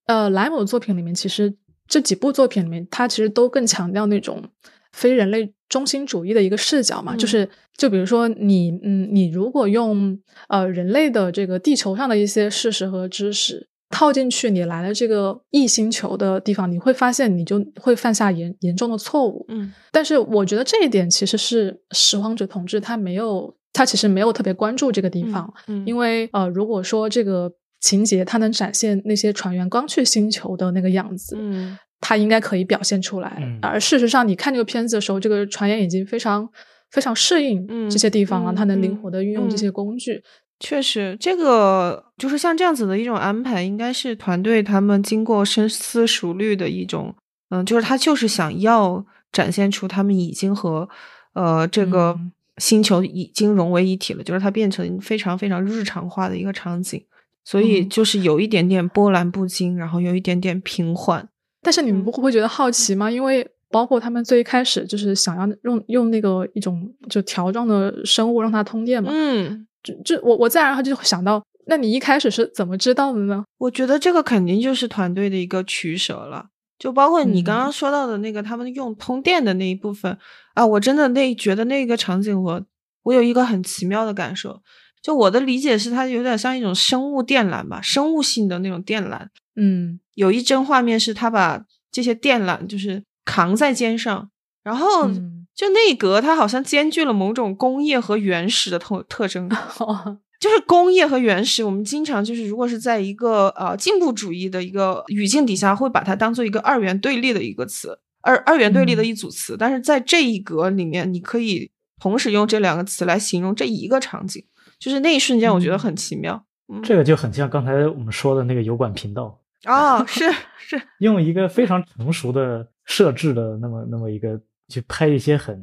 Speaker 1: 呃，莱姆的作品里面，其实这几部作品里面，他其实都更强调那种非人类中心主义的一个视角嘛，
Speaker 2: 嗯
Speaker 1: 就是就比如说你嗯，你如果用呃人类的这个地球上的一些事实和知识。套进去，你来了这个异星球的地方，你会发现你就会犯下严严重的错误。
Speaker 2: 嗯
Speaker 1: 但是我觉得这一点其实是拾荒者同志他没有，他其实没有特别关注这个地方，，
Speaker 2: 嗯，
Speaker 1: 因
Speaker 2: 为
Speaker 1: 为呃，如果说这个情节它能展现那些船员刚去星球的那个样子，
Speaker 2: 嗯
Speaker 1: 他应该可以表现出来。
Speaker 3: 嗯
Speaker 1: 而事实上，你看这个片子的时候，这个船员已经非常非常适应
Speaker 2: 嗯
Speaker 1: 这些地方了，
Speaker 2: 嗯
Speaker 1: 他能灵
Speaker 2: 嗯
Speaker 1: 活的运用这
Speaker 2: 嗯
Speaker 1: 些工具。
Speaker 2: 确实，这个就是像这样子的一种安排，应该是团队他们经过深思熟虑的一种，嗯，就是他就是想要展现出他们已经和呃这个
Speaker 1: 嗯
Speaker 2: 星球已经融为一体了，就是它变成非常非常日常化的一个场景。所以
Speaker 1: 嗯
Speaker 2: 就是有一点点波澜不惊，然后有一点点平缓。
Speaker 1: 但是你
Speaker 2: 嗯
Speaker 1: 们不会觉得好奇吗？因为包括他们最一开始就是想要用用那个一种就条状的生物让它通电嘛，
Speaker 2: 嗯，
Speaker 1: 就就我我自然而然就想到，那你一开始是怎么知道的呢？
Speaker 2: 我觉得这个肯定就是团队的一个取舍了。就包括你刚
Speaker 1: 嗯
Speaker 2: 刚说到的那个、他们用通电的那一部分啊，我真的那觉得那个场景我，我有一个很奇妙的感受。就我的理解是，它有点像一种生物电缆吧，生物性的那种电缆。
Speaker 1: 嗯
Speaker 2: 有一帧画面是他把这些电缆就是扛在肩上，然后
Speaker 1: 嗯，
Speaker 2: 就那一格，它好像兼具了某种工业和原始的特特征，
Speaker 1: 哦，
Speaker 2: 就是工业和原始。我们经常就是，如果是在一个呃进步主义的一个语境底下，会把它当做一个二元对立的一个词，二二元对立
Speaker 3: 嗯
Speaker 2: 的一组词。但是在这一格里面，你可以同时用这两个词来形容这一个场景，就是那一瞬间，我觉得
Speaker 1: 嗯
Speaker 2: 很奇妙。嗯
Speaker 3: 这个就很像刚才我们说的那个油管频道，
Speaker 2: 啊，是是，
Speaker 3: 用一个非常成熟的设置的那么那么一个去拍一些很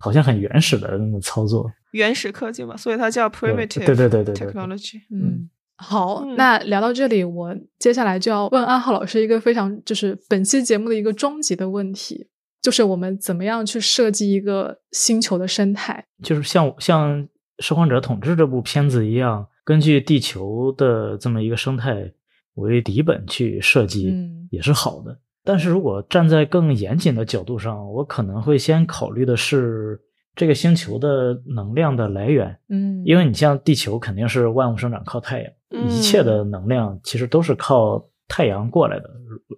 Speaker 3: 好像很原始的那么操作。
Speaker 2: 原始科技嘛，所以它叫 primitive
Speaker 3: 对对对对对
Speaker 2: technology。
Speaker 1: 嗯。好，
Speaker 2: 嗯
Speaker 1: 那聊到这里，我接下来就要问安浩老师一个非常就是本期节目的一个终极的问题，就是我们怎么样去设计一个星球的生态？
Speaker 3: 就是像像《拾荒者统治》这部片子一样，根据地球的这么一个生态为底本去设计，
Speaker 1: 嗯
Speaker 3: 也是好的。但是如果站在更严谨的角度上，我可能会先考虑的是这个星球的能量的来源，
Speaker 1: 嗯，
Speaker 3: 因为你像地球肯定是万物生长靠太阳，一切的能量其实都是靠太阳过来的。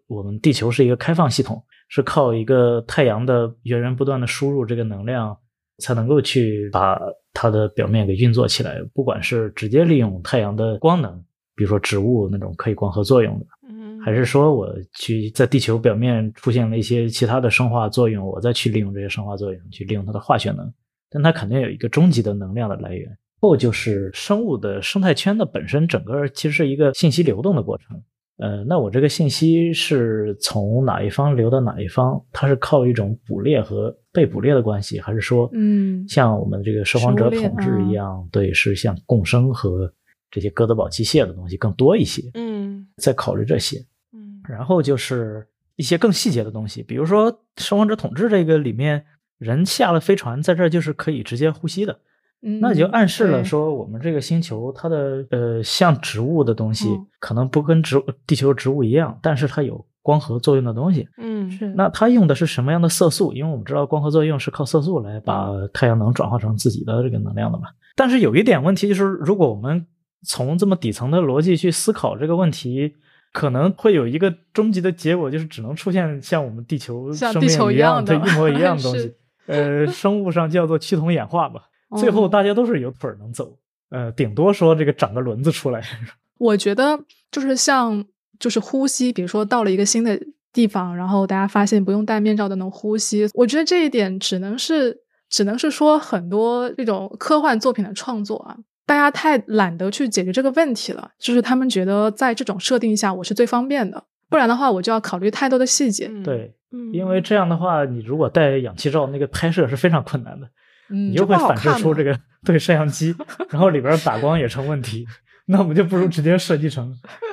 Speaker 3: 我们地球是一个开放系统，是靠一个太阳的源源不断的输入这个能量，才能够去把它的表面给运作起来。不管是直接利用太阳的光能，比如说植物那种可以光合作用的，
Speaker 2: 嗯，
Speaker 3: 还是说我去在地球表面出现了一些其他的生化作用，我再去利用这些生化作用，去利用它的化学能，但它肯定有一个终极的能量的来源。后就是生物的生态圈的本身，整个其实是一个信息流动的过程。呃，那我这个信息是从哪一方流到哪一方？它是靠一种捕猎和被捕猎的关系，还是说，
Speaker 1: 嗯
Speaker 3: 像我们这个拾荒
Speaker 1: 食物
Speaker 3: 者
Speaker 1: 链
Speaker 3: 统治一样，对，是像共生和这些哥德堡机械的东西更多一些？
Speaker 2: 嗯
Speaker 3: 再考虑这些。
Speaker 2: 嗯
Speaker 3: 然后就是一些更细节的东西，比如说《生亡者统治》这个里面，人下了飞船，在这儿就是可以直接呼吸的，
Speaker 1: 嗯，
Speaker 3: 那就暗示了
Speaker 1: 对
Speaker 3: 说我们这个星球它的呃像植物的东西
Speaker 2: 嗯
Speaker 3: 可能不跟植地球植物一样，但是它有光合作用的东西。
Speaker 2: 嗯
Speaker 1: 是
Speaker 3: 那它用的是什么样的色素？因为我们知道光合作用是靠色素来把
Speaker 1: 嗯
Speaker 3: 太阳能转化成自己的这个能量的嘛。但是有一点问题就是，如果我们从这么底层的逻辑去思考这个问题，可能会有一个终极的结果，就是只能出现像我们地球
Speaker 1: 像
Speaker 3: 生
Speaker 1: 地球
Speaker 3: 命
Speaker 1: 一
Speaker 3: 一
Speaker 1: 样的
Speaker 3: 对一模 一样的东
Speaker 1: 是
Speaker 3: 西。呃，生物上叫做趋同演化吧。最
Speaker 1: 哦
Speaker 3: 后大家都是有腿儿能走，呃，顶多说这个长个轮子出来。
Speaker 1: 嗯我觉得就是像就是呼吸，比如说到了一个新的地方，然后大家发现不用戴面罩的能呼吸，我觉得这一点只能是只能是说很多这种科幻作品的创作啊。大家太懒得去解决这个问题了，就是他们觉得在这种设定下我是最方便的，不然的话我就要考虑太多的细节。
Speaker 2: 嗯，
Speaker 3: 对，
Speaker 2: 嗯，
Speaker 3: 因为这样的话，你如果戴氧气罩，那个拍摄是非常困难的。
Speaker 1: 嗯
Speaker 3: 你，就
Speaker 2: 不
Speaker 3: 会
Speaker 2: 好
Speaker 3: 反射
Speaker 2: 看
Speaker 3: 出
Speaker 2: 嘛
Speaker 3: 这个对摄像机，然后里边打光也成问题。 那我们就不如直接设计成，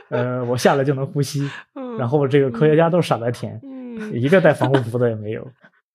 Speaker 3: 呃，我下来就能呼吸，
Speaker 2: 嗯
Speaker 3: 然后这个科学家都傻白甜，
Speaker 2: 嗯
Speaker 3: 一个带防护服的也没有，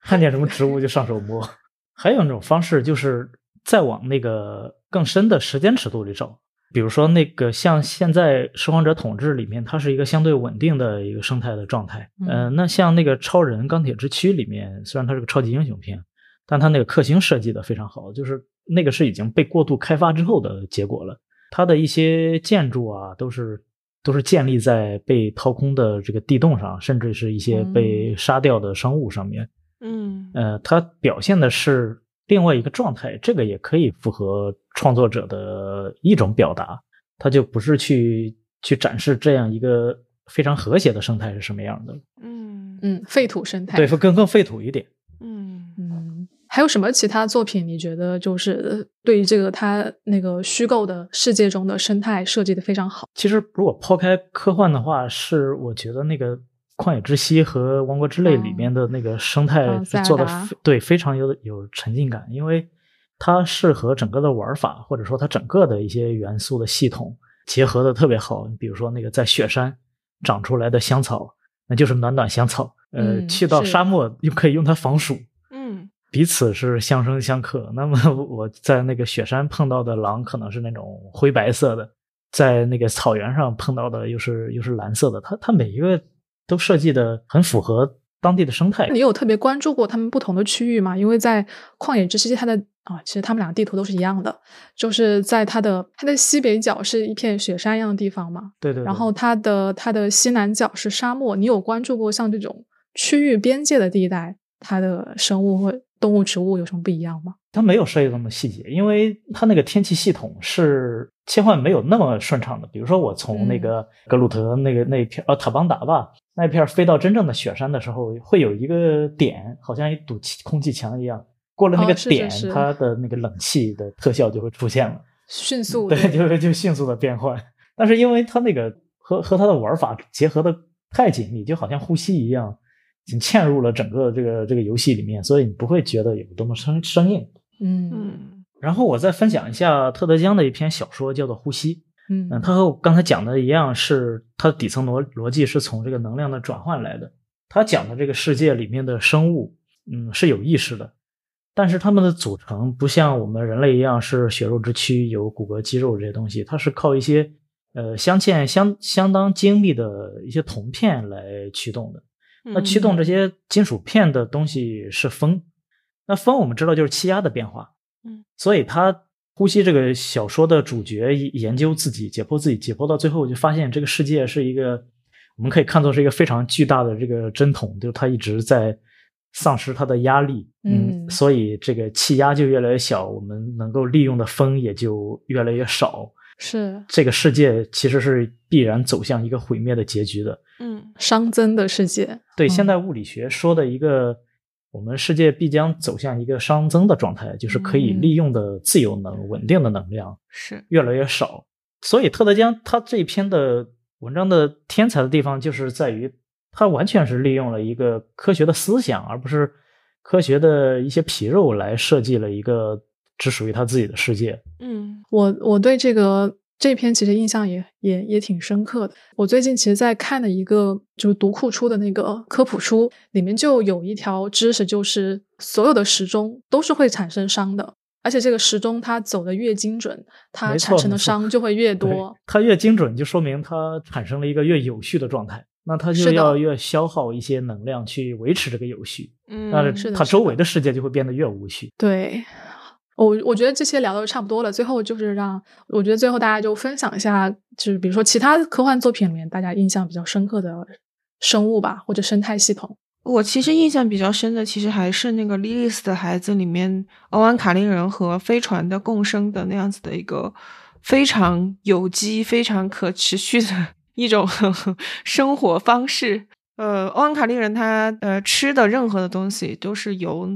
Speaker 3: 看见什么植物就上手摸。 还有一种方式就是再往那个更深的时间尺度里找，比如说那个像现在拾荒者统治里面，它是一个相对稳定的一个生态的状态。
Speaker 1: 嗯
Speaker 3: 呃，那像那个超人钢铁之躯里面，虽然它是个超级英雄片，但它那个克星设计的非常好，就是那个是已经被过度开发之后的结果了。它的一些建筑啊，都是都是建立在被掏空的这个地洞上，甚至是一些被杀掉的生物上面。
Speaker 2: 嗯
Speaker 3: 呃，它表现的是另外一个状态，这个也可以符合创作者的一种表达，它就不是去去展示这样一个非常和谐的生态是什么样的，
Speaker 2: 嗯
Speaker 1: 嗯，废土生态。
Speaker 3: 对，会更更废土一点。
Speaker 2: 嗯
Speaker 1: 嗯，还有什么其他作品？你觉得就是对于这个它那个虚构的世界中的生态设计的非常好？
Speaker 3: 其实如果抛开科幻的话，是我觉得那个《旷野之息》和《王国之泪》里面的那个生态
Speaker 1: 嗯
Speaker 3: 是
Speaker 1: 塞
Speaker 3: 做的、
Speaker 1: 尔达
Speaker 3: 对非常有有沉浸感，因为它适合整个的玩法，或者说它整个的一些元素的系统，结合的特别好。比如说那个在雪山长出来的香草，那就是暖暖香草。呃，
Speaker 1: 嗯
Speaker 3: 去到
Speaker 1: 是
Speaker 3: 沙漠又可以用它防暑，
Speaker 2: 嗯
Speaker 3: 彼此是相生相克。那么我在那个雪山碰到的狼可能是那种灰白色的，在那个草原上碰到的又是又是蓝色的。它它每一个都设计的很符合当地的生态
Speaker 1: 那。你有特别关注过他们不同的区域吗？因为在旷野之息，它的啊，其实他们俩地图都是一样的，就是在它的它的西北角是一片雪山一样的地方嘛，
Speaker 3: 对对对。
Speaker 1: 然后它的它的西南角是沙漠。你有关注过像这种区域边界的地带，它的生物或动物、植物有什么不一样吗？
Speaker 3: 它没有设计那么细节，因为它那个天气系统是切换没有那么顺畅的。比如说，我从
Speaker 1: 嗯
Speaker 3: 那个格鲁特那个那一片呃塔邦达吧那一片飞到真正的雪山的时候，会有一个点，好像一堵气空气墙一样。过了那个
Speaker 1: 哦是是
Speaker 3: 点，
Speaker 1: 是
Speaker 3: 它的那个冷气的特效就会 出现了，
Speaker 1: 迅速
Speaker 3: 对，就就迅速的变换。但是因为它那个和和它的玩法结合的太紧密，就好像呼吸一样，已经嵌入了整个这个这个游戏里面，所以你不会觉得有多么生生硬。
Speaker 1: 嗯
Speaker 2: 嗯
Speaker 3: 然后我再分享一下特德·江的一篇小说，叫做《呼吸》。
Speaker 1: 嗯
Speaker 3: 嗯，它和我刚才讲的一样，是它的底层逻逻辑是从这个能量的转换来的。它讲的这个世界里面的生物，嗯，是有意识的，但是它们的组成不像我们人类一样是血肉之躯，有骨骼、肌肉这些东西，它是靠一些呃镶嵌相相当精密的一些铜片来驱动的。
Speaker 2: 嗯
Speaker 3: 那驱动这些金属片的东西是风，那风我们知道就是气压的变化，
Speaker 2: 嗯，
Speaker 3: 所以他呼吸这个小说的主角研究自己、解剖自己，解剖到最后就发现这个世界是一个，我们可以看作是一个非常巨大的这个针筒，就是它一直在丧失它的压力，
Speaker 1: 嗯
Speaker 3: 所以这个气压就越来越小，我们能够利用的风也就越来越少，
Speaker 1: 是
Speaker 3: 这个世界其实是必然走向一个毁灭的结局的。
Speaker 2: 嗯
Speaker 1: 熵增的世界，
Speaker 3: 对
Speaker 1: 嗯
Speaker 3: 现代物理学说的一个，我们世界必将走向一个熵增的状态，就是可以
Speaker 1: 嗯
Speaker 3: 利用的自由能、稳定的能量
Speaker 2: 是
Speaker 3: 越来越少。所以特德·江他这一篇的文章的天才的地方，就是在于他完全是利用了一个科学的思想，而不是科学的一些皮肉来设计了一个只属于他自己的世界。
Speaker 2: 嗯
Speaker 1: 我我对这个这篇其实印象也也也挺深刻的。我最近其实，在看的一个就是读库出的那个科普书，里面就有一条知识，就是所有的时钟都是会产生熵的，而且这个时钟它走的越精准，它
Speaker 3: 没
Speaker 1: 产
Speaker 3: 错
Speaker 1: 生的
Speaker 3: 没错
Speaker 1: 熵就会越
Speaker 3: 对
Speaker 1: 多。，
Speaker 3: 它越精准，就说明它产生了一个越有序的状态。那它
Speaker 1: 是
Speaker 3: 就
Speaker 1: 的
Speaker 3: 要越消耗一些能量去维持这个有序。
Speaker 2: 嗯
Speaker 3: 那
Speaker 1: 是的
Speaker 3: 它周围的世界就会变得越无序。
Speaker 1: 对，我我觉得这些聊的差不多了。最后就是让我觉得最后大家就分享一下，就是比如说其他科幻作品里面大家印象比较深刻的生物吧，或者生态系统。
Speaker 2: 我其实印象比较深的，其实还是那个《莉莉丝的孩子》里面，欧安卡林人和飞船的共生的那样子的一个非常有机、非常可持续的 一种生活方式。呃，欧安卡林人他呃吃的任何的东西都是由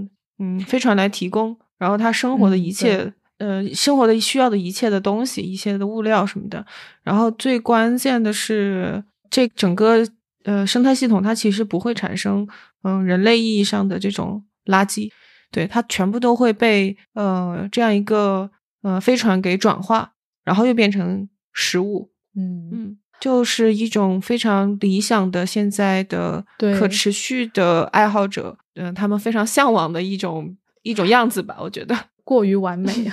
Speaker 2: 嗯飞船来提供，然后他生活的
Speaker 1: 嗯
Speaker 2: 一切、呃生活的需要的一切的东西、一切的物料什么的，然后最关键的是，这整个呃生态系统它其实不会产生嗯、人类意义上的这种垃圾，对它全部都会被呃这样一个呃飞船给转化，然后又变成食物，
Speaker 1: 嗯
Speaker 2: 嗯，就是一种非常理想的现在的
Speaker 1: 对
Speaker 2: 可持续的爱好者，嗯、他们非常向往的一种一种样子吧，我觉得
Speaker 1: 过于完 美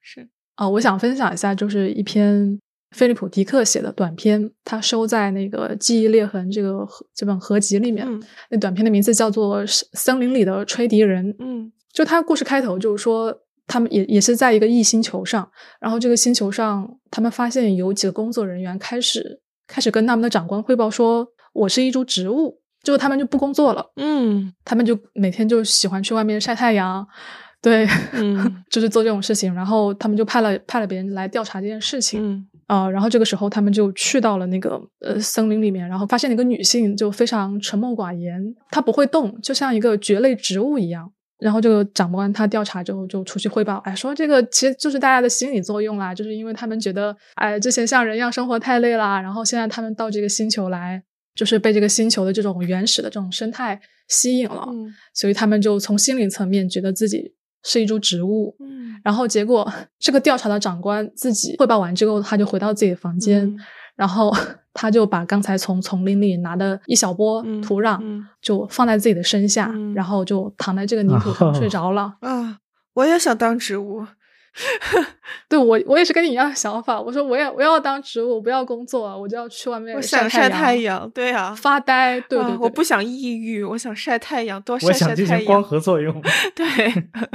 Speaker 2: 是，
Speaker 1: 啊、我想分享一下，就是一篇菲利普·迪克写的短篇，他收在那个《记忆裂痕》这个合这本合集里面。
Speaker 2: 嗯
Speaker 1: 那短篇的名字叫做《森森林里的吹笛人》。
Speaker 2: 嗯
Speaker 1: 就他故事开头就是说，他们也也是在一个异星球上，然后这个星球上，他们发现有几个工作人员开始开始跟他们的长官汇报说，我是一株植物，就是他们就不工作了，
Speaker 2: 嗯
Speaker 1: 他们就每天就喜欢去外面晒太阳，对，
Speaker 2: 嗯
Speaker 1: 就是做这种事情，然后他们就派了派了别人来调查这件事情。
Speaker 2: 嗯
Speaker 1: 啊、然后这个时候他们就去到了那个呃森林里面，然后发现了一个女性就非常沉默寡言，她不会动，就像一个蕨类植物一样。然后这个长官他调查之后就出去汇报，哎，说这个其实就是大家的心理作用啦，就是因为他们觉得哎之前像人一样生活太累啦，然后现在他们到这个星球来，就是被这个星球的这种原始的这种生态吸引了，
Speaker 2: 嗯
Speaker 1: 所以他们就从心理层面觉得自己是一株植物，
Speaker 2: 嗯，
Speaker 1: 然后结果这个调查的长官自己汇报完之后，他就回到自己的房间，
Speaker 2: 嗯
Speaker 1: 然后 他就把刚才从丛林里拿的一小波
Speaker 2: 嗯
Speaker 1: 土壤
Speaker 2: 嗯
Speaker 1: 就放在自己的身下，
Speaker 2: 嗯
Speaker 1: 然后就躺在这个泥土上
Speaker 3: 啊
Speaker 1: 睡着了。
Speaker 2: 啊，我也想当植物，
Speaker 1: 对我，我也是跟你一样的想法。我说我也我要当植物，我不要工作啊，我就要去外面
Speaker 2: 我想
Speaker 1: 晒
Speaker 2: 晒
Speaker 1: 太
Speaker 2: 太阳，对啊，
Speaker 1: 发呆。对对
Speaker 2: 啊
Speaker 1: 对，
Speaker 2: 我不想抑郁，我想晒太阳，多晒
Speaker 3: 我
Speaker 2: 晒
Speaker 3: 想进
Speaker 2: 啊太阳。
Speaker 3: 行光合作用。
Speaker 2: 对，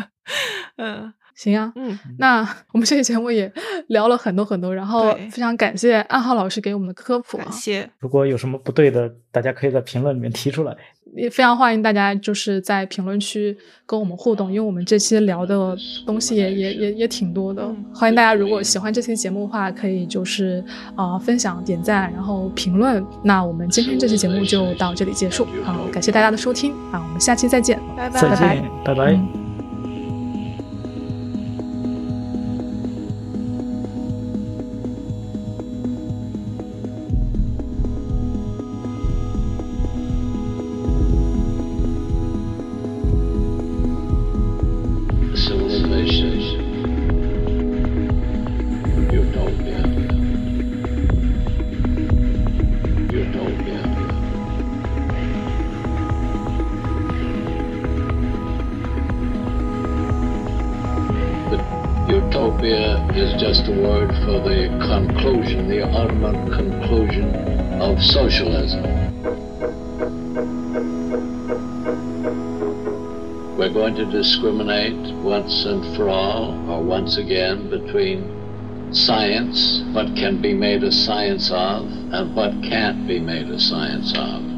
Speaker 2: 嗯
Speaker 1: 行啊。
Speaker 2: 嗯，
Speaker 1: 那我们这期节目也 聊了很多很多，然后
Speaker 2: 对
Speaker 1: 非常感谢暗号老师给我们的科普啊
Speaker 2: 感，谢，
Speaker 3: 如果有什么不对的，大家可以在评论里面提出来。
Speaker 1: 也非常欢迎大家就是在评论区跟我们互动，因为我们这期聊的东西也也也也挺多的。
Speaker 2: 嗯
Speaker 1: 欢迎大家如果喜欢这期节目的话，可以就是啊、呃分享、点赞，然后评论。那我们今天这期节目就到这里结束，好，感谢大家的收听啊，我们下期再见。
Speaker 2: 拜拜
Speaker 3: 再见，拜拜。
Speaker 1: 嗯
Speaker 4: 是我的本身。You don't know. You don't know. But Utopia is just a word for the conclusion, the ultimate conclusion of socialism. We're going to discriminate once and for all, or once again, between science, what can be made a science of, and what can't be made a science of.